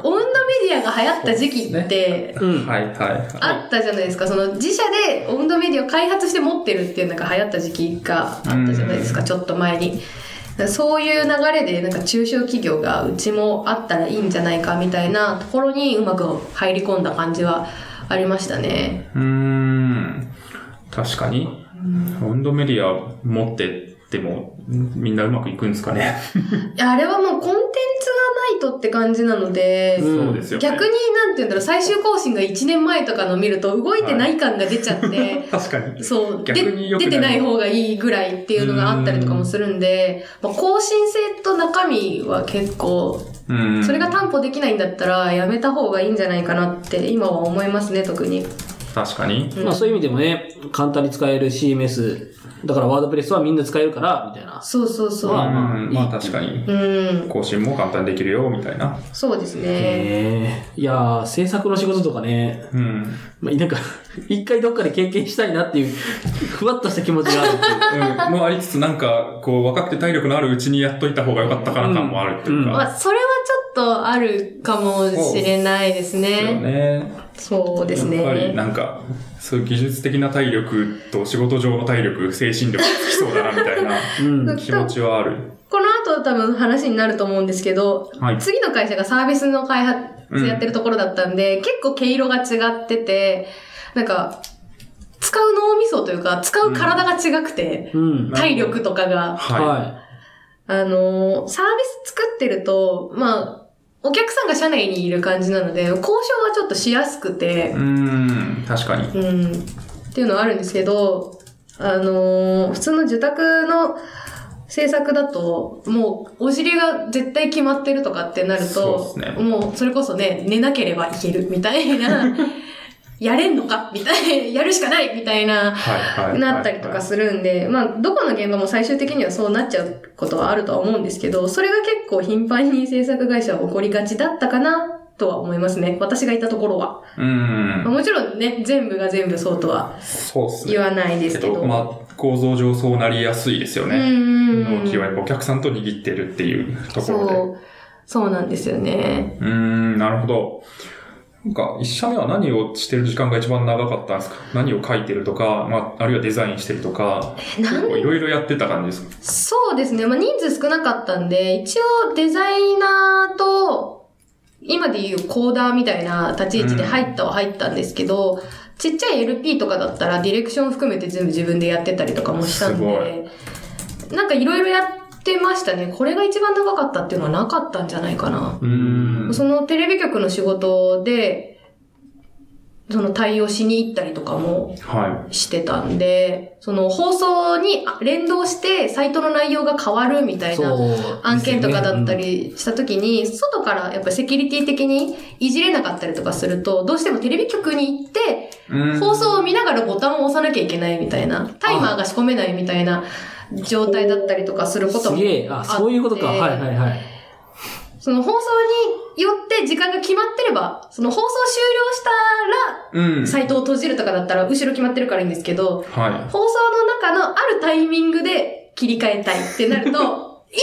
B: あ、
C: オウンドメディアが流行った時期って、
D: うん
B: はいはいはい。
C: あったじゃないですか。その自社でオウンドメディアを開発して持ってるっていうのが流行った時期があったじゃないですか、
B: う
C: ちょっと前に。そういう流れでなんか中小企業がうちもあったらいいんじゃないかみたいなところにうまく入り込んだ感じはありましたね。
B: うーん。確かに。オンドメディア持ってっても、みんなうまくいくんですかね。
C: いやあれはもうコンテンツがないとって感じなので、
A: うん
B: そうですよ、ね。
C: 逆になんて言うんだろう、最終更新が1年前とかの見ると動いてない感が出ちゃって、
B: 確かに。
C: そう、で
B: 逆に良くない
C: 出てない方がいいぐらいっていうのがあったりとかもするんで、まあ、更新性と中身は結構、
B: うん。
C: それが担保できないんだったらやめた方がいいんじゃないかなって今は思いますね、特に。
B: 確かに。
C: うん
A: まあそういう意味でもね、簡単に使える CMS、だからワードプレスはみんな使えるから、みたいな。
C: そうそうそう。
A: まあまあ
B: うん
A: いい
B: まあ確かに。
C: うん、
B: 更新も簡単にできるよ、みたいな。
C: そうですね。
A: へえ。いやー、制作の仕事とかね、
B: うん。
A: まあ、なんか、一回どっかで経験したいなっていう、ふわっとした気持ちがあるっていう。
B: うん、もうありつつ、なんか、こう、若くて体力のあるうちにやっといた方が良かったかな感もあるっていうか。
A: うん
C: まあ、それはちょっとあるかもしれないです
B: ですよ
C: ね。
B: ね。
C: そうですね。
B: やっぱりなんか、そういう技術的な体力と仕事上の体力、精神力がつきそうだな、みたいな
A: うん。
B: 気持ちはある。
C: この後多分話になると思うんですけど、
B: はい
C: 次の会社がサービスの開発やってるところだったんで、結構毛色が違ってて、なんか、使う脳みそというか、使う体が違くて、
A: うん。
C: 体力とか
B: は
C: が、
A: は
C: あのーサービス作ってると、まあ、お客さんが社内にいる感じなので、交渉はちょっとしやすくて、
B: い。うーん、確かに。
C: うん、っていうのはあるんですけど、あのー普通の受託の制作だと、もうお尻が絶対決まってるとかってなると
B: そ、うっすね
C: もうそれこそね、寝なければいけるみたいな、 やれんのかみたいな、やるしかないみたい
B: は
C: な、
B: い、はいはい。
C: なったりとかするんで、まあ、どこの現場も最終的にはそうなっちゃうことはあるとは思うんですけど、それが結構頻繁に制作会社は起こりがちだったかな、とは思いますね。私がいたところは。
B: うー
C: ま
B: ん。
C: あもちろんね、全部が全部そうとは
B: そうっすね。
C: 言わないで
B: け
C: すけど。
B: ど、まあ、構造上そうなりやすいですよ
C: うん
B: ね。
C: うんうん
B: 納期はやっぱお客さんと握ってるっていうところで。
C: そう、そうなんですよね。
B: うーん、なるほど。なんか、一社目は何をしてる時間が一番長かったんですか何を書いてるとか、まあ、あるいはデザインしてるとか、
C: な
B: 結
C: ん
B: 構いろいろやってた感じですか
C: そうですね。まあ、人数少なかったんで、一応デザイナーと、今でいうコーダーみたいな立ち位置で入ったは入ったんですけど、ちっちゃい LP とかだったらディレクション含めて全部自分でやってたりとかもしたんで、なんかいろいろやってましたね。これが一番長かったっていうのはなかったんじゃないかな。
B: うーん。
C: そのテレビ局の仕事で、その対応しに行ったりとかも
B: は
C: してたんで、その放送に連動してサイトの内容が変わるみた
A: い。
C: い
A: そう
C: な。
A: ですね。
C: 案件とかだった
A: うん。
C: りした時に、外からやっぱりセキュリティ的にいじれなかったりとかすると、どうしてもテレビ局に行って、
B: い。うん
C: 放送を見ながらボタンを押さなきゃいけないみたいな、タイマーが仕込めないみたいな状態だったりとかすること
A: す
C: も
A: げえ。あ、そういうことか。
C: あって
A: はいはいはい。
C: その放送によって時間が決まってれば、その放送終了
B: うん
C: したら、。サイトを閉じるとかだったら、後ろ決まってるからいいんですけど、
B: は
C: 放送の中のあるタイミングで切り替えたいってなると、い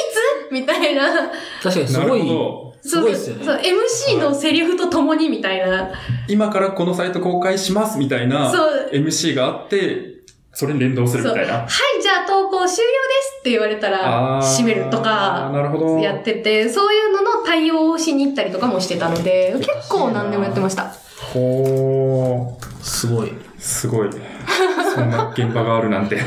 C: つみたいな。
A: 確かに
B: い。
A: す
B: な
A: ご
B: る
A: い
B: ほ、ど。
A: すごいですよ
C: そう、
A: ね。
C: MC のセリフと共にみたいな。
B: 今からこのサイト公開しますみたいな
C: そう
B: MC があって、それに連動するみたいな。
C: はい、じゃあ投稿終了ですって言われたら、
B: あー
C: 閉めるとか、
B: なるほど。
C: やってて、そういうのの対応をしに行ったりとかもしてたので、結構何でもやってました。
B: ほー。
A: すごい。
B: すごい。そんな現場がある なんて。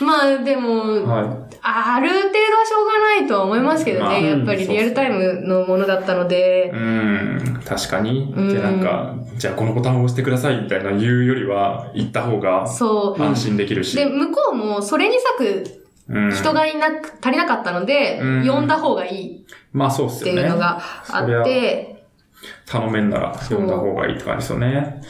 C: まあでも、
B: は
C: ある程度はしょうがないとは思いますけどね、
B: まあ
C: やっぱりリアルタイムのものだったの
B: い。
C: で
B: う、ん。確かに。
C: うん
B: で、なんか、じゃあこのボタンを押してくださいみたいな言うよりは、言った方が
C: そ
B: 安心できる
C: う。
B: し。
C: で、向こうもそれに割く
B: うん、
C: 人がいなく、足りなかったので、
B: うん
C: 呼んだ方がいい
B: まあそうっ
C: っ
B: す
C: て
B: よね。
C: いうのがあって、
B: 頼めんなら読んだ方がいいって感じですよね。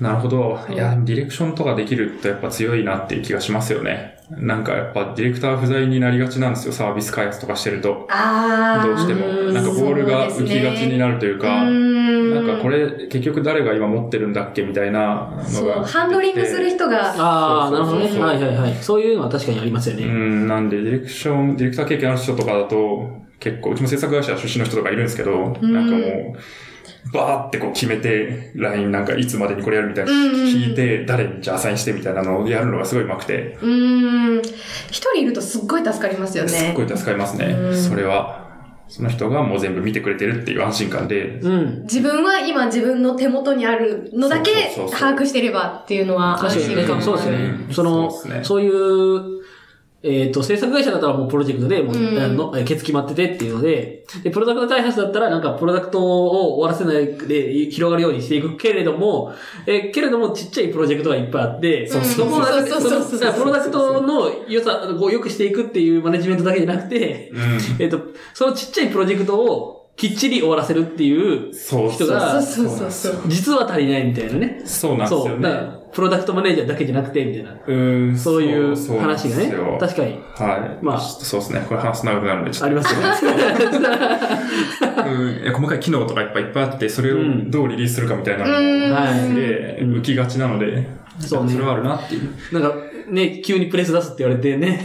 B: なるほど。いや、ディレクションとかできるとやっぱ強いなっていう気がしますよね。なんかやっぱディレクター不在になりがちなんですよ、サービス開発とかしてると。
C: ああ
B: どうしても。なんかボールが浮きがちに
C: る
B: なるというか、なんかこれ結局誰が今持ってるんだっけみたいなの
C: そう、
B: が。
C: ハンドリングする人が、
A: ああ、な
B: そ
A: る
B: うそうそう
A: ほどね。
B: そう
A: はいはいはい。そういうのは確かにありますよ
B: う
A: ね。
B: ん、なんでディレクション、ディレクター経験ある人とかだと、結構、うちも制作会社出身の人とかいるんですけど、
C: うん
B: なんかもう、バーってこう決めて、LINE なんかいつまでにこれやるみたいな、
C: うんうんうん
B: 聞いて、誰にじゃあアサインしてみたいなのをやるのがすごいうまくて、
C: うーん。一人いるとすっごい助かりますよね。
B: すっごい助かります
C: う
B: ね。
C: ん
B: それは。その人がもう全部見てくれてるっていう安心感で、
A: うん。
C: 自分は今自分の手元にあるのだけ
B: そうそうそうそう
C: 把握してればっていうのは安
A: 確かに
C: 心
A: ね、
C: 感
A: そうですよ
B: う
A: ね。
B: ん
A: その、
B: そ
A: そうう
B: ですね
A: いう、えっ、と、制作会社だったらもうプロジェクトで、もう、
C: うん
A: あの、えーケツ決まっててっていうので、で、プロダクト開発だったらなんかプロダクトを終わらせないでい広がるようにしていくけれども、えーけれどもちっちゃいプロジェクトがいっぱいあって、
C: そうそう
A: この中で
C: そうそうそうそう
A: そのプロダクトの良さ、こう良くしていくっていうマネジメントだけじゃなくて、
B: うん。
A: えっ、と、そのちっちゃいプロジェクトをきっちり終わらせるっていう、
B: そう
A: 人が
C: そうそうそうそう。
A: 実は足りないみたいなね。
B: そうなんです
A: そ
B: よ
A: う。だか
B: ね
A: ら。、プロダクトマネージャーだけじゃなくて、みたいな。
B: うん、
A: そういう
B: そうなん
A: 話がね
B: ですよ。
A: 確かに。
B: はい。ま
A: まあ
B: あ、そうですね。これ話長くなるので、ちょ
A: あ
B: っ
A: りますよね。
B: と、うんいや細かい機能とかいっぱいいっぱいあって、それを
A: うん
B: どうリリースするかみたいな
C: う
B: の
C: ん。
A: はい
B: で、
A: うん
B: 浮きがちなので、
A: そうね
B: れはあるなっていう。
A: なんか、ね、急にプレス出すって言われてね。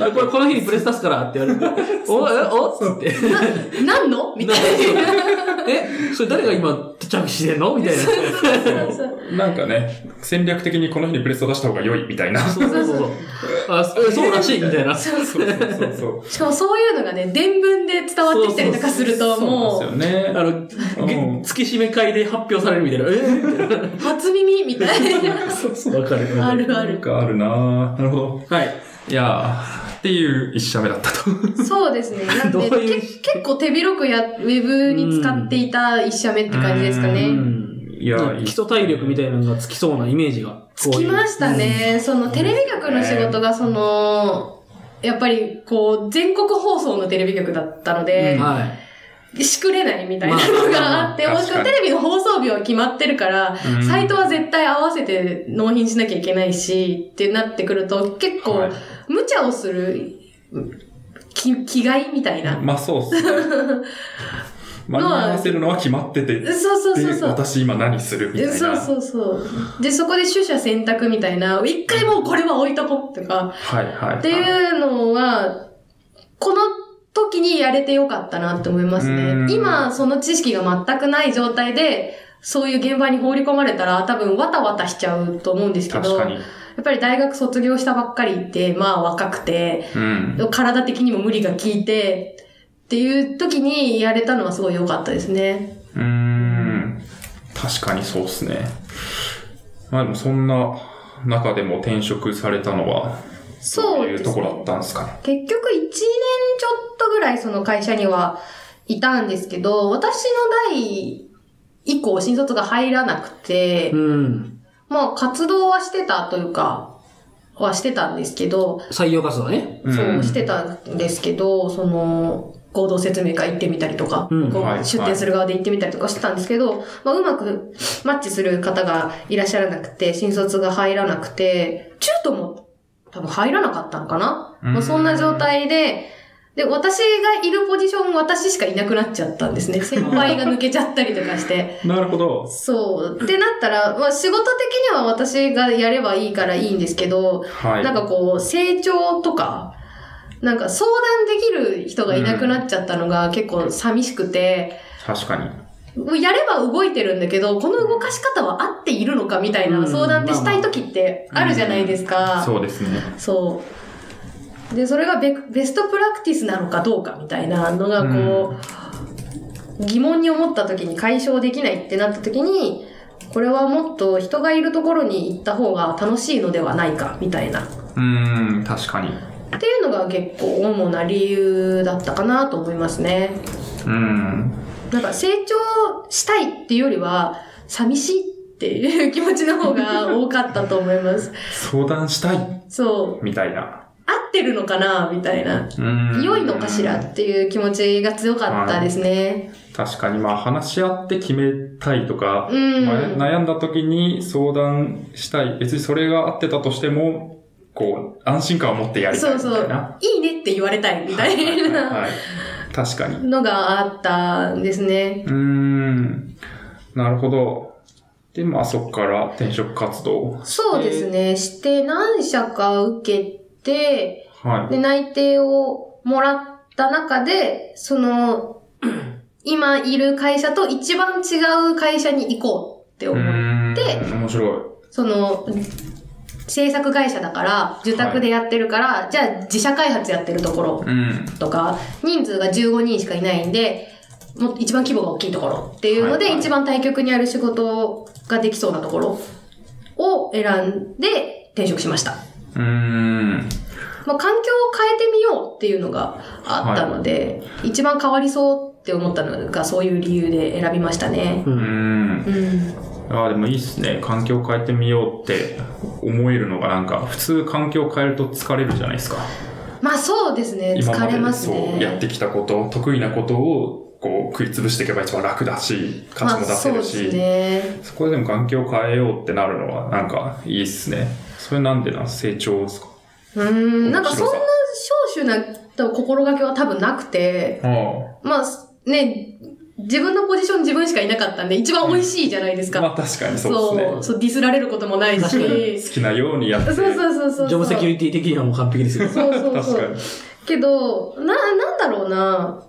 A: あこれ、この日にプレス出すからって言われて。おえおっつって。
C: 何のみたい
A: え、それ誰が今着手してんのみたいな。
C: な。そう
B: なんかね、戦略的にこの日にプレスを出した方が良いみたいな。そ
A: そうそうそうそう。あ、そそうらしいみたいな。
B: うそうそうそう。
C: しかもそういうのがね、伝聞で伝わってきたりとかすると、も、
B: そううなんですよ
A: あ
B: ね。
A: の、
B: うん
A: げ月締め会で発表されるみたいな。えーみたい
C: 初耳みたいな。
B: そうそう。
A: な。わかる。
C: あるあ
B: なん
C: る。
B: かあるななるほど。
A: はい。
B: いやー、っていう一社目だったと。
C: そうですね。なん
A: どう
C: で、
A: い
C: け
A: う
C: 結構手広くや、ウェブに使っていた一社目って感じですか
B: う
A: う
C: ね。
A: ん。
B: いやーいい
A: 基礎体力みたいなのがつきそうなイメージが。
C: つきましたね。そのテレビ局の仕事が、その、やっぱりこう、全国放送のテレビ局だったの
A: こうい
C: で
A: う。、はい。
C: しくれないみたいなのがあって、
B: まあ
C: もしく
B: 確
C: は
B: か
C: テ
B: に
C: レビの放送日は決まってるから
B: うん、
C: サイトは絶対合わせて納品しなきゃいけないし、ってなってくると、結
B: は
C: 構
B: い、
C: 無茶をする、気、気概みたいな。
B: まあ そうっすね。間に合わせるのは決まってて、
C: そうそうそう
B: で、
C: そう。
B: 私今何するみたいな。
C: そうそうそう。で、そこで取捨選択みたいな、一回もうこれは置いとこうとか、
B: はいはい、はい。
C: っていうのは、この時にやれてよかったなって思います
B: う
C: ね
B: ん。
C: 今、その知識が全くない状態で、そういう現場に放り込まれたら、多分わたわたしちゃうと思うんですけ
B: 確
C: ど、
B: か
C: や
B: に。
C: っぱり大学卒業したばっかりで、まあ若くて、
B: うん。
C: 体的にも無理が効いて、っていう時にやれたのはすごい良かったですね。
B: うーん。確かにそうっすね。まあでもそんな中でも転職されたのは、
C: そう
B: い
C: です
B: う
C: ね
B: とこだったんですかね。
C: 結局1年ちょっとぐらいその会社にはいたんですけど、私の代以降新卒が入らなくて、
A: うん。
C: まあ活動はしてたというか、はしてたんですけど、
A: 採用活動ね。
B: ん
C: そうしてたんですけど、その、合同説明会行ってみたりとか、
A: うん
C: こう
B: はい
C: 出展する側で行ってみたりとかしてたんですけど、まあ、うまくマッチする方がいらっしゃらなくて、新卒が入らなくて、中途も多分入らなかったのかな、
B: うん
C: まあ、そんな状態で、で、私がいるポジション私しかいなくなっちゃったんです ね。先輩が抜けちゃったりとかして。
B: なるほど。
C: そう。ってなったら、まあ仕事的には私がやればいいからいいんですけど、
B: はい。
C: なんかこう、成長とか、なんか相談できる人がいなくなっちゃったのが結構寂しくて、
B: 確かに。
C: もうやれば動いてるんだけど、この動かし方は合っているのかみたいな
A: うん
C: 相談ってしたい時ってあるじゃないですか。
B: そうですね。
C: そう。で、それがベベストプラクティスなのかどうかみたいなのが、こう、疑問に思った時に解消できないってなった時に、これはもっと人がいるところに行った方が楽しいのではないかみたいな。っ
B: うーん、確かに。
C: ていうのが結構主な理由だったかなと思いますね。
B: うん。
C: なんか成長したいっていうよりは、寂しいっていう気持ちの方が多かったと思 います。
B: 相談したい
C: そう。
B: みたいな。
C: 合ってるのかなみたいな。
B: うーん。
C: 良いのかしらっていう気持ちが強かったですね。
B: 確かに、まあ話し合って決めたいとか、
C: うん
B: まあ悩んだ時に相談したい。別にそれが合ってたとしても、こう、安心感を持ってやりたい
C: そう
B: み
C: そ
B: たいうな。。
C: いいねって言われたいみたい
B: はいはい
C: な
B: はい確かに。う
C: のがあったんですね。
B: ーん。なるほど。で、まあそこから転職活動。
C: そうですね。して何社か受けて、
B: は
C: で、内定をもらった中で、その、 今いる会社と一番違う会社に行こうって
B: う
C: 思う。
B: ん。
C: で
B: 面白い。
C: その、制作会社だから、受託でやってるから、じゃあ自社開発やってるところ
B: うん。
C: とか、人数が15人しかいないんで、もう一番規模が大きいところっていうので、
B: はいはい
C: 一番対局にある仕事ができそうなところを選んで転職しました。
B: うーん。
C: まあ、環境を変えてみようっていうのがあったので、一番変わりそうって思ったのがそういう理由で選びましたね。
B: うーん。
C: うん。
B: ああ、でもいいっすね。環境変えてみようって思えるのがなんか、普通環境変えると疲れるじゃないですか。
C: まあそうですね。疲れます
B: 今までそうやっ
C: ね。
B: てきたこと、得意なことをこう食い潰していけば一番楽だし、価値
C: ま
B: も
C: あ
B: 出
C: そ
B: せ
C: うで
B: る
C: す
B: し、
C: ね。
B: そこででも環境を変えようってなるのはなんかいいっすね。それなんでなん成長ですか
C: うん。なんかそんな
B: 面
C: 少々な心がけは多分なくて、
B: ああ。
C: まあね、自分のポジション自分しかいなかったんで、一番美味しいじゃないですか。
B: まあ確かにそうですね。
C: そう、そう、ディスられることもないし。
D: 確か
B: 好きなようにやって。
C: そうそうそう そう。
D: ジョブセキュリティ的にはもう完璧 ですよ。
C: そうそう
B: 確
C: そ
B: か
C: う
B: に。。
C: けど、な、なんだろうな。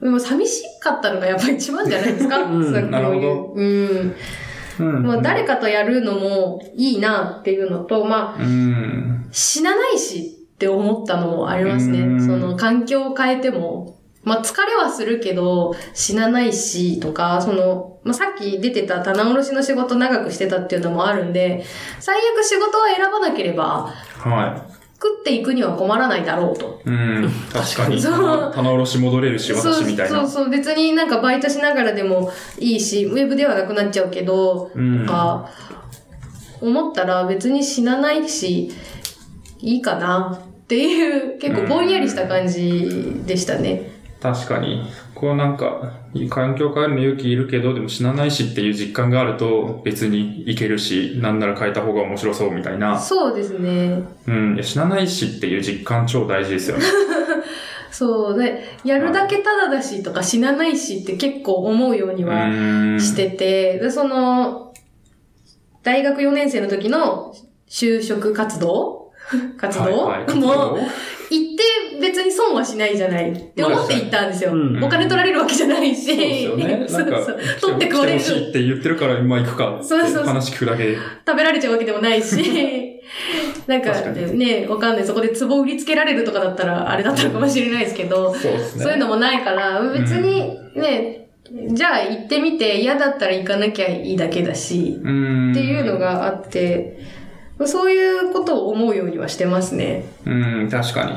C: でも寂しかったのがやっぱ一番じゃないですか。
D: うん
C: そういう
B: なるほど
C: うん。
B: うん
C: まあ誰かとやるのもいいなっていうのと、ま
B: う
C: あ
B: ん。
C: 死なないしって思ったのもあります
B: う
C: ね。
B: ん
C: その環境を変えても。まあ疲れはするけど、死なないしとか、その、まあさっき出てた棚卸しの仕事長くしてたっていうのもあるんで、最悪仕事を選ばなければ、
B: は
C: 食っていくには困らないだろうと。
B: い。うん。確かに。
C: そう
B: 棚卸し戻れるし、私みたいな。
C: そうそうそう別になんかバイトしながらでもいいしウェブではなくなっちゃうけど、
B: うん
C: とか思ったら別に死なないしいいかなっていう結構ぼんやりした感じでしたね、
B: 確かに。こうなんか、環境変えるの勇気いるけど、でも死なないしっていう実感があると、別にいけるし、なんなら変えた方が面白そうみたいな。
C: そうですね
B: うん。いや死なないしっていう実感超大事です よね。
C: そうでやるだけタダだしとか死なないしって結構思うように
B: う
C: は
B: ーん。
C: してて、で、その、大学4年生の時の就職活動活動、
B: はいはい
C: もう、行って別に損はしないじゃないって思って行ったんですよ。
D: うん
C: お金取られるわけじゃないし。
B: そうですよ ね。
C: そ
B: な
C: うん
B: か
C: そう、取ってこれる。
B: 来てほしい
C: 食
B: って言ってるから今行くかって
C: そうそうそう
B: 話聞くだけで。
C: べられちゃうわけでもないし。 なんか
B: 確かに
C: ね、わかんない。そこで壺売りつけられるとかだったら、あれだったのかもしれないですけど。
B: そうですね。
C: そういうのもないから、別にね、じゃあ行ってみて嫌だったら行かなきゃいいだけだし。
B: うん。
C: っていうのがあって、そういうことを思うようにはしてますね。
B: うん、確かに。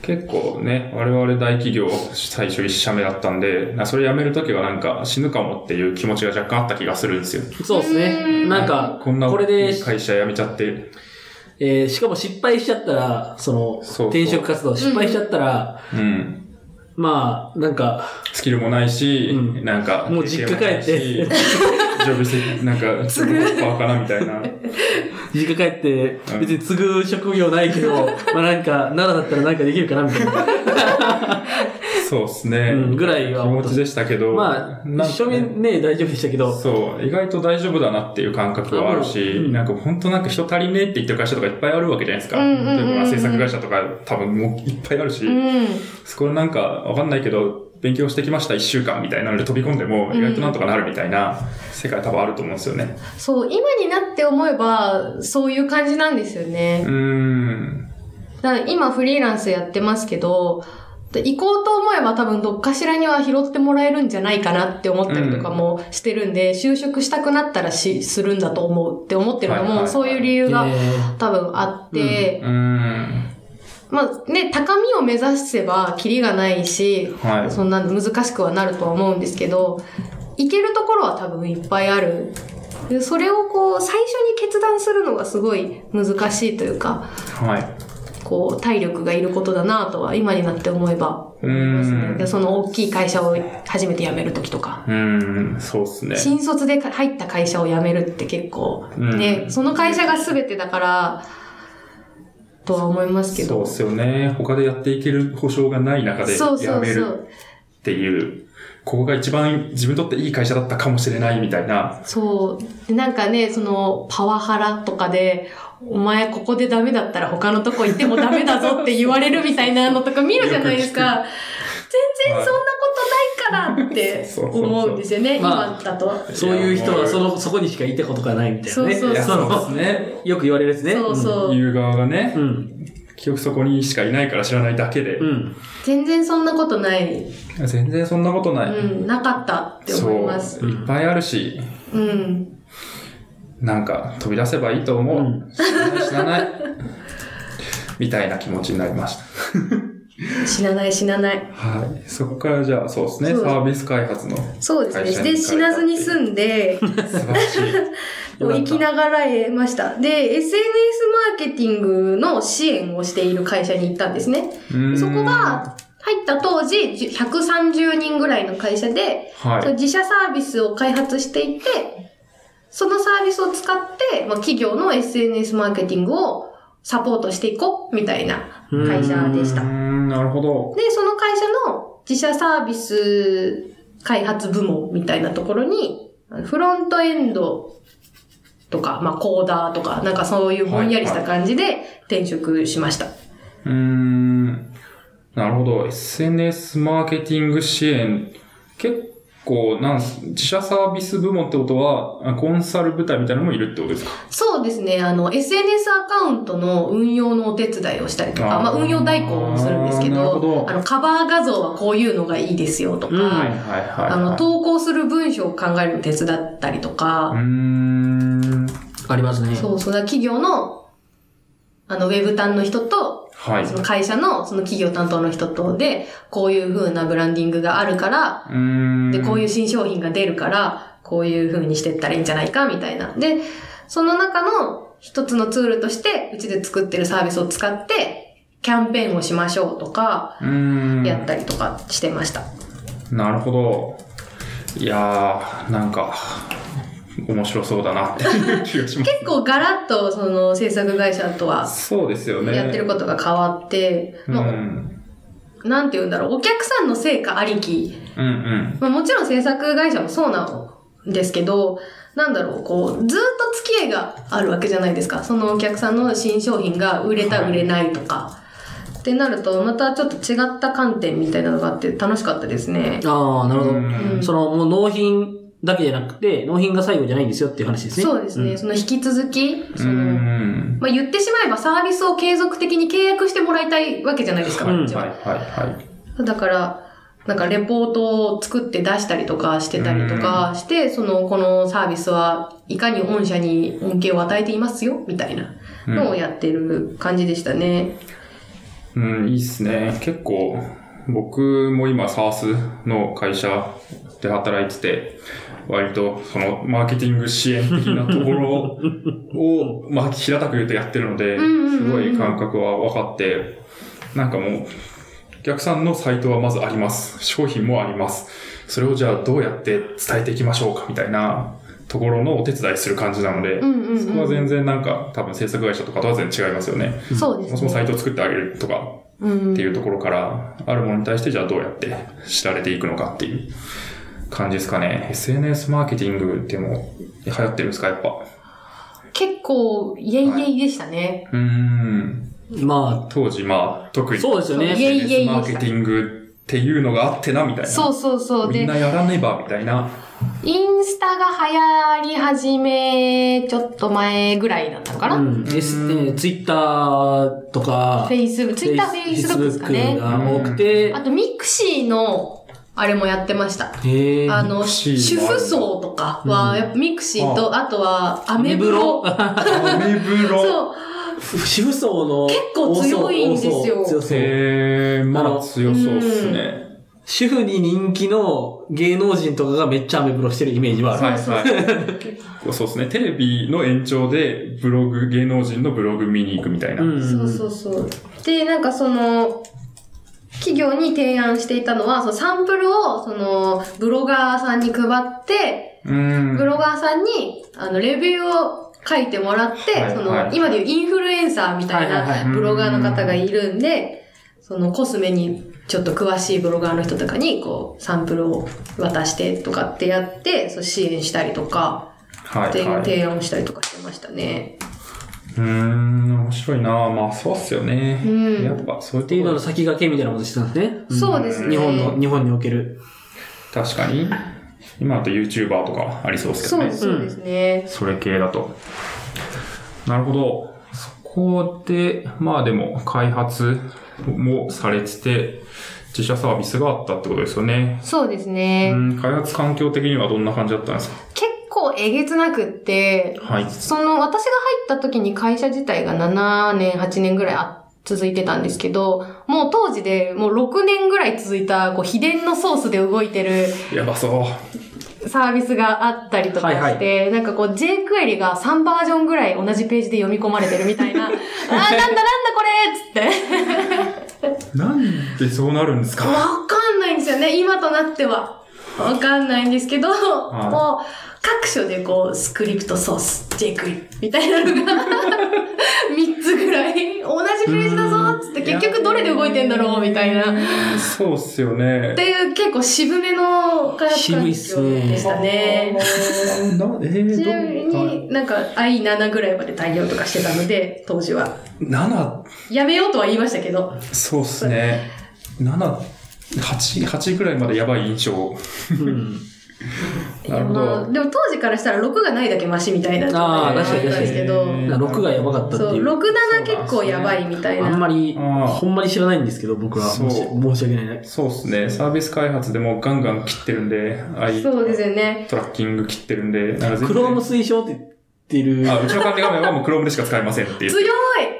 B: 結構ね、我々大企業最初一社目だったんで、なそれ辞めるときはなんか死ぬかもっていう気持ちが若干あった気がするんですよ。
D: そうです
C: う
D: ね。
C: ん
D: なんか、
B: こんな
D: これで、
B: 会社辞めちゃって。
D: えーしかも失敗しちゃったら、その、
B: そうそう
D: 転職活動失敗しちゃったら、
B: うん。
D: まあ、なんか、
B: スキルもないし、
D: うん
B: なんか、
D: もう実家帰って
B: 経験もないし。ジョブして、なんか、すぐバカなみたいな。
D: 実家帰って
B: う、ん
D: 別に継ぐ職業ないけ ど、まあなんか、奈良だったらなんかできるかなみたいな。
B: そうですね、
D: うんぐらいは
B: 気持ちでしたけど。
D: ま
B: なんか
D: あ、
B: ね
D: 一緒にね、大丈夫でしたけど、
B: そう、意外と大丈夫だなっていう感覚はあるし、
D: うん
B: なんか本当なんか人足りねえって言ってる会社とかいっぱいあるわけじゃないですか。
C: うんうんうんうん
B: 例えば制作会社とか多分もういっぱいあるし、
C: うん。
B: そこでなんかわかんないけど、勉強してきました一週間みたいなので飛び込んでも意外となんとかなるみたいな世界多分あると思うんですよね。
C: そう、今になって思えば、そういう感じなんですよ
B: う
C: ね。
B: ーん。
C: だから今フリーランスやってますけど、行こうと思えば多分どっかしらには拾ってもらえるんじゃないかなって思ったりとかもしてるんで、就職したくなったらし、するんだと思うって思ってるの
B: はいはいは
C: も、
B: い
C: そういう理
D: え
C: 由が
D: ー
C: 多分あって、
B: うーん。
C: まあね、高みを目指せばキリがないし、
B: はい
C: そんな難しくはなるとは思うんですけど、行けるところは多分いっぱいある。でそれをこう、最初に決断するのがすごい難しいというか、
B: はい。
C: こう、体力がいることだなとは今になって思えば思います
B: う
C: ね
B: ん。
C: でその大きい会社を初めて辞めるときとか。
B: うーん、そうですね。
C: 新卒で入った会社を辞めるって結構、
B: うん
C: ね、その会社が全てだから、とは思いますけど。
B: そうですよね。他でやっていける保証がない中で
C: そう
B: や
C: そう
B: め
C: そ
B: る
C: う。
B: っていう、ここが一番自分にとっていい会社だったかもしれないみたいな。
C: そう。で、なんかね、その、パワハラとかで、お前ここでダメだったら他のとこ行ってもダメだぞって言われるみたいなのとか見るじゃないですか。全然そんなことないかからって思うんですよね、
D: そうそうそう
C: 今だと。
D: そういう人
B: いや
D: はその、そこにしかいたことがないみたいなね。
C: そうそうそう
D: の
B: そうです
D: よく言われるやつね。
C: そうそう。
B: 言う側がね、
D: うん。うん。
B: 記憶そこにしかいないから知らないだけで、
D: うん。
C: 全然そんなことない。
B: 全然そんなことない。
C: うん、なかったって
B: そう、
C: 思います。
B: いっぱいあるし、
C: うん。
B: なんか飛び出せばいいと思う。
D: うん
B: 知らない、知らない。みたいな気持ちになりました。
C: 死なない死なない。
B: はい。そこからじゃあ、そうですね、
C: そう
B: サービス開発の。
C: そうですね。で、
B: 会社
C: 死
B: に
C: なずに済んで、
B: 素晴らし い。
D: よ
C: を
D: かった
C: 生きながら得ました。で、SNS マーケティングの支援をしている会社に行ったんですね。
B: うーん
C: そこ、が、入った当時、じゅ130人ぐらいの会社で、
B: はい
C: その自社サービスを開発していて、そのサービスを使って、まあ、企業の SNS マーケティングをサポートしていこう、みたいな会社でした
B: うー。んなるほど。
C: で、その会社の自社サービス開発部門みたいなところに、フロントエンドとか、まあ、コーダーとか、なんかそういうぼんやりした感じで転職しました。
B: うーん。なるほど。SNS マーケティング支援。結構なんす、自社サービス部門ってことは、あコンサル部隊みたいなのもいるってことですか
C: そうですね、あの、SNS アカウントの運用のお手伝いをしたりとか、
B: あー
C: まあ、運用代行もするんですけ
B: なるほ
C: ど、
B: ど
C: あの、カバー画像はこういうのがいいですよとか、
D: うん
B: はいはいはい、はい。
C: あの、投稿する文章を考えるの手伝ったりとか
B: うー、ん。
D: ありますね。
C: そうそう、だから企業の、あの、ウェブ担の人と、
B: はい。
C: そうの会社のその企業担当の人とで、こういう風なブランディングがあるから、
B: ーん。。
C: で、こういうう新商品が出るから、こういう風にしてったらいいんじゃないか、みたいな。で、その中の一つのツールとして、うちで作ってるサービスを使って、キャンペーンをしましょうとか、
B: うーん。
C: やったりとかしてました。
B: なるほど。いやー、なんか、面白そうだなっていう気がします。
C: 結構ガラッと、その制作会社とは、
B: そうですよね。
C: やってることが変わって、
B: うん。う
C: も
B: ん
C: う、なんて言うんだろう、お客さんの成果ありき
B: うん。
C: まあ、もちろん制作会社もそうなんですけど、なんだろう、こう、ずっと付き合いがあるわけじゃないですか。そのお客さんの新商品が売れた、
B: はい
C: 売れないとか。ってなると、またちょっと違った観点みたいなのがあって楽しかったですね。
D: ああ、なるほど。
B: うん
D: その、もう納品だけじゃなくて、納品が最後じゃないんですよっていう話ですね。
C: そうですね。その引き続き、そうの、
B: ん。
C: まあ、言ってしまえばサービスを継続的に契約してもらいたいわけじゃないですか、
D: うん
C: こっち
B: はい
C: は。
B: はいはい。
C: だから、なんかレポートを作って出したりとかしてたりとかして、その、このサービスはいかに御社に恩恵を与えていますよ、みたいなのをやってる感じでしたね。
B: うん、いいっすね。結構、僕も今、サースの会社で働いてて、割と、その、マーケティング支援的なところ を、まあ、平たく言うとやってるので、
C: うんうんうんうん
B: すごい感覚は分かって、なんかもう、お客さんのサイトはまずあります。商品もあります。それをじゃあどうやって伝えていきましょうか、みたいなところのお手伝いする感じなので、
C: うんうんうん
B: そこは全然なんか、多分制作会社とかとは全然違いますよね。
C: そう
B: そも
C: です
B: そもサイ
C: ね。
B: トを作ってあげるとか
C: うん
B: っていうところから、あるものに対してじゃあどうやって知られていくのかっていう感じですかね。SNS マーケティングってもう流行ってるんですか、やっぱ。
C: 結構、イェイイェイでしたね。
B: うーん。
D: ま
B: 当時、まあ、特
D: あ、
B: に
D: そうですよ
C: そう
D: ね。
C: イェイイェ
B: SNS
C: イ
B: マー
C: で
B: ケ
C: した
B: テ。ィングっていうのがあってな、みたいな。
C: そうそうそう。
B: み
C: で
B: んな、やらねば、みたいな。
C: インスタが流行り始め、ちょっと前ぐらいだったのかな、
D: うん。S、えー、ツイッターとか、
C: フェイスブック、ツイッター、フェイスブックですかね
D: Facebook。が多くて
C: あ、と、ミクシーの、あれもやってました。
D: へー
C: あの、
B: ミクシー
C: 主
B: もある
C: 婦層とかは、やっぱミクシーと、あとは、アメブロ。
B: アメブロ。
C: そう。
D: 主婦層の
C: 結構強いんですよ
D: 多そう強そう
B: えー、
D: あ
B: まあ
D: の
B: 強そうっすね。
D: 主婦に人気の芸能人とかがめっちゃアメブロしてるイメージはある。
B: はいはい。結構そうですね。テレビの延長で、ブログ、芸能人のブログ見に行くみたいな。
D: うん
C: そうそうそう。で、なんかその、企業に提案していたのは、そのサンプルを、その、ブロガーさんに配って、
B: うん
C: ブロガーさんに、あの、レビューを書いてもらって、
B: はい
C: そ
B: は
C: の、
B: い
C: 今でいうインフルエンサーみたい
D: はいはいはい
C: なブロガーの方がいるんで、そのコスメにちょっと詳しいブロガーの人とかに、こう、サンプルを渡してとかってやって、そう支援したりとか、
B: は
C: って
B: い、
C: いう
B: はい。
C: 提案をしたりとかしてましたね。
B: うーん、面白いなまあ、そうっすよね。
C: うん
B: やっぱ、そういう
D: っていう
B: と
D: の
B: こ
D: の
B: ろ。
D: 先駆けみたいなことしてたんですね。
C: そうですね。
D: 日本の、日本における。
B: 確かに。今だと YouTuber とかありそうですけど
C: そ
B: ね。
C: う、そうですね。
B: それ系だと。なるほど。そこで、まあでも開発もされてて、自社サービスがあったってことですよね。
C: そうです
B: う
C: ね。
B: ん、開発環境的にはどんな感じだったんです
C: 結構えげつなくって、
B: かはい。
C: その私が入った時に会社自体が7年、8年ぐらいあ続いてたんですけど、もう当時でもう6年ぐらい続いた、こう秘伝のソースで動いてる
B: やばそう。
C: サービスがあったりとかして、なんかこう J クエリが3バージョンぐらい同じページで読み込まれてるみたいな、あーなんだなんだこれっつって。
B: なんでそうなるんですか
C: わかんないんですよね、今となっては。わかんないんですけど、
B: い
C: もう、各所でこう、スクリプトソース、ジェイクリ、みたいなのが、3つぐらい、同じページだぞっつって、
B: うん
C: 結局どれで動いてんだろうみたいな。っ
B: そうっすよね。
C: ていう、結構渋めの開発環
A: 渋いっす
C: 境
A: ね
C: でしたね。
B: なえー
C: ちなみ
B: どう
C: になんか I7 ぐらいまで対応とかしてたので、当時は。
B: 7、
C: やめようとは言いましたけど。
B: そうっすね。7、8、8ぐらいまでやばい印象。
A: うん。
B: なるほど
C: まあでも当時からしたら6がないだけマシみたいな状態だったんですけ
B: あー確
C: ど
B: かに確か。に
D: だから6がやばかったって
C: そう、
D: いう。
C: 6、7結構やばいみたい
A: あん
C: な。
A: まり、
B: あー
A: ほんまに知らないんですけど、僕は。
B: そう
A: 申し申し訳ない。
B: そうっすね。サービス開発でもうガンガン切ってるんで、ああいう
C: そうですよね。
B: トラッキング切ってるんで、なんか全然
A: クローム推奨って言ってる。
B: あ、うちの管理画面はもう Chrome でしか使えませんっていう。
C: 強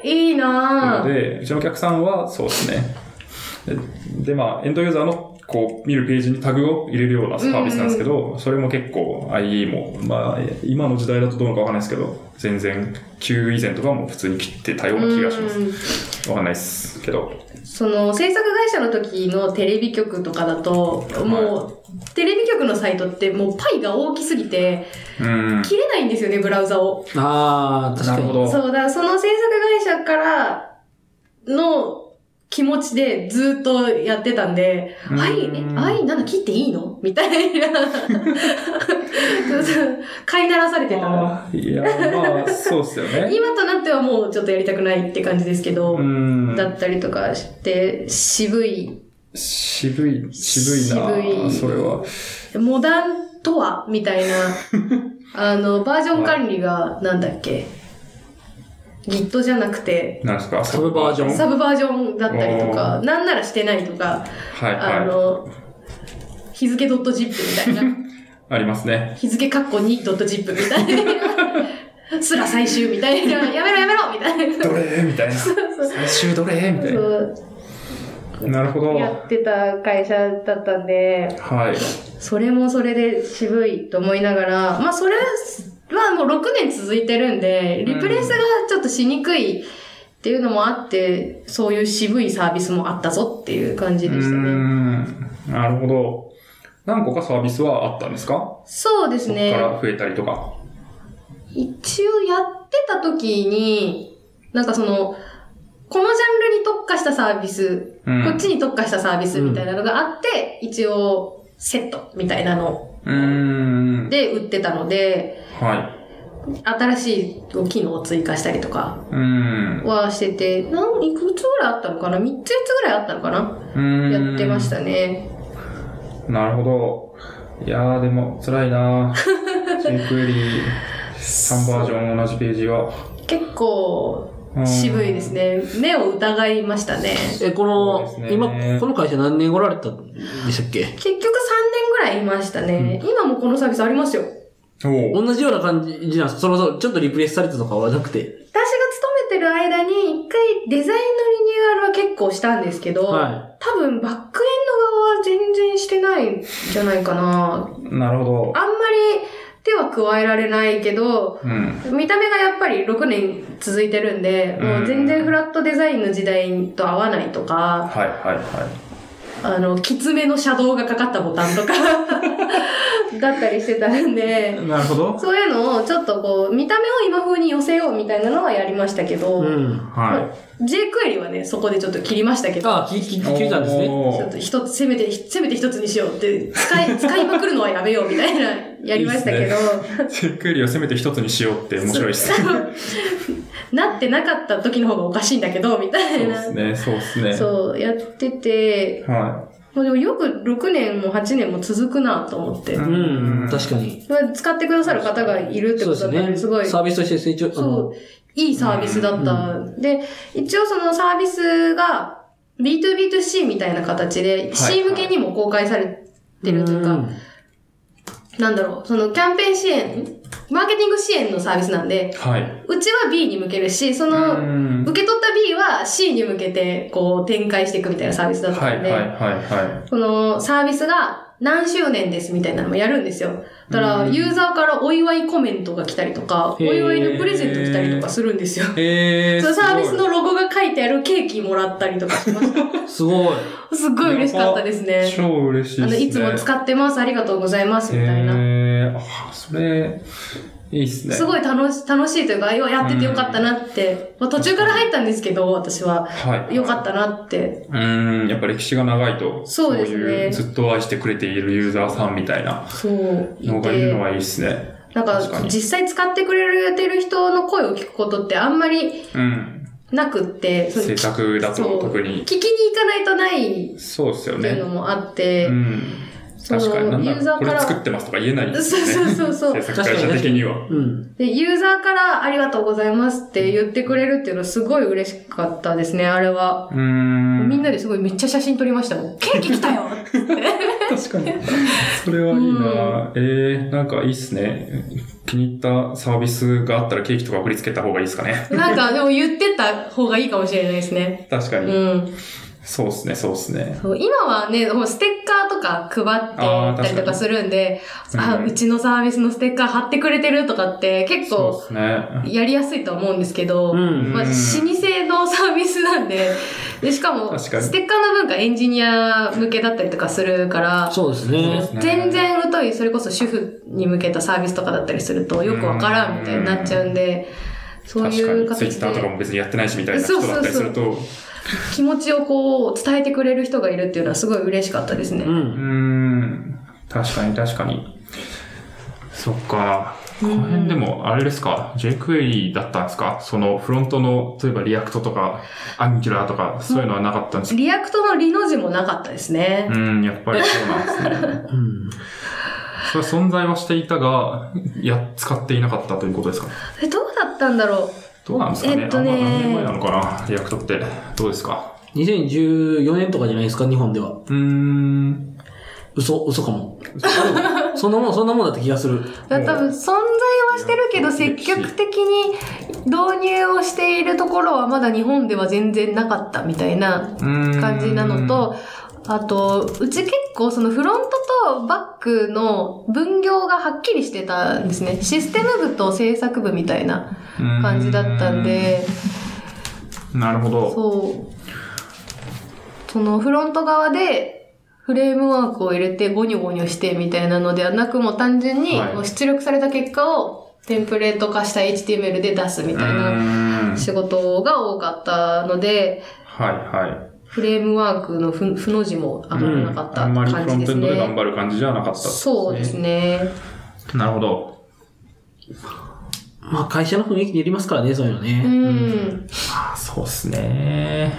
C: いいいな
B: の
C: ぁ。
B: で、うちのお客さんはそうですね。で、でまあ、エンドユーザーのこう、見るページにタグを入れるようなサービスなんですけど、それも結構 IE も、まあ、今の時代だとどうなのかわかんないですけど、全然 Q 以前とかも普通に切ってたような気がします。
C: うん
B: わかんないですけど。
C: その制作会社の時のテレビ局とかだと、もう、テレビ局のサイトってもうパイが大きすぎて、
B: うん。
C: 切れないんですよね、ブラウザを。
A: ああ、確
B: な
A: か
B: る
A: に。
B: ほど。
C: そうだ、その制作会社からの気持ちでずっとやってたんで、
B: うん
C: はい、えはい、なんだ、切っていいのみたいな。 そうそう飼いならされてた。
B: あーいや、まあ、そうっすよ ね。
C: 今となってはもうちょっとやりたくないって感じですけど、
B: うん。
C: だったりとかして、渋い、
B: 渋い、渋いな
C: 渋い
B: それは。
C: モダンとはみたい な、あの、バージョン管理がなんだっけ、Git じゃなくて、
B: なんですか
A: サブバージョン
C: サブバージョンだったりとか
B: お、
C: なんならしてないとか、
B: はい
C: あ
B: は
C: の、日付 .zip みたい な。
B: い。ありますね。
C: 日付カッコ 2.zip みたいな。すら最終みたいな。やめろやめろみたいな。
B: どれみたいな。最終どれみたい
C: そう
B: な。なるほど。
C: やってた会社だったんで、
B: はい。
C: それもそれで渋いと思いながら、まあそれはもう6年続いてるんで、リプレイスがちょっとしにくいっていうのもあって、そういう渋いサービスもあったぞっていう感じ
B: うー
C: でしたね。
B: ん。なるほど。何個かサービスはあったんですかこ
C: そうです
B: こか
C: ね。
B: ら増えたりとか。
C: 一応やってた時に、なんかその、このジャンルに特化したサービス、
B: うん
C: こっちに特化したサービスみたいなのがあって、一応セットみたいなの
B: うーん。
C: で売ってたので、
B: はい。
C: 新しい機能を追加したりとか
B: うーん。
C: はしてて、なんいくつぐらいあったのかな ?3 つ、4つぐらいあったのかな
B: うーん
C: やってましたね。
B: なるほど。いやー、でも、辛い な JQuery、3バージョン同じページは。
C: 結構
B: うん
C: 渋いですね。目を疑いましたね。
A: え、こ
B: そ
A: の、
B: うですね
A: 今、この会社何年おられたんでしたっけ
C: 結局3年ぐらいいましたね。今もこのサービスありますよ。
B: おう
A: 同じような感じなんですかそのそのちょっとリプレイスされたとかはなくて。
C: 私が勤めてる間に一回デザインのリニューアルは結構したんですけど、
A: は
C: 多分バックエンド側は全然してないんじゃないかな。
B: なるほど。
C: あんまり手は加えられないけど、
B: うん。
C: 見た目がやっぱり6年続いてるんで、もう全然フラットデザインの時代と合わないとか、
B: はいはいはい。
C: あの、きつめのシャドウがかかったボタンとか、 だったりしてたんで、
B: なるほど。
C: そういうのをちょっとこう、見た目を今風に寄せようみたいなのはやりましたけど、
A: うん。
B: は
C: J クエリはね、そこでちょっと切りましたけど、
A: あ、き、き、
B: い。
A: 聞いたんですね。
B: おー
C: ちょっと一つ、せめて、せめて一つにしようって、使い、 使いまくるのはやめようみたいな、やりましたけど、
B: チェックよりをせめて一つにしようって面白いですね。
C: なってなかった時の方がおかしいんだけど、みた
B: そう
C: い
B: で
C: な。
B: すね、そうですね。
C: そう、やってて、
B: は
C: まあでもよく6年も8年も続くなと思って。
D: うん、確かに。
C: まあ使ってくださる方がいるって
D: そうで
C: ことだ
D: す
C: ったの
D: ね。
C: で、すごい。
D: サービスとして成長、あ
C: そ
D: の
C: う、いいサービスだった。で、一応そのサービスが B2B2C みたいな形で、C 向けにも公開されてるというか、
D: ん
C: なんだろう、そのキャンペーン支援、マーケティング支援のサービスなんで、
B: はい。
C: うちは B に向けるし、その、
B: うん
C: 受け取った B は C に向けて、こう、展開していくみたいなサービスだった
B: は
C: ん
B: い
C: で、
B: はいは
C: このサービスが何周年ですみたいなのもやるんですよ。だから、
B: うん
C: ユーザーからお祝いコメントが来たりとか、お
D: へー
C: 祝いのプレゼント来たりとかするんですよ。
B: い。えー、
C: そのサービス
B: す
C: のロゴが書いてあるケーキもらったりとかし ました。
D: すごい。
C: すっごい嬉しかったです
B: ごい
C: ね。
B: 超嬉しい
C: あ
B: ですね。
C: の、いつも使ってます、ありがとうございます、みたいな。
B: えー、あ、それ、いいっすね。
C: すごい楽し楽しいというか、よやっててよかったなって。まあ、途中から入ったんですけど、私は。
B: はい。
C: よかったなって。
B: うーん、やっぱ歴史が長いと、
C: そうですね
B: いうずっと愛してくれているユーザーさんみたいな
C: そう。い
B: のがいる
C: て
B: のはいいですね。
C: なんか
B: 確か、に
C: 実際使ってくれてる人の声を聞くことってあんまり
B: うん。
C: なくって、その
B: 制作だ
C: そ
B: と
C: う
B: 特に
C: 聞。きに行かないとないっ
B: そうですよ
C: ていう
B: ね
C: の。もあって、
B: うん。
C: その
B: 確かに、なん
C: ユ
B: だ
C: ーザ
B: ろう
C: ー
B: こ
C: か
B: れ
C: ら、
B: 作ってますとか言えないんです
C: そう
B: よ
C: そう
B: ね。
C: そうそう
B: 制。作会社的には。
D: うん。
C: で、ユーザーからありがとうございますって言ってくれるっていうのはすごい嬉しかったですね、あれは。
B: うーん。
C: みんなですごいめっちゃ写真撮りましたもん。ケーキ来たよ
B: 確か に。それはいいな、えー、なんかいいっすね。気に入ったサービスがあったらケーキとか送りつけた方がいいですかね。
C: なんかでも言ってた方がいいかもしれないですね。
B: 確か
C: う
B: に。
C: ん。
B: そうっすね、そうっすね。
C: そう今はね、もうステッカーとか配ってたりとかするんで、
B: あー確か
C: あ、
B: にうん
C: うちのサービスのステッカー貼ってくれてるとかって結
B: そう
C: 構
B: っすね。
C: やりやすいとは思うんですけど、
D: うん。
C: まあ、
B: うん
C: 老舗のサービスな んで、で、しかも、
B: 確かに
C: ステッカーの文化エンジニア向けだったりとかするから、
D: そうです
B: そうで
D: ね。
B: すね
C: 全然疎い、それこそ主婦に向けたサービスとかだったりすると、よくわからんみたいになっちゃうんで、そういう
B: 確かに、ツイッ
C: 形
B: ターとかも
C: で
B: 別にやってないしみたいな人だったりすると、う
C: 気持ちをこう、伝えてくれる人がいるっていうのはすごい嬉しかったですね。
D: うん。
B: ーん、確かに確かに。そっか。この辺でも、あれですか、jQuery だったんですかそのフロントの、例えばリアクトとか、アンギュラーとか、そういうのはなかったんですか
C: リアクトのリの字もなかったですね
B: う。ん、やっぱりそうなんですね。
D: うん。
B: それは存在はしていたが、や、使っていなかったということですか
C: え、どうだったんだろ
B: どうなんですかね
C: えっとね
B: あんま何年前なのかなリアクトって。どうですか
D: 2014年とかじゃないですか、日本では。
B: うーん。
D: 嘘、嘘かも。 そんなもん、そんなもんだった気がする。
C: ういや多分存在はしてるけど、積極的に導入をしているところはまだ日本では全然なかったみたいな
B: 感
C: 感じなの、と、あと、うち結構そのフロントとバックの分業がはっきりしてたんですね。システム部と制作部みたいな感じだったんで、
B: なるほど。
C: そう。そのフロント側でフレームワークを入れてゴニョゴニョしてみたいなのではなく、もう単純に
B: はい
C: もう出力された結果をテンプレート化した HTML で出すみ
B: う
C: たいな
B: ーん
C: 仕事が多かったので、
B: はいはい。
C: フレームワークのふふの字も上がらなかった
B: あんま
C: 感
B: りフロ
C: じ
B: ン
C: で
B: トエ
C: す
B: ンドで
C: ね。
B: 頑張る感じじゃなかった、
C: そうです。ね。
B: なるほど。
D: まあ、会社の雰囲気によりますからね、そういうの
C: う
D: ね。
C: ん。
B: あそうですね。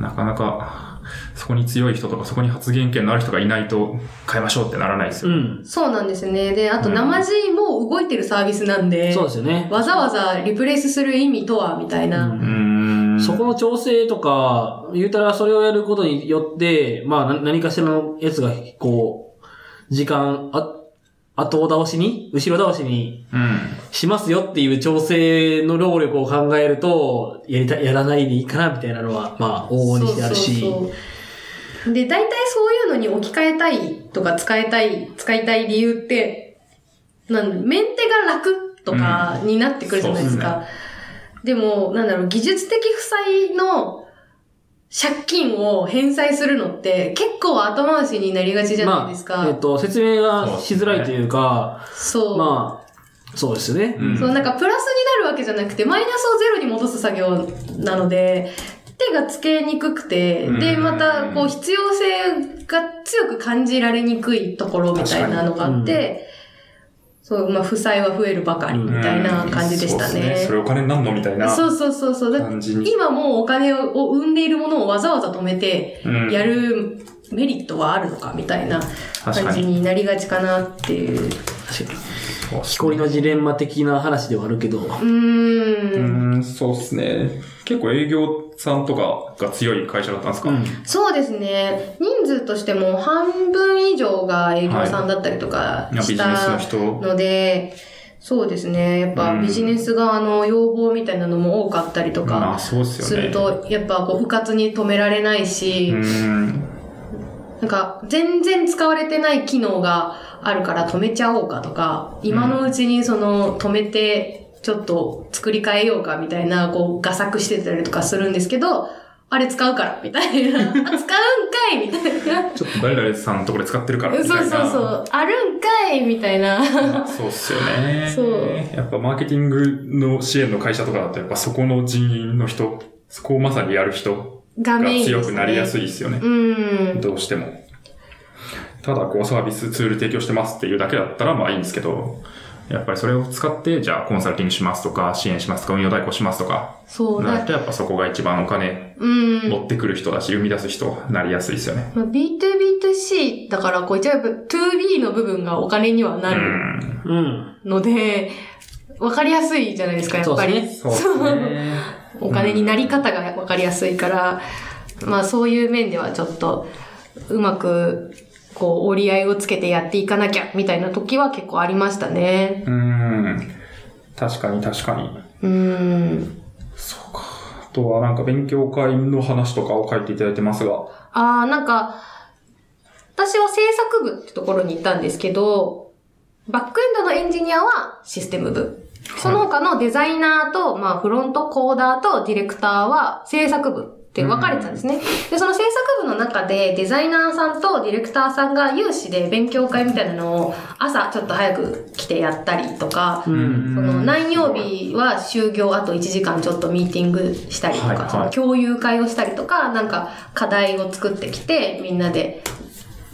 B: なかなか、そこに強い人とか、そこに発言権のある人がいないと、変えましょうってならないです
D: う
B: よ。
D: ん。
C: そうなんですね。で、あと、生地も動いてるサービスなんで、
D: そうですよね。
C: わざわざリプレイスする意味とは、みたいな。
D: う
B: うんーん。
D: そこの調整とか、言うたらそれをやることによって、まあな何かしらのやつが、こう、時間、あ、後倒しに、後ろ倒しに
B: うん。
D: しますよっていう調整の労力を考えると、やりた、やらないでいいかなみたいなのは、まあ、往々にしてあるし。
C: そうそうそうで、大体そういうのに置き換えたいとか、使いたい、使いたい理由って、なんメンテが楽とかになってくるじゃないです
B: そ
C: か。でも、なんだろう、技術的負債の借金を返済するのって結構後回しになりがちじゃないですか。
D: まあ、えっと、説明がしづらいというか、
C: そう。
D: まあ、そうですよね。
B: うん
C: そう、なんかプラスになるわけじゃなくて、マイナスをゼロに戻す作業なので、手がつけにくくて、で、
B: うん
C: また、こう、必要性が強く感じられにくいところみたいなのがあって、そう、まあ、負債は増えるばかりみたいな感じでした
B: そうっすそ
C: ね。
B: れお金になんのみたいな
C: そうそうそうそう。だって
B: 感じに。
C: 今もうお金を生んでいるものをわざわざ止めて、
B: うん
C: やるメリットはあるのかみたいな感じになりがちかなっていう。
D: 確かに。木こりのジレンマ的な話ではあるけど、
C: うー。
B: うんーん、そうっすね。結構営業さんとかが強い会社だったんですか、
D: うん
C: そうですね。人数としても半分以上が営業さんだったりとか
B: いや
C: し
B: ビジネス
C: た
B: の人
C: ので、そうですね。やっぱ
B: うん
C: ビジネス側の要望みたいなのも多かったりと
B: ま
C: か
B: あ、そうっすよね。
C: すると、やっぱこう、不活に止められないうし、
B: ーん。
C: なんか、全然使われてない機能があるから止めちゃおうかとか、今のうちにその止めて、ちょっと作り変えようかみたいな、こう、画策してたりとかするんですけど、あれ使うから、みたいな。あ使うんかいみたいな。
B: ちょっと誰々さんのところで使ってるから
C: そう
B: みた
C: そ
B: いうな。
C: そう。あるんかいみたいな。
B: そうっすよね。
C: そう
B: やっぱマーケティングの支援の会社とかだと、やっぱそこの人員の人、そこをまさにやる人
C: 画
B: が
C: 面
B: 強くなりやす
C: い。
B: いですよね。
C: うん。
B: どうしても。ただ、こうサービスツール提供してますっていうだけだったらまあいいんですけど、やっぱりそれを使って、じゃあコンサルティングしますとか、支援しますとか、運用代行しますとか、
C: そう
B: な
C: だ
B: る。とやっぱそこが一番お金
C: うん。
B: 持ってくる人だし、生み出す人になりやすいですよね。
C: まあ、B2B2C だから、こう、一応やっぱ 2B の部分がお金には
B: う
C: なる
B: ん。
D: うん。
C: ので、わかりやすいじゃないですか、やっぱり。
B: そうですね。
C: お金になり方がわかりやすいから、まあそういう面ではちょっと、うまく、こう、折り合いをつけてやっていかなきゃ、みたいな時は結構ありましたね。
B: うん。確かに確かに。
C: うん。
B: そうか。あとはなんか勉強会の話とかを書いていただいてますが。
C: ああ、なんか、私は制作部ってところに行ったんですけど、バックエンドのエンジニアはシステム部。その他のデザイナーと、まあ、フロント、コーダーとディレクターは制作部って分かれてたんですね。で、その制作部の中でデザイナーさんとディレクターさんが有志で勉強会みたいなのを朝ちょっと早く来てやったりとか、
D: うん。
C: その何曜日は就業あと1時間ちょっとミーティングしたりとか、
B: はいはい
C: その共有会をしたりとかなんか課題を作ってきてみんなで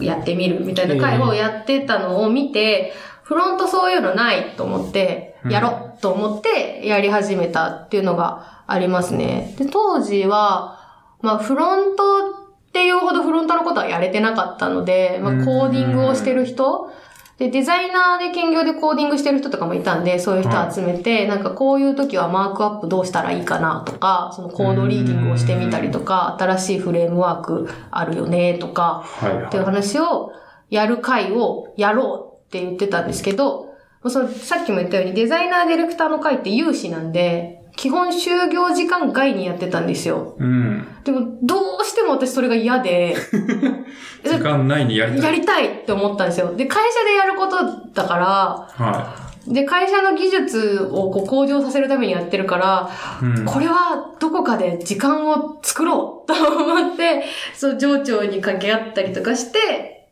C: やってみるみたいな会をやってたのを見て、フロントそういうのないと思って
B: うん
C: やろうと思ってやり始めたっていうのがありますね。で当時は、まあ、フロントっていうほどフロントのことはやれてなかったので、まあ、コーディングをしてる人、で、デザイナーで兼業でコーディングしてる人とかもいたんで、そういう人集めて、なんかこういう時はマークアップどうしたらいいかなとか、そのコードリーディングをしてみたりとか、新しいフレームワークあるよねとか、
B: はいはい。
C: っていう話をやる会をやろうって言ってたんですけど、まあそのさっきも言ったようにデザイナーディレクターの会って有志なんで、基本就業時間外にやってたんですよ。
B: うん。
C: でも、どうしても私それが嫌で、
B: 時間内にやりた
C: や
B: い。
C: りたいって思ったんですよ。で、会社でやることだから、
B: は
C: で、会社の技術をこう向上させるためにやってるから、
B: い。うん。
C: これはどこかで時間を作ろうと思って、そう、上長に掛け合ったりとかして、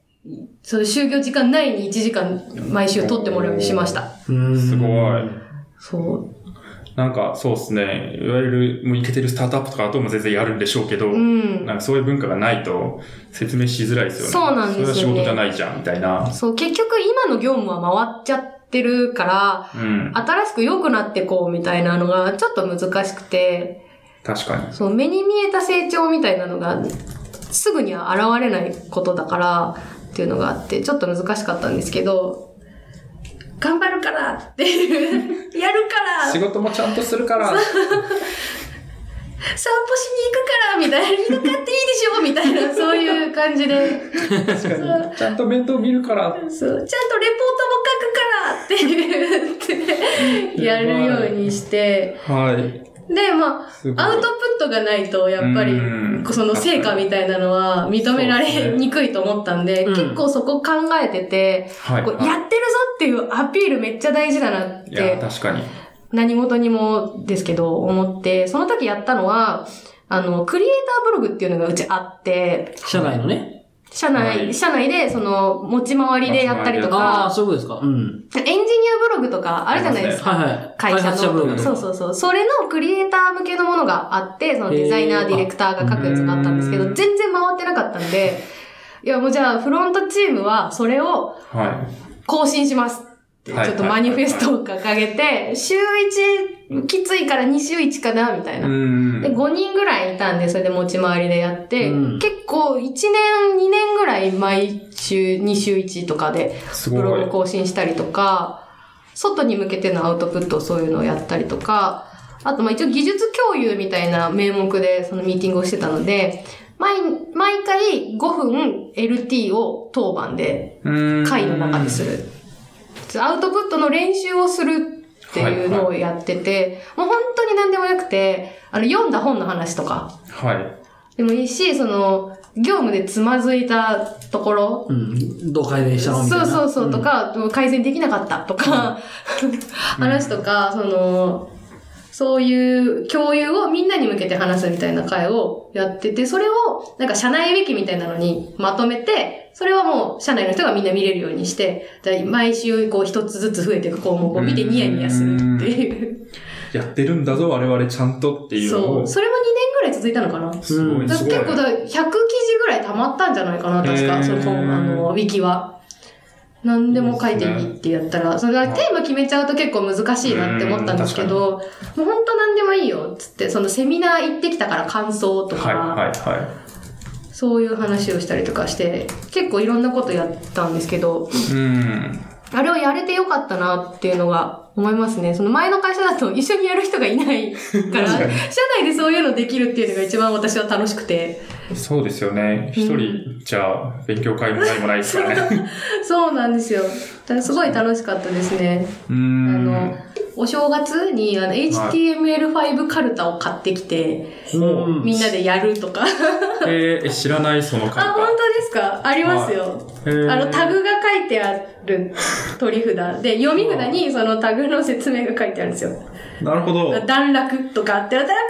C: その就業時間内に1時間毎週取ってもらうようにしました。
D: うん
B: すごい。
C: そ
B: なんかそうですね。いわゆる、もうイケてるスタートアップとかだともう全然やるんでしょうけど、
C: う。うん
B: な。んかそういう文化がないと説明しづらいですよね。
C: そうなんですよね
B: それは仕事じゃないじゃん、みたいな。
C: そう、結局今の業務は回っちゃってるから、
B: うん。
C: 新しく良くなってこうみたいなのがちょっと難しくて、
B: 確かに。
C: そう目に見えた成長みたいなのがすぐには現れないことだからっていうのがあってちょっと難しかったんですけど頑張るからってい うやるから散歩し
B: 仕
C: に行
B: 事もちゃんとするから。
C: くからみたいな行かっていいでしょみたいなそういう感じで
B: 確かに。ちゃんと面倒見るから。
C: そうちゃんとレポートも書くからっていうやるようにして
B: はい。
C: でまあ
B: すごい。
C: アウトプットがないと、やっぱり
B: うん、
C: その成果みたいなのは認められにくいと思ったんで、
D: そうですね
C: 結構そこ考えてて、
B: はい。
C: こうやってるぞっていうアピールめっちゃ大事だなっ
B: いや、
C: て、
B: 確かに。
C: 何事にもですけど思って、その時やったのは、あの、クリエイターブログっていうのがうちあって、
D: 社内のね。
C: 社内、
B: はい
C: 社内でその持ち回りでやったりと
D: ああ、
C: か、
D: そういうことですか。うん。
C: エンジニアブログとかあるじゃないですか。
D: はいはい。
C: 会社
D: 開発者ブログ
C: の。
D: ね
C: そうそうそう。それのクリエイター向けのものがあって、そのデザイ
D: へ
C: ナー、
D: ー
C: ディレクターが書くやつがあったんですけ
B: あ
C: ど
B: う、ん
C: 全然回ってなかったんで、いやもうじゃあフロントチームはそれを
B: はい。
C: 更新しますっって、ち
B: はい
C: ょっとマニフェストを掲げて、週1、きついから2週1かな、みたいな。
B: うん。
C: で、5人ぐらいいたんで、それで持ち回りでやって、
D: うん
C: 結構1年、2年ぐらい毎週、2週1とかで、
B: す
C: ブロ
B: ごい
C: グ。更新したりとか、外に向けてのアウトプットそういうのをやったりとか、あとまあ一応技術共有みたいな名目でそのミーティングをしてたので、毎、毎回5分 LT を当番で
B: うん
C: 会の中でする。アウトプットの練習をするっていうのをやってて、もう本当に何でもよくて、あの読んだ本の話とか、
B: はい。
C: でもいいし、その、業務でつまずいたところ
D: うん。どう改善したのみたい
C: そ
D: な。
C: うそうそう、とか、改善できなかったとか、話とか、その、そういう共有をみんなに向けて話すみたいな会をやってて、それをなんか社内ウィキみたいなのにまとめて、それはもう社内の人がみんな見れるようにして、じゃあ毎週こう一つずつ増えていく項目を見てニヤニヤするっていう。
B: やってるんだぞ、我々ちゃんとっていうの
C: そう。
B: を。
C: それも2年ぐらい続いたのかな
B: すごい、
C: だ
B: す
C: から
B: ごい。
C: 結構だ、100記事ぐらい溜まったんじゃないかな、確
B: へ
C: か。
B: ー
C: その本、あの、ウィキは。何でも書いて
B: いいです
C: み
B: ね
C: ってやったら、それがテーマ決めちゃうと結構難しいなって思ったんですけど、もう本当何でもいいよ、つって、そのセミナー行ってきたから感想とか、
B: はい、はい、は
C: そういう話をしたりとかして、結構いろんなことやったんですけど、
B: い。うん。
C: あれをやれてよかったなっていうのが思いますね。その前の会社だと一緒にやる人がいないから、社内でそういうのできるっていうのが一番私は楽しくて。
B: そうですよね。一人じゃ勉強会も何もないですからね。
C: そうなんですよ。だからすごい楽しかったですね。
B: う
C: あ
B: ん。
C: の、お正月にあの HTML5 カルタを買ってきて、
B: もう、
C: みんなでやるとか。
B: えー、知らないその方。
C: あ、本当ですかありますよ。
B: えー
C: あの、タグが書いてある取り札で、読み札にそのタグの説明が書いてあるんですよ。
B: なるほど。
C: 段落とかあってやったら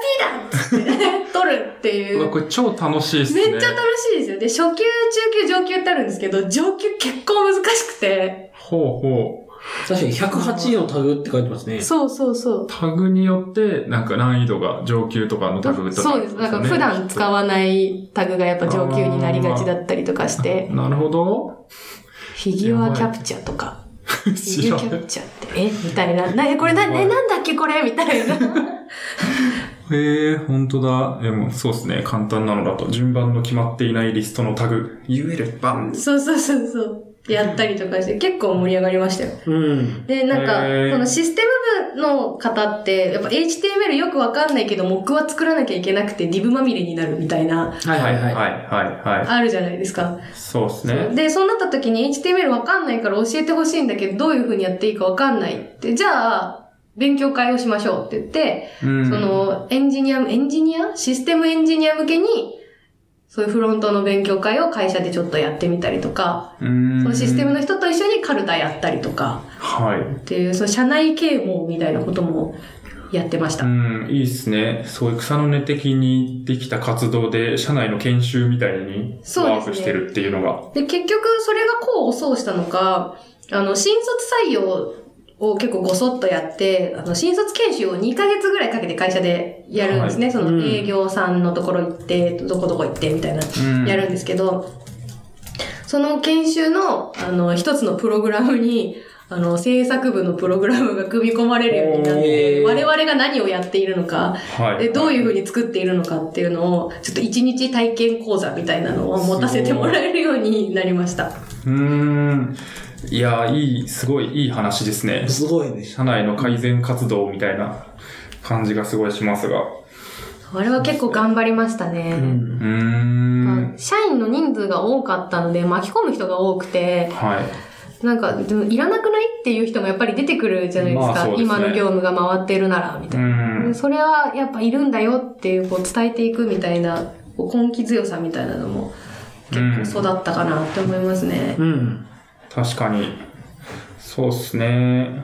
C: ピーだっつって取るっていう
B: わ
C: う。
B: これ超楽しいです
C: め
B: ね。
C: っちゃ楽しいですよ。で、初級、中級、上級ってあるんですけど、上級結構難しくて。
B: ほうほう。
D: 確かに108のタグって書いてますね。
C: そうそうそう。
B: タグによって、なんか難易度が上級とかのタグとか、
C: そうです。なんか普段使わないタグがやっぱ上級になりがちだったりとかして、
B: なるほど。
C: フィギュアキャプチャーとか、フィギ
B: 知
C: ュ
B: ら
C: アキ
B: ない
C: ャプチャーって、えみたいな。な、えこれな、え、なんだっけこれみたいな。
B: へえ、本当だ。でも、そうですね。簡単なのだと、順番の決まっていないリストのタグ、UL、バン。
C: そうそうそうそう。やったりとかして、結構盛り上がりましたよ。
D: うん。
C: で、なん
B: へ
C: か、
B: ー
C: そのシステム部の方って、やっぱ HTML よくわかんないけど、モックは作らなきゃいけなくて、div まみれになるみたいな、
D: はいはいはい。
B: はい、はい、は
C: あるじゃないですか。
B: い。そうですね。
C: で、そうなった時に HTML わかんないから教えてほしいんだけど、どういう風にやっていいかわかんないって、じゃあ、勉強会をしましょうって言って、
B: うん。
C: その、エンジニア、エンジニアシステムエンジニア向けに、そういうフロントの勉強会を会社でちょっとやってみたりとか、
B: うん、
C: そのシステムの人と一緒にカルタやったりとか、
B: はい。
C: っていう、その社内啓蒙みたいなこともやってました。
B: うん、いいですね。そういう草の根的にできた活動で、社内の研修みたいに
C: そうですね
B: ワークしてるっていうのが。
C: で、結局、それが功を奏したのか、あの、新卒採用を結構ごそっとやって、あの、新卒研修を2ヶ月ぐらいかけて会社でやるんですね。その営業さんのところ行って、どこどこ行って、みたいな、
B: うん
C: やるんですけど、その研修の、あの、一つのプログラムに、あの、制作部のプログラムが組み込まれるようになって、
D: おー
C: 我々が何をやっているのか、
B: はい。
C: で、どういう
B: う
C: ふうに作っているのかっていうのを、ちょっと一日体験講座みたいなのを持たせてもらえるようになりました。
B: うーん。いや、いい、すごいいい話ですね。
D: すごいね。
B: 社内の改善活動みたいな感じがすごいしますが。
C: あれは結構頑張りましたね。
B: うーん。
C: 社員の人数が多かったので、巻き込む人が多くて、
B: はい。
C: なんか、でもいらなくないっていう人もやっぱり出てくるじゃないですか。
B: まあそうですね
C: 今の業務が回ってるなら、みた
B: う
C: いな。
B: ん。
C: それはやっぱいるんだよっていう、こう伝えていくみたいな、こう根気強さみたいなのも結構育ったかなって思いますね。
D: うん。
B: 確かに。そうっすね。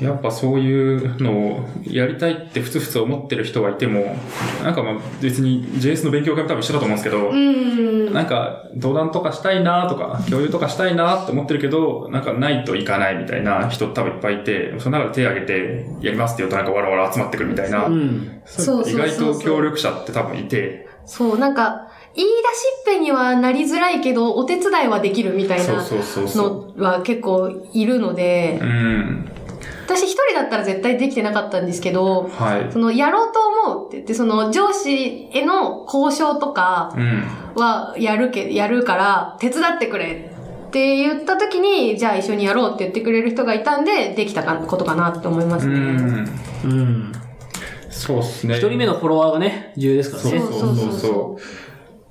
B: やっぱそういうのをやりたいってふつふつ思ってる人がいても、なんかまあ別に JS の勉強会も多分一緒だと思うんですけど、
C: うん。
B: なんか、登壇とかしたいなとか、共有とかしたいなって思ってるけど、なんかないといかないみたいな人多分いっぱいいて、その中で手挙げて、やりますって言うとなんかわらわら集まってくるみたいな
D: う。ん。
B: そういう
C: そうそうそう
B: 意外と協力者って多分いて。
C: そう、なんか、言い出しっぺにはなりづらいけど、お手伝いはできるみたい
B: そう
C: な
B: そうそうそう。
C: のは結構いるので
B: う、ん。
C: 私一人だったら絶対できてなかったんですけど、
B: はい。
C: その、やろうと思うって言って、その、上司への交渉とか、
B: うん。
C: はやるけ、やるから、手伝ってくれって言った時に、じゃあ一緒にやろうって言ってくれる人がいたんで、できたかことかなって思います
B: う
C: ね。
B: ん。
D: うん。
B: そうですね。
D: 一人目のフォロワーがね、重要ですから
B: そう
D: ね。
B: そう
C: そ
B: そうう
C: そうそ
B: そ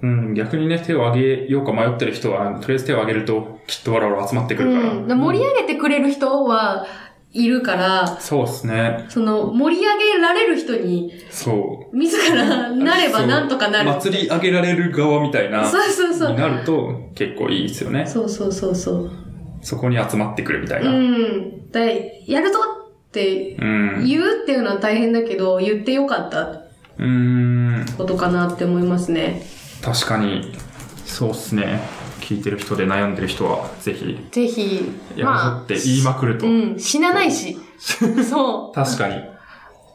B: う。うん、逆にね、手を挙げようか迷ってる人は、とりあえず手を挙げると、きっとわらわら集まってく
C: う
B: るから。
C: ん。盛り上げてくれる人はいるから、
B: そうですね。
C: その、盛り上げられる人に、
B: そう。
C: 自らなれば
B: そう
C: なんとかなる。
B: 祭り上げられる側みたいな、
C: そうそうそ
B: に
C: う。
B: なると、結構いいですよね。
C: そうそうそうそう。
B: そこに集まってくるみたいうな。うん。
C: ん。で、やるぞって言うっていうのは大変だけど、言ってよかった
B: うん。
C: ことかなって思いますね。
B: 確かに、そうですね。聞いてる人で悩んでる人は、ぜひ、
C: ぜひ、
B: やるぞ
C: ま
B: っ
C: あ、
B: て言いまくると。
C: うん、死なないし。そ
B: 確かに。
C: う。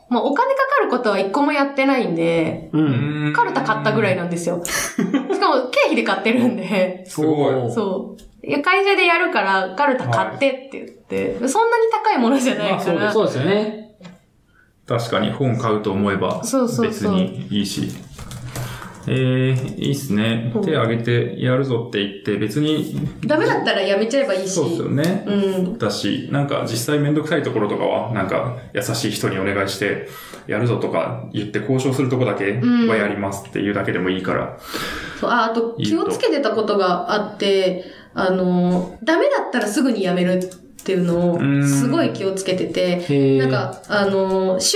C: まあ、お金かかることは一個もやってないんで、
D: う。
B: うんん
C: カルタ買ったぐらいなんで すよ。しかも、経費で買ってるんで、
B: すごい。
D: お
C: そう。いや、会社でやるから、カルタ買ってって言って、そんなに高いものじゃないか
B: ま
C: ら。
D: そうですよね。
B: 確かに本買うと思えば別
C: そうそうそう
B: にいいし。えー、いいっすね
C: うん。
B: 手挙げてやるぞって言って別に、
C: ダメだったらやめちゃえばいいし。
B: そうっすよね。
C: うん。
B: だし、なんか実際めんどくさいところとかは、なんか優しい人にお願いして、やるぞとか言って交渉するとこだけ
C: ん
B: はやりますっていうだけでもいいから。
C: そうあ、あと、気をつけてたことがあって、あの、ダメだったらすぐにやめるっていうの
B: う
C: を、
B: ん
C: すごい気をつけてて、
D: へ
C: なん
D: ー
C: か、あのー就業時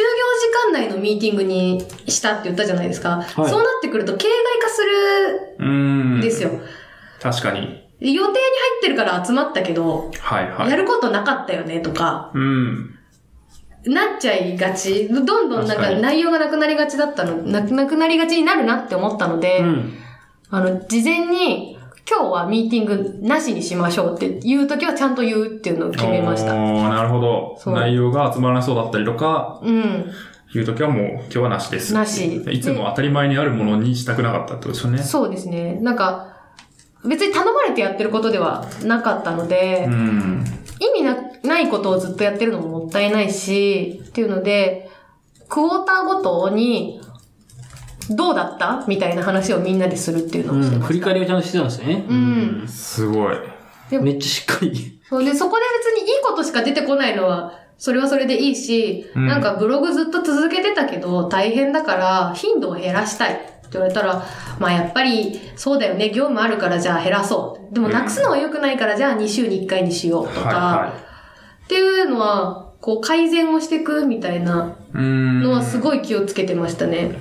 C: 間内のミーティングにしたって言ったじゃないですか。そうなってくると、形骸化す
B: うー
C: る
B: ん。
C: んですよ。
B: 確かに。
C: で予定に入ってるから集まったけど、
B: はいはい。
C: やることなかったよねとか、
B: うん。
C: なっちゃいがち、どんどんなん
B: 確
C: か
B: かに
C: 内容がなくなりがちだったの、ななくなりがちになるなって思ったので、
D: うん。
C: あの、事前に、今日はミーティングなしにしましょうって言うときはちゃんと言うっていうのを決めまし
B: お
C: た。
B: ーなるほ
C: そ
B: ど。
C: う
B: 内容が集まらなそうだったりとか、
C: うん。
B: いうときはもう今日はなしです。
C: なし
B: いつも当たり前にあるものにしたくなかったってことですよね。
C: そうですね。なんか、別に頼まれてやってることではなかったので、
B: うん。
C: 意味なないことをずっとやってるのももったいないし、っていうので、クォーターごとに、どうだったみたいな話をみんなでするっていう
D: う
C: のをして
D: ん。
C: ま
D: 振
C: し
D: り
C: た。
D: 返りをちゃんとしてたんですね。
C: うん。
B: すごい。
D: めっちゃしっかり。
C: そうで、そこで別にいいことしか出てこないのは、それはそれでいいし、
B: うん
C: なんかブログずっと続けてたけど、大変だから頻度を減らしたいって言われたら、まあやっぱりそうだよね、業務あるからじゃあ減らそう。でもなくすのは良くないからじゃあ2週に1回にしようとか、
B: は
C: っていうのは、こう改善をしていくみたいない
B: はい。うん。
C: のはすごい気をつけてましたね。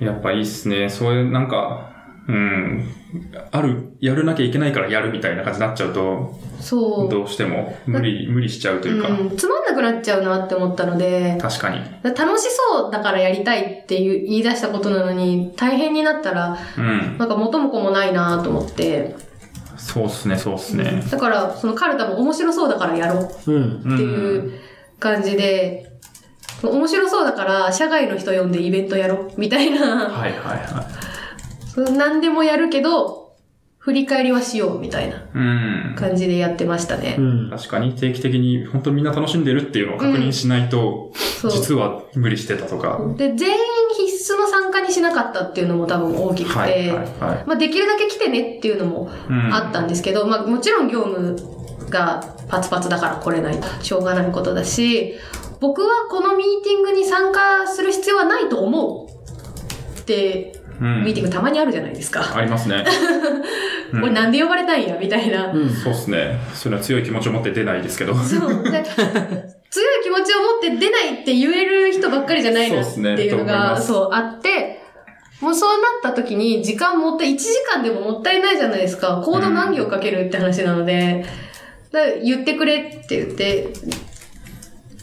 B: やっぱいいっすね。そういう、なんか、うん。ある、やるなきゃいけないからやるみたいな感じになっちゃうと、
C: そう。
B: どうしても無理、無理しちゃうというか、
C: うん、つまんなくなっちゃうなって思ったので、
B: 確かに。
C: 楽しそうだからやりたいっていう言い出したことなのに、大変になったら、
B: うん。
C: なんか元も子もないなと思って。
B: そうっすね、そうっすね。
C: だから、そのカルタも面白そうだからやろうっ
D: うん。
B: うん
C: ていう感じで、面白そうだから、社外の人呼んでイベントやろうみたいな、
B: はいはいは。
C: その何でもやるけど、振り返りはしようみたいない
B: うん。
C: 感じでやってましたね。
D: うん。
B: 確かに定期的に本当みんな楽しんでるっていうのを確認しないと、
C: そう。
B: 実は無理してたとか。
C: で、全員必須の参加にしなかったっていうのも多分大きくて、
B: はいはいはい。
C: まあ、できるだけ来てねっていうのも
B: うん
C: あったんですけど、まあ、もちろん業務がパツパツだから来れないしょうがないことだし僕はこのミーティングに参加する必要はないと思うって
B: うん
C: ミーティングたまにあるじゃないですか、
B: あります ね。うん
C: 俺なんで呼ばれたんやみたいな、
D: うん。
B: そうっすね。そういうのは強い気持ちを持って出ないですけど。
C: そうで強い気持ちを持って出ないって言える人ばっかりじゃないな
B: そう
C: っ
B: ってすね
C: いうのが
B: と
C: そうあってもうそうなった時に時間もったい1時間でももったいないじゃないですかコード何行かけるって話なので、だから言ってくれって言って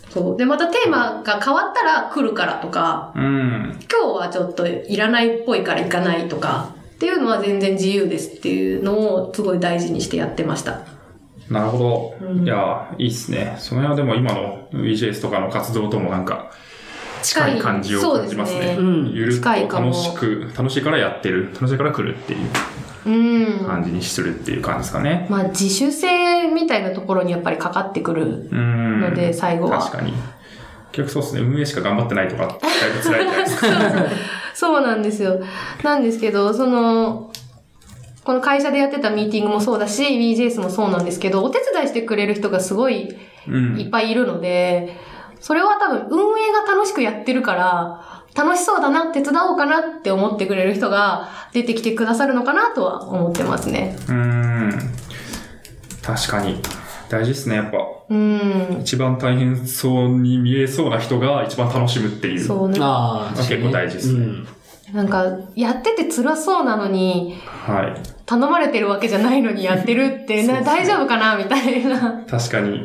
C: そうでまたテーマが変わったら来るからとか
B: うん。
C: 今日はちょっといらないっぽいから行かないとかっていうのは全然自由ですっていうのをすごい大事にしてやってました。
B: なるほど。
C: うん
B: いやー、いいっすね。その辺はでも今の VJS とかの活動ともなんか近い感じを感じますね。
C: そうで
A: ん
B: ゆるっと
C: 近いかも
B: 楽しく、楽しいからやってる、楽しいから来るっていう
C: すね。うん。
B: 感じにするっていう感じですかね。
C: まあ自主性みたいなところにやっぱりかかってくる
B: うん。
C: ので、最後は。
B: 確かに。結局そうですね、運営しか頑張ってないとか、だいぶ辛いじゃないです か。
C: そうなんですよ。なんですけど、その、この会社でやってたミーティングもそうだし、BJS もそうなんですけど、お手伝いしてくれる人がすごいういっ
B: ん。
C: ぱいいるので、それは多分運営が楽しくやってるから、楽しそうだな、手伝おうかなって思ってくれる人が出てきてくださるのかなとは思ってますね。
B: うん。確かに。大事ですね、やっぱ。
C: うん。
B: 一番大変そうに見えそうな人が一番楽しむっていう。
C: そうね。
D: ああ、確かにね
B: 結構大事ですね
D: うん
C: なんか、やってて辛そうなのに、
B: はい。
C: 頼まれてるわけじゃないのにやってるって、な大丈夫かなみたいな。
B: 確かに。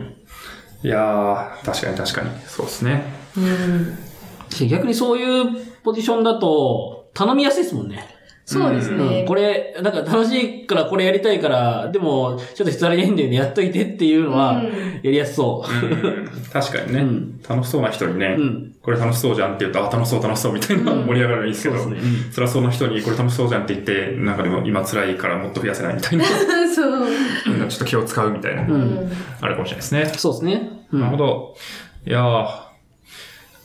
B: いやー、確かに確かに。そうですね。
C: うん。
D: し逆にそういうポジションだと、頼みやすいですもんね。
C: そうです
D: うん
C: ね。
D: これ、なんか楽しいからこれやりたいから、でも、ちょっと人足りないんだよね、やっといてっていうのは
C: うん、
D: やりやすそうう。
B: ん確かにね、
D: うん
B: 楽しそうな人にね、
D: うん
B: これ楽しそうじゃんって言うと、あ、楽しそう楽しそうみたいな盛り上がるのいいですけど、
D: そうですねう
B: 辛そうな人にこれ楽しそうじゃんって言って、なんかでも今辛いからもっと増やせないみた いな、ち
C: そう。
B: ょっと気を使うみたいな、
D: う。
C: うんん。
B: あるかもしれないですね。
D: そうですね。うん
B: なるほど。いやー、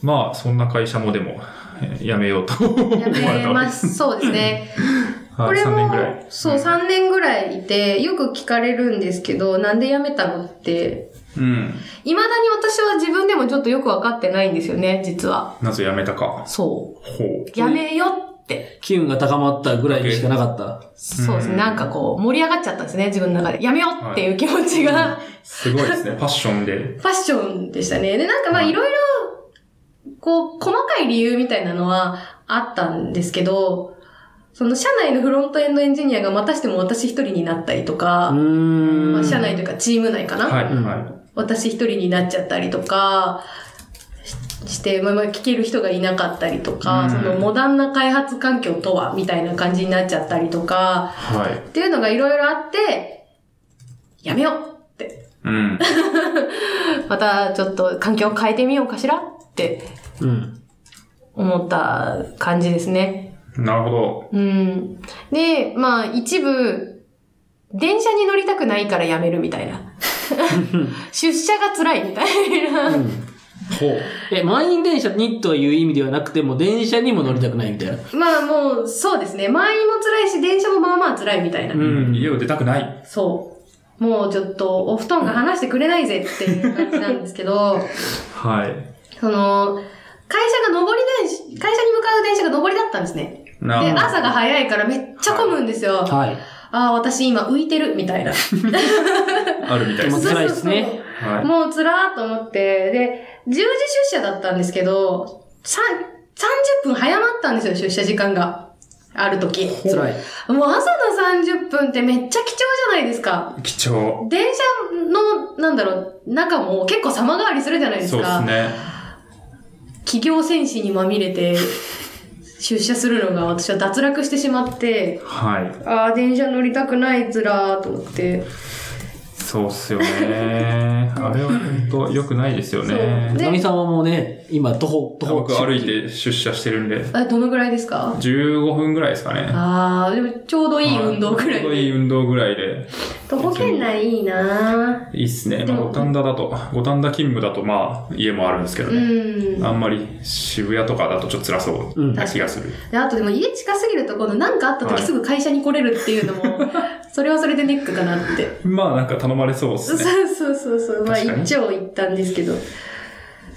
B: まあ、そんな会社もでも、えーやめようと思わ
C: や
B: れ
C: め
B: たわけ
C: ま
B: です。
C: す。 そうですね。
B: はい
C: これ
B: 3年ぐら
C: も
B: い、。
C: そう、3年ぐらいいて、よく聞かれるんですけど、なんで辞めたのって、
B: うん。
C: 未だに私は自分でもちょっとよくわかってないんですよね、実は。
B: なぜやめたか。
C: そ
B: ほう。
C: う。辞めよって。
D: 機運が高まったぐらいにしかなかった。
C: そうですね。なんかこう、盛り上がっちゃったんですね、自分の中で。辞めよっていう気持ちが、
B: すごいですね。 パッションで。
C: ファッションでしたね。で、なんかまあいろいろ、こう、細かい理由みたいなのはあったんですけど、その社内のフロントエンドエンジニアがまたしても私一人になったりとか、
D: うーん。
C: まあ、社内というかチーム内かな、
B: はい、
D: うん
B: は
C: 私一人になっちゃったりとかしして、まあ、まあ聞ける人がいなかったりとか、
B: うん
C: そのモダンな開発環境とはみたいな感じになっちゃったりとか
B: い。はい。
C: っていうのがいろいろあってやめようって
B: うん。
C: またちょっと環境を変えてみようかしらって
D: うん。
C: 思った感じですね。
B: なるほど。
C: うん、でまあ一部電車に乗りたくないからやめるみた いな出社が辛いみたいな。
B: ほう。
D: え、満員電車にという意味ではなくても、電車にも乗りたくないみたいな。
C: まあもう、そうですね。満員も辛いし、電車もまあまあ辛いみたいな。
B: うん、家を出たくない。
C: そう。もうちょっと、お布団が離してくれないぜっていう感じなんです けど、
B: はい。
C: その、会社が上り電車、会社に向かう電車が上りだったんですね。
B: な
C: で、
B: るほど
C: 朝が早いからめっちゃ混むんですよ。あ
D: はい。
C: あー、私今浮いてる、みたいな。
B: あるみたいで
D: もう
B: す。
D: 辛いですね
C: そうそうそう。
B: は
C: もう辛ーと思って、で、10時出社だったんですけど、さん30分早まったんですよ、出社時間が。ある時。
D: 辛い。
C: もう朝の30分ってめっちゃ貴重じゃないですか。
B: い。貴重。
C: 電車の、なんだろう、中も結構様変わりするじゃないです
B: そうです
C: か。
B: ね。
C: 企業戦士にまみ れて、出社するのが私は脱落してしまって、
B: はい。
C: ああ、電車乗りたくないずらーと思って。
B: そうっすよ ね。あれは本当良くないですよ
C: そう
B: ね。
C: で
D: ナミさんはもうね、今、徒歩、徒歩。
B: 僕歩いて出社してるんで、
C: あどのぐらいですか
B: 15分ぐらいですかね。
C: ああ、でもちょうどいい運動ぐら
B: ちょうどい
C: い。
B: い運動ぐらいで。
C: 徒歩圏内いいなー
B: いいっすね。
C: で
B: まあ、
C: も
B: 五反田だと、五反田勤務だとまあ、家もあるんですけど
C: う
B: ね。
C: ん。
B: あんまり渋谷とかだとちょっと辛そうな気がする。
C: であとでも家近すぎると、この何かあった
B: は
C: 時
B: い
C: すぐ会社に来れるっていうのも、 それはそれでネックかなって。
B: まあなんか頼まれそうっすね。
C: そうそうそうそう。まあ
B: 確かに
C: 一応言ったんですけど。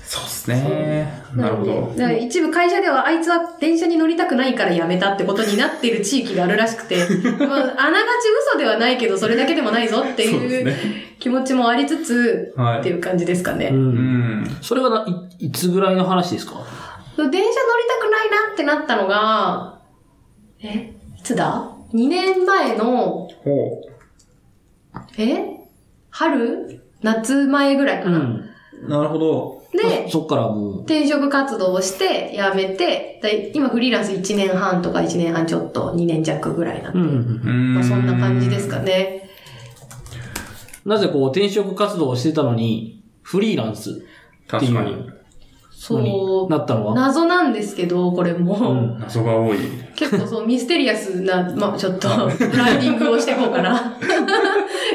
B: そうっすね。なるほ
C: な
B: ど
C: の。でだから一部会社ではあいつは電車に乗りたくないから辞めたってことになっている地域があるら しくて、まあ、あながち嘘ではないけどそれだけでもないぞって
B: そうです
C: いう
B: ね
C: 気持ちもありつ つ、
B: はい
C: っていう感じですかね。
D: う。
B: うんん。
D: それはない、いつぐらいの話ですか
C: 電車乗りたくないなってなったのが、え、いつだ ?2 年前の、
B: ほ
C: え春夏前ぐらい
D: う
C: かな。
D: ん。
B: う。なるほど。
C: で、
D: そっからも
C: 転職活動をして辞めて、で今フリーランス1年半とか1年半ちょっと2年弱ぐらいなん
D: う、う
C: で、
D: んうんうん。
B: うん
C: まあ、そんな感じですかね。
D: なぜこう、転職活動をしてたのに、フリーランスって
B: 確
D: い
B: かに
D: う。
A: のに
C: そう。
A: なったのは。
C: 謎なんですけど、これも。
A: うん
B: 謎が多い。
C: 結構そう、ミステリアスな、まあちょっと、ランディングをしていこうかな。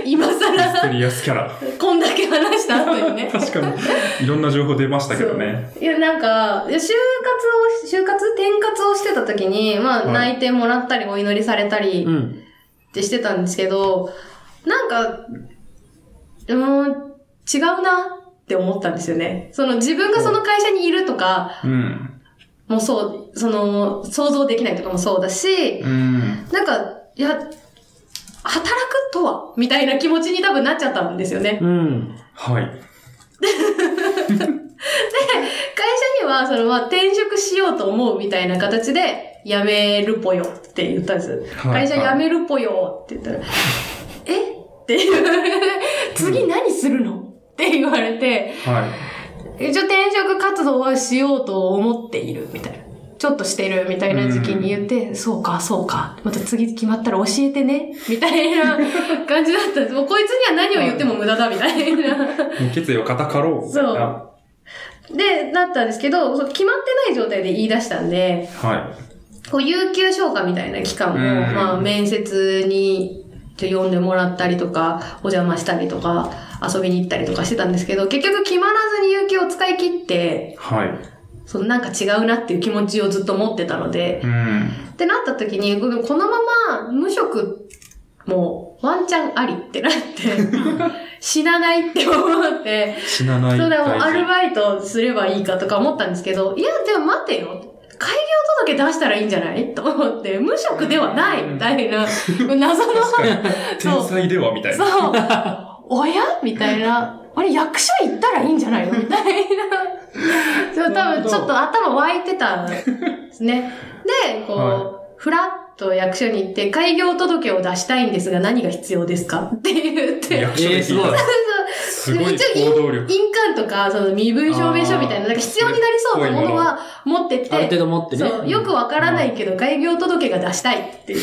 C: 今
B: ミステ
C: 更、
B: リアスキャ ラ。
C: こんだけ話した後にね。
B: 確かに。いろんな情報出ましたけどね。
C: いや、なんか、いや就活をし、就活転活をしてた時に、まあ、
B: はい
C: 内定もらったり、お祈りされたり
A: う
C: っ
A: ん。
C: てしてたんですけど、なんか、うーん、違うなって思ったんですよね。その、自分がその会社にいるとか
B: うん。
C: もそう、その、想像できないとかもそうだし、
B: うん。
C: なんか、いや、働くとはみたいな気持ちに多分なっちゃったんですよね。
A: うん。
B: はい。
C: 会社には、その、まあ、転職しようと思うみたいな形で、辞めるぽよって言ったんです。
B: はい
C: 会社辞めるぽよって言ったら、えっていう次何するのって言われて、
B: はい。
C: 一応転職活動はしようと思っているみたいな。ちょっとしてるみたいな時期に言って、そうか、そうか。また次決まったら教えてね。みたいな感じだ ったんです。もうこいつには何を言っても無駄だ、みたいな。
B: もう決意を固かろう。
C: そう
B: は
C: で、だったんですけど、そう決まってない状態で言い出したんで、
B: い。
C: こう、有給消化みたいな期間を、
B: うん
C: まあ、面接に、ちょ呼んでもらったりとか、お邪魔したりとか、遊びに行ったりとかしてたんですけど、結局決まらずに有給を使い切って、
B: はい。
C: そのなんか違うなっていう気持ちをずっと持ってたので、
B: うん。
C: ってなった時に、このこのまま無職もワンチャンありっ てなって、死なないって思って、
B: 死なない。
C: そうだ、も
B: 大
C: う
B: 事
C: アルバイトすればいいかとか思ったんですけど、いや、でも待てよ。開業届出したらいいんじゃない と思って、無職ではないみたいな、謎の、
B: 確かに
C: そう
B: 天才ではみたいな。
C: そう、おやみたいな、あれ、役所行ったらいいんじゃ ないのみたいな。そう、多分ちょっと頭湧いてたんですね。で、こう、
B: は
C: ふらっと役所に行って、開業届を出したいんですが何が必要ですかって言って。
B: 役所で聞いたらすごい
C: 一応
B: 行動力。
C: 印鑑とか、その身分証明書みたいな、なんか必要になりそうなものは持ってっ
A: ある程
C: て、
A: 度持ってね。
C: そう、よくわからないけど、開業届が出したいって言っ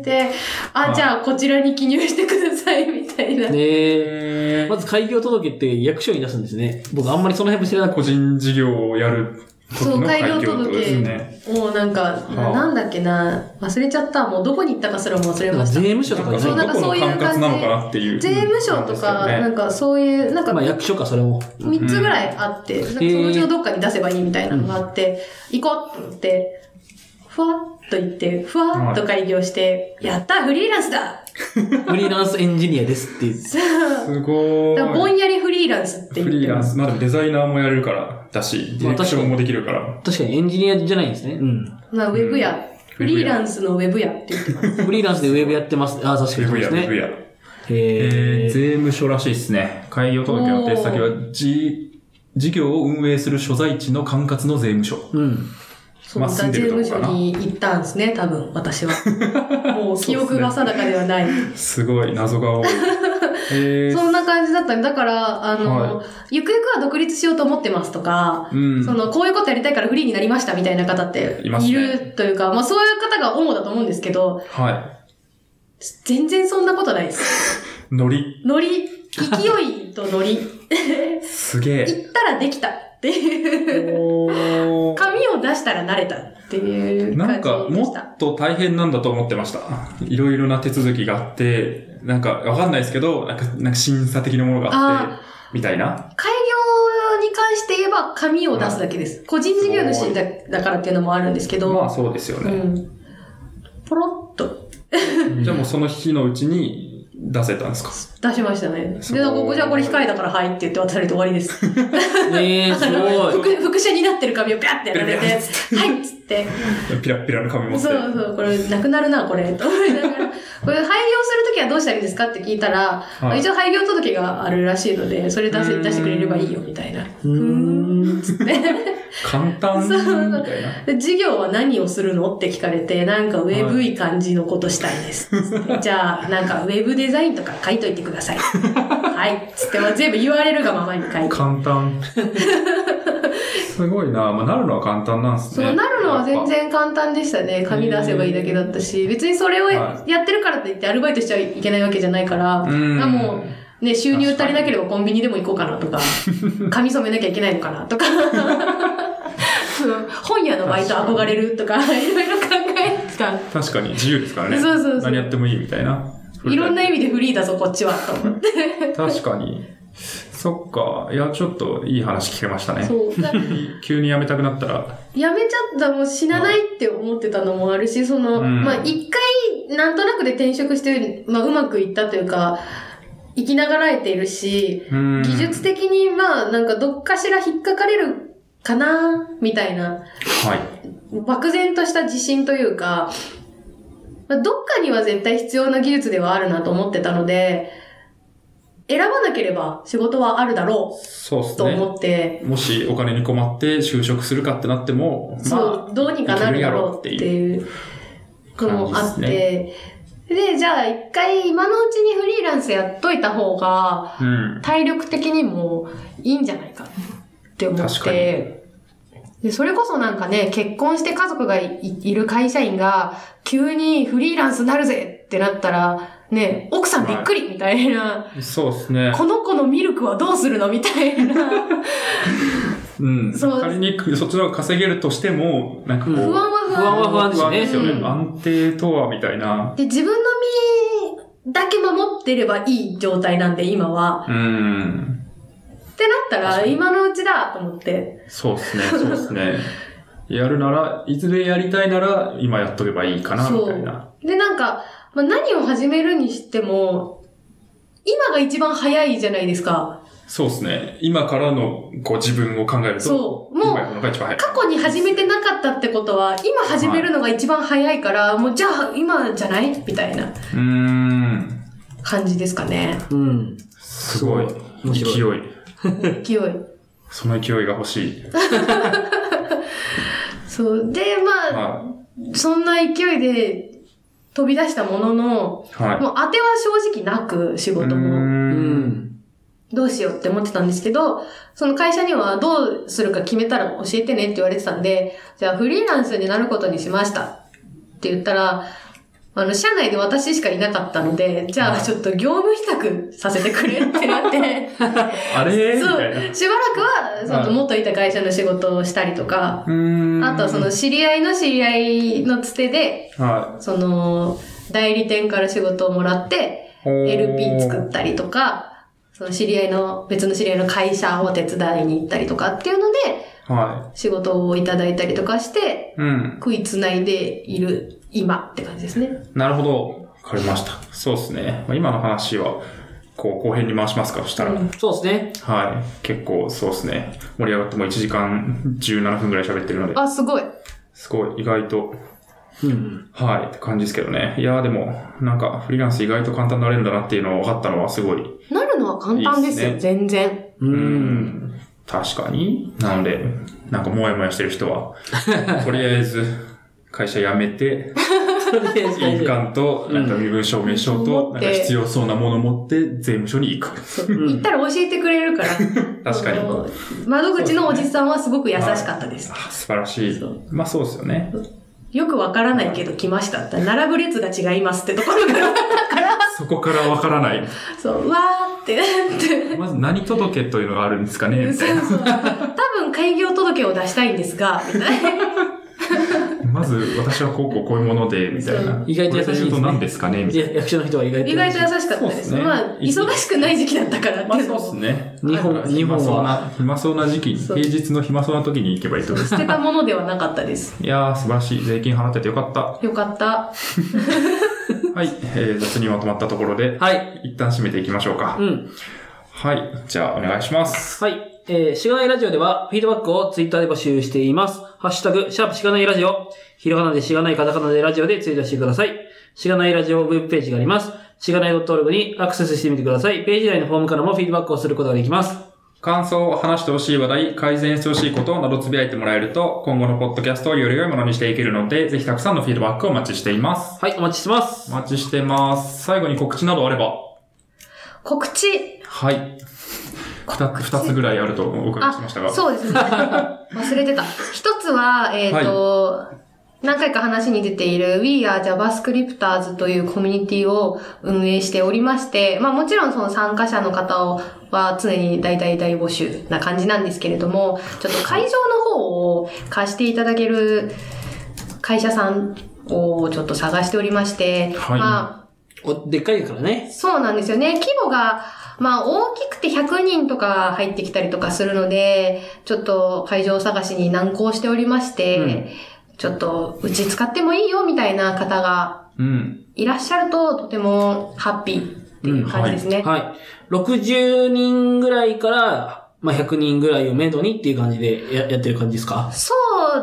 C: て、 で、
B: は
C: あ、
B: い
C: じゃあこちらに記入してください、みたいな。
A: ねえ。
B: えー
A: まず開業届って役所に出すんですね。僕あんまりその辺も知らなくて。
B: 個人事業をやる時の開業届ですね。
C: もうなんか、ななんだっけな、忘れちゃった。もうどこに行ったかすらも忘れ
A: なんか
C: まし
A: 税
C: た。
A: 務署とか
B: なんか
A: じゃ
C: そう
A: ない
B: ど
C: なんか
B: この
C: そういう
B: 管
C: 感じ
B: 轄なのかなっていう。
C: 税務署とか、なん
B: ね、
C: かそういう、なんか
A: まあ役所か、それも。
C: 3つぐらいあって、なんかそのうちをどっかに出せばいいみたいなのがあって、行こうと思って、ふわっと行って、ふわっと開業して、やったフリーランスだ
A: フリーランスエンジニアですって言って。
B: すご
C: だからぼ
B: ーい。
C: んやりフリーランスって
B: フリー
C: 言
B: ラ
C: っ
B: ン
C: て。
B: ス。まあでもデザイナーもやれるからだし、ディレクションもできるから。
A: 確かにエンジニアじゃないんですね。 うん。
C: まあウェブや、フリーランスのウェブやって言ってます。
A: フリーランスでウェブやってます。ああ、確か
B: ウ
A: に
B: ェ
A: そう
B: ブや、
A: で
B: ウ
A: す
B: ェブ
A: ね。
B: や。え
A: へ
B: ー、
A: え。
B: 税務署らしいですね。開業届の提出先は、じ事業を運営する所在地の管轄の税務署。
A: うん。
C: そう、
B: ま
C: だ
B: あ
C: 税
B: 住んでるとこ
C: 務
B: か
C: 署
B: な
C: に行ったんですね、多分、私は。 もう記憶が定かではない。
B: すごい、謎が多い。 え
C: そんな感じだったね。だから、あの、
B: は
C: ゆくゆくは独立しようと思ってますとか、
B: うん
C: その、こういうことやりたいからフリーになりましたみたいな方って
B: いますね
C: いるというか、まあそういう方が主だと思うんですけど、
B: は
C: 全然そんなことな いです。
B: い。ノリ。
C: ノリ、勢いとノリ、
B: すげえ。
C: 行ったらできたって いう、
B: おー
C: 紙を出したら慣れたっていう
B: なん
C: 感
B: か、
C: じで
B: も
C: した。
B: っと大変なんだと思ってました。いろいろな手続きがあって、なんか、わかんないですけど、なんか、なんか審査的なものがあって、みたいな。
C: 開業に関して言えば紙を出すだけです。個人事業主だだからっていうのもあるんですけど、
B: まあ、そうですよ
C: う
B: ね。
C: ん。ポロッと
B: じゃあもうその日のうちに出せたんですか
C: 出しましたね。
B: そう
C: で、なんか僕じゃあこれ控えだからはいって言って渡されて終わりです。
A: ええ、す
C: あの
A: ごい。
C: 副副社になってる紙をピャッてやられて、
B: ピ
C: はい
B: ャ
C: っつって、
B: ピラッピラの紙持って。
C: そうそう、これなくなるな、これ、と思いながら、 これ廃業するときはどうしたらいいんですかって聞いたら、
B: い
C: 一応廃業届があるらしいので、それ出
B: うー
C: せ
B: ん
C: 出してくれればいいよ、みたいな。
A: うーん。
C: つ って。
B: 簡単み
C: そう
B: たいな。
C: で、授業は何をするのって聞かれて、なんかウェブい感じのことしたいです。つってじゃあ、なんかウェブデザインとか書いといてく ださい。はい。つって、まあ全部 URL がままに書いて。
B: 簡 単。すごいな。まあ、なるのは簡単なんです
C: そ
B: ね。
C: うなるのは全
B: やっ
C: 然簡単でしたね。紙出せばいいだけだったし、別にそれをや
B: は
C: やってるからといってアルバイトしちゃいけないわけじゃないから、
B: ぱ。うん。
C: あもう、で、収入足りなければコンビニでも行こうかなと か、髪染めなきゃいけないのかなとか、本屋のバイト憧れるとか、いろいろ考えてた。
B: 確かに自由ですからね。
C: そうそうそう
B: 何やってもいいみたいな。
C: いろんな意味でフリーだぞ、こっちは、と思って。
B: 確かに。そっか。いや、ちょっといい話聞けましたね。
C: そう。だ
B: 急に辞めたくなったら、
C: やめちゃった、もう死なないって思ってたのもあるし、その、
B: うん
C: まあ一回、なんとなくで転職して、まあうまくいったというか、生きながらえているし、
B: うん
C: 技術的にまあなんかどっかしら引っかかれるかな、みたいな、
B: はい。
C: 漠然とした自信というか、まあ、どっかには絶対必要な技術ではあるなと思ってたので、選ばなければ仕事はあるだろ
B: そうっ
C: う
B: す
C: と
B: ね。
C: 思って、
B: もしお金に困って就職するかってなっても、まあ、
C: そう、どうにかなるだろうっていうのもあって、
B: 感じ
C: で、じゃあ一回今のうちにフリーランスやっといた方が、
B: うん。
C: 体力的にもいいんじゃないかって思っ
B: 確か
C: て、でそれこそなんかね、結婚して家族がいいる会社員が、急にフリーランスになるぜってなったら、ね、奥さんびっくりみたいな、
B: そうっすね。
C: この子のミルクはどうするのみたい な、
B: うん。
C: そう
B: 仮にそっちの方が稼げるとしても、なんかこう、
C: 不安は不
A: 不安
C: 安。
A: は不安ですね。
B: ですよね。
C: うん
B: 安定とは、みたいな。
C: で、自分の身だけ守ってればいい状態なんで、今は。
B: うん。
C: ってなったら、今のうちだと思って。
B: そうっすね。そうっすね。やるなら、いずれやりたいなら、今やっとけばいいかな、みたいな。
C: で、なんか、まあ、何を始めるにしても、今が一番早いじゃないですか。
B: そうっすね。今からの、こう、自分を考えると、
C: そうもう
B: 今やるのが一番早い。
C: 過去に始めてなかったってことは、今始めるのが一番早いから、もうじゃあ今じゃないみたいな
B: うーん。
C: 感じですかね。
A: うん。
B: すごい。
A: 面
B: 勢
A: 白
B: い。
C: 勢い。
B: その勢いが欲しい。
C: そう。で、まあ、
B: は
C: そんな勢いで飛び出したものの、も
B: い。は
C: う
B: い。
C: 当ては正直なく、仕
B: うー。
C: 事も。
A: うんん。
C: どうしようって思ってたんですけど、その会社にはどうするか決めたら教えてねって言われてたんで、じゃあフリーランスになることにしましたって言ったら、あの、社内で私しかいなかったので、じゃあちょっと業務委託させてくれって なって、
B: あれみ
C: そ
B: たいな。
C: う、しばらくは、その元いた会社の仕事をしたりとか、
B: うーん。
C: あとはその知り合いの知り合いのつてで、
B: は
C: その、代理店から仕事をもらって、
B: い。おー
C: LP 作ったりとか、その知り合いの、別の知り合いの会社を手伝いに行ったりとかっていうので、
B: は
C: 仕事をいただいたりとかして、
B: い。うん。
C: 食いつないでいる今って感じですね。
B: なるほど。わかりました。そうですね。まあ今の話は、こう、後編に回しますか、そしたら。
C: うん
A: そうですね。
B: はい。結構、そうですね。盛り上がってもう1時間17分くらい喋ってるので、
C: あ、すごい。
B: すごい、意外と、
A: うん。
B: はい、って感じですけどね。いやーでも、なんか、フリーランス意外と簡単になれるんだなっていうのを分かったのはすごい。
C: なるのは簡単ですよ、
B: いいっす
C: 全然。
A: う。。
B: うん確かに。なので、なんか、もやもやしてる人 は、とりあえず、会社辞めて、
A: とりあえず大
B: 印
A: 丈
B: 鑑と、なんか身分証明書と、
C: うん
B: なんか必要そうなもの持って、税務署に行く。
C: そう行ったら教えてくれるから。
B: 確かに
C: あの。窓口のおじさんはすごく優しかったです。
B: あ素晴らしい
C: そう。
B: まあそうですよね。
C: よくわからないけど来ましたって。並ぶ列が違いますってところから。
B: そこからわからない。
C: そう、うわ ーってなって。
B: まず何届けというのがあるんですかねみ
C: そ
B: た
C: う
B: い
C: そう。多分開業届を出したいんですが、みたいな。
B: な。まず私はこうこうこういうもので、みたい
C: そ
B: な
C: う。
A: 意外と優しいです
B: これ
A: ね
B: 言うと何ですかねみ
A: 夫。
B: たい
A: や役所の人は意外と。
C: 意外と優しかった
B: そう
C: で
B: っす
C: す。
B: ね
C: まあ、忙しくない時期だったから
B: な。
C: っ
B: ま
C: て
B: あ
C: いう
B: そう
C: の
B: っす
C: も。
B: ね。
A: 日本日本
B: 暇
A: は
B: そうな、暇そうな時期に、
C: そ
B: 平
C: う
B: 日の暇そうな時に行けばいいってことです。
C: 捨てたものではなかったです。
B: いやー、素晴らしい。税金払っててよかった。
C: よかった。
B: はい。えー、雑にまとまったところで、
A: はい。
B: 一旦締めていきましょうか
A: う。ん。
B: はい。じゃあ、お願いします。
A: はい。えー、しがないラジオでは、フィードバックをツイッターで募集しています。ハッシュタグ、シャープしがないラジオ、ひらがなでしがないカタカナでラジオでツイートしてください。しがないラジオウェブページがあります。しがない .org にアクセスしてみてください。ページ内のフォームからもフィードバックをすることができます。
B: 感想を話してほしい話題、改善してほしいことなどつぶやいてもらえると、今後のポッドキャストをより良いものにしていけるので、ぜひたくさんのフィードバックをお待ちしています。
A: はい、お待ちしてます
B: お。待ちしてます。最後に告知などあれば。
C: 告知。
B: はい。二つ、二つぐらいある とお伺いしましたが。
C: そうですね。忘れてた。一つは、えっ、と、何回か話に出ている We are JavaScripters というコミュニティを運営しておりまして、まあもちろんその参加者の方をは常に大体大募集な感じなんですけれども、ちょっと会場の方を貸していただける会社さんをちょっと探しておりまして、
B: はい
C: まあ
A: おでっかいからね。
C: そうなんですよね。規模が、まあ大きくて100人とか入ってきたりとかするので、ちょっと会場探しに難航しておりまして、ちょっとうち使ってもいいよみたいな方が
B: うん。
C: いらっしゃるととてもハッピーっていう感じですね。
A: はい。60人ぐらいから、まあ、100人ぐらいをめどにっていう感じでややってる感じですか
C: そ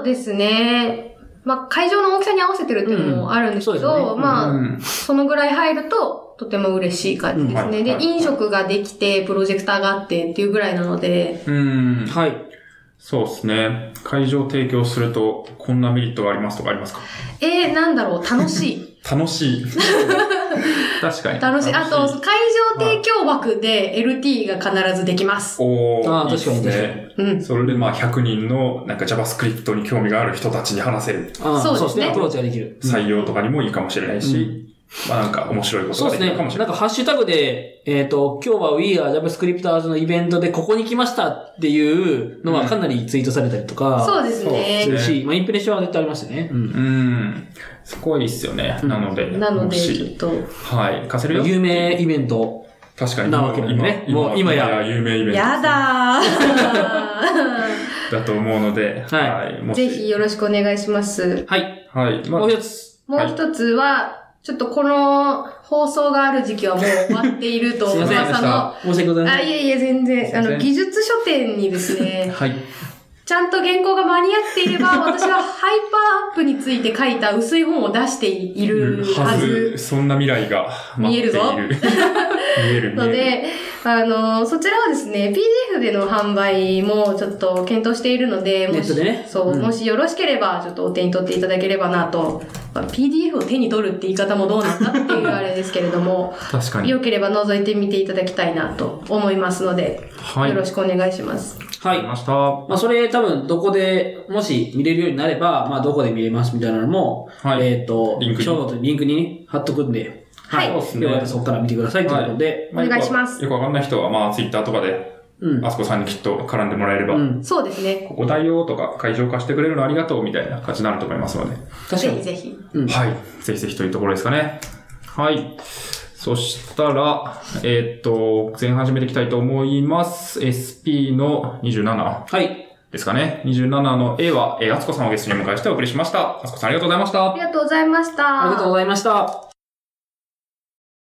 C: うですね。まあ会場の大きさに合わせてるっていうのもあるんですけ
A: うんそうです
C: ど、
A: よね
C: まあ、
B: うん
C: そのぐらい入るととても嬉しい感じですね。
B: うん
C: で
B: は、い
C: 飲食ができて、プロジェクターがあってっていうぐらいなので、
B: うん。
A: はい。
B: そうですね。会場提供すると、こんなメリットがありますとかありますか
C: えー、なんだろう、楽しい。
B: 楽し い。確かに。
C: 楽しい。あと、、会場提供枠で LT が必ずできます。
B: おー、
A: あー
B: いいです
A: 確かに確
B: ね。
C: うん。
B: それでまあ100人のなんか JavaScript に興味がある人たちに話せる
A: あー
C: そうですね
A: アプローチができる。うん
B: 採用とかにもいいかもしれないし、まあなんか面白いこと
A: そう
B: が
A: で
B: ですき
A: ね。
B: るかもしれな
A: ないん。かハッシュタグで、えっ、と、今日は We are JavaScripters のイベントでここに来ましたっていうのはかなりツイートされたりとか、
C: そうです
B: そう
C: ね。
A: するし、まあ、インプレッションは絶対ありましたね。うん。
B: うん。そこはいいっすよね。
A: うん
B: なので。
C: なの
B: も
C: で、ちょ
B: し
C: っと、
B: はい。貸せるよ。
A: 有名イベント。
B: 確かに。
A: なわけなんでねもう今や
B: 有名イベント
C: やだ
B: だと思うので。
A: はい
B: い。
C: ー。
B: もし
C: ぜひ。よろしくお願いします。
A: はい。
B: はい。まあ
A: もう、一つ。
C: もう一つは、ちょっとこの放送がある時期はもう終わっていると、
A: すいません
C: 噂の、
A: 申し訳ございま
C: あ、
A: せ
C: い
A: ん。
C: えいえ、全然、あ
B: すい
C: の、
B: ません
C: 技術書店にですね、
B: はい。
C: ちゃんと原稿が間に合っていれば、私はハイパーアップについて書いた薄い本を出しているはず
B: そんな未来が待っている。
C: 見え
B: 見える見
C: の
B: える。
C: で、あの、そちらはですね、PDF での販売もちょっと検討しているので、もし
A: ネットでね
C: そう、
A: うん
C: もしよろしければ、ちょっとお手に取っていただければなと、まあ PDF を手に取るって言い方もどうなんだっていうあれですけれども、
B: 確かに。
C: 良ければ覗いてみていただきたいなと思いますので、
B: はい。
C: よろ
B: わか
C: しくお願いします。
A: はい
B: り。ました。は
A: まあ、それ多分どこで、もし見れるようになれば、まあ、どこで見れますみたいなのも、
B: い。
A: えっ、と、
B: リンクに
A: ショーノートにリンクにね貼っとくんで、
C: はい
B: そうですね
A: よかったらそこから見てくださいということで、
C: お願いします
B: よくわかんない人は、まあ、ツイッターとかで、
A: うん。
B: あそこさんにきっと絡んでもらえれば、
A: うん。
C: そうですね。
B: ここだよとか、会場貸してくれるのありがとうみたいな感じになると思いますので。
A: 確か
C: ぜ
A: に
C: ひ。ぜひ。
A: うん
B: はい。ぜひぜひというところですかね。はい。そしたら、えーっと、前半始めていきたいと思います。SP の27
A: はい。
B: ですかね。27の A は、えー、あつこさんをゲストにお迎えしてお送りしました。あつこさんありがとうございました
C: あ。りがとうございました。
A: ありがとうございました。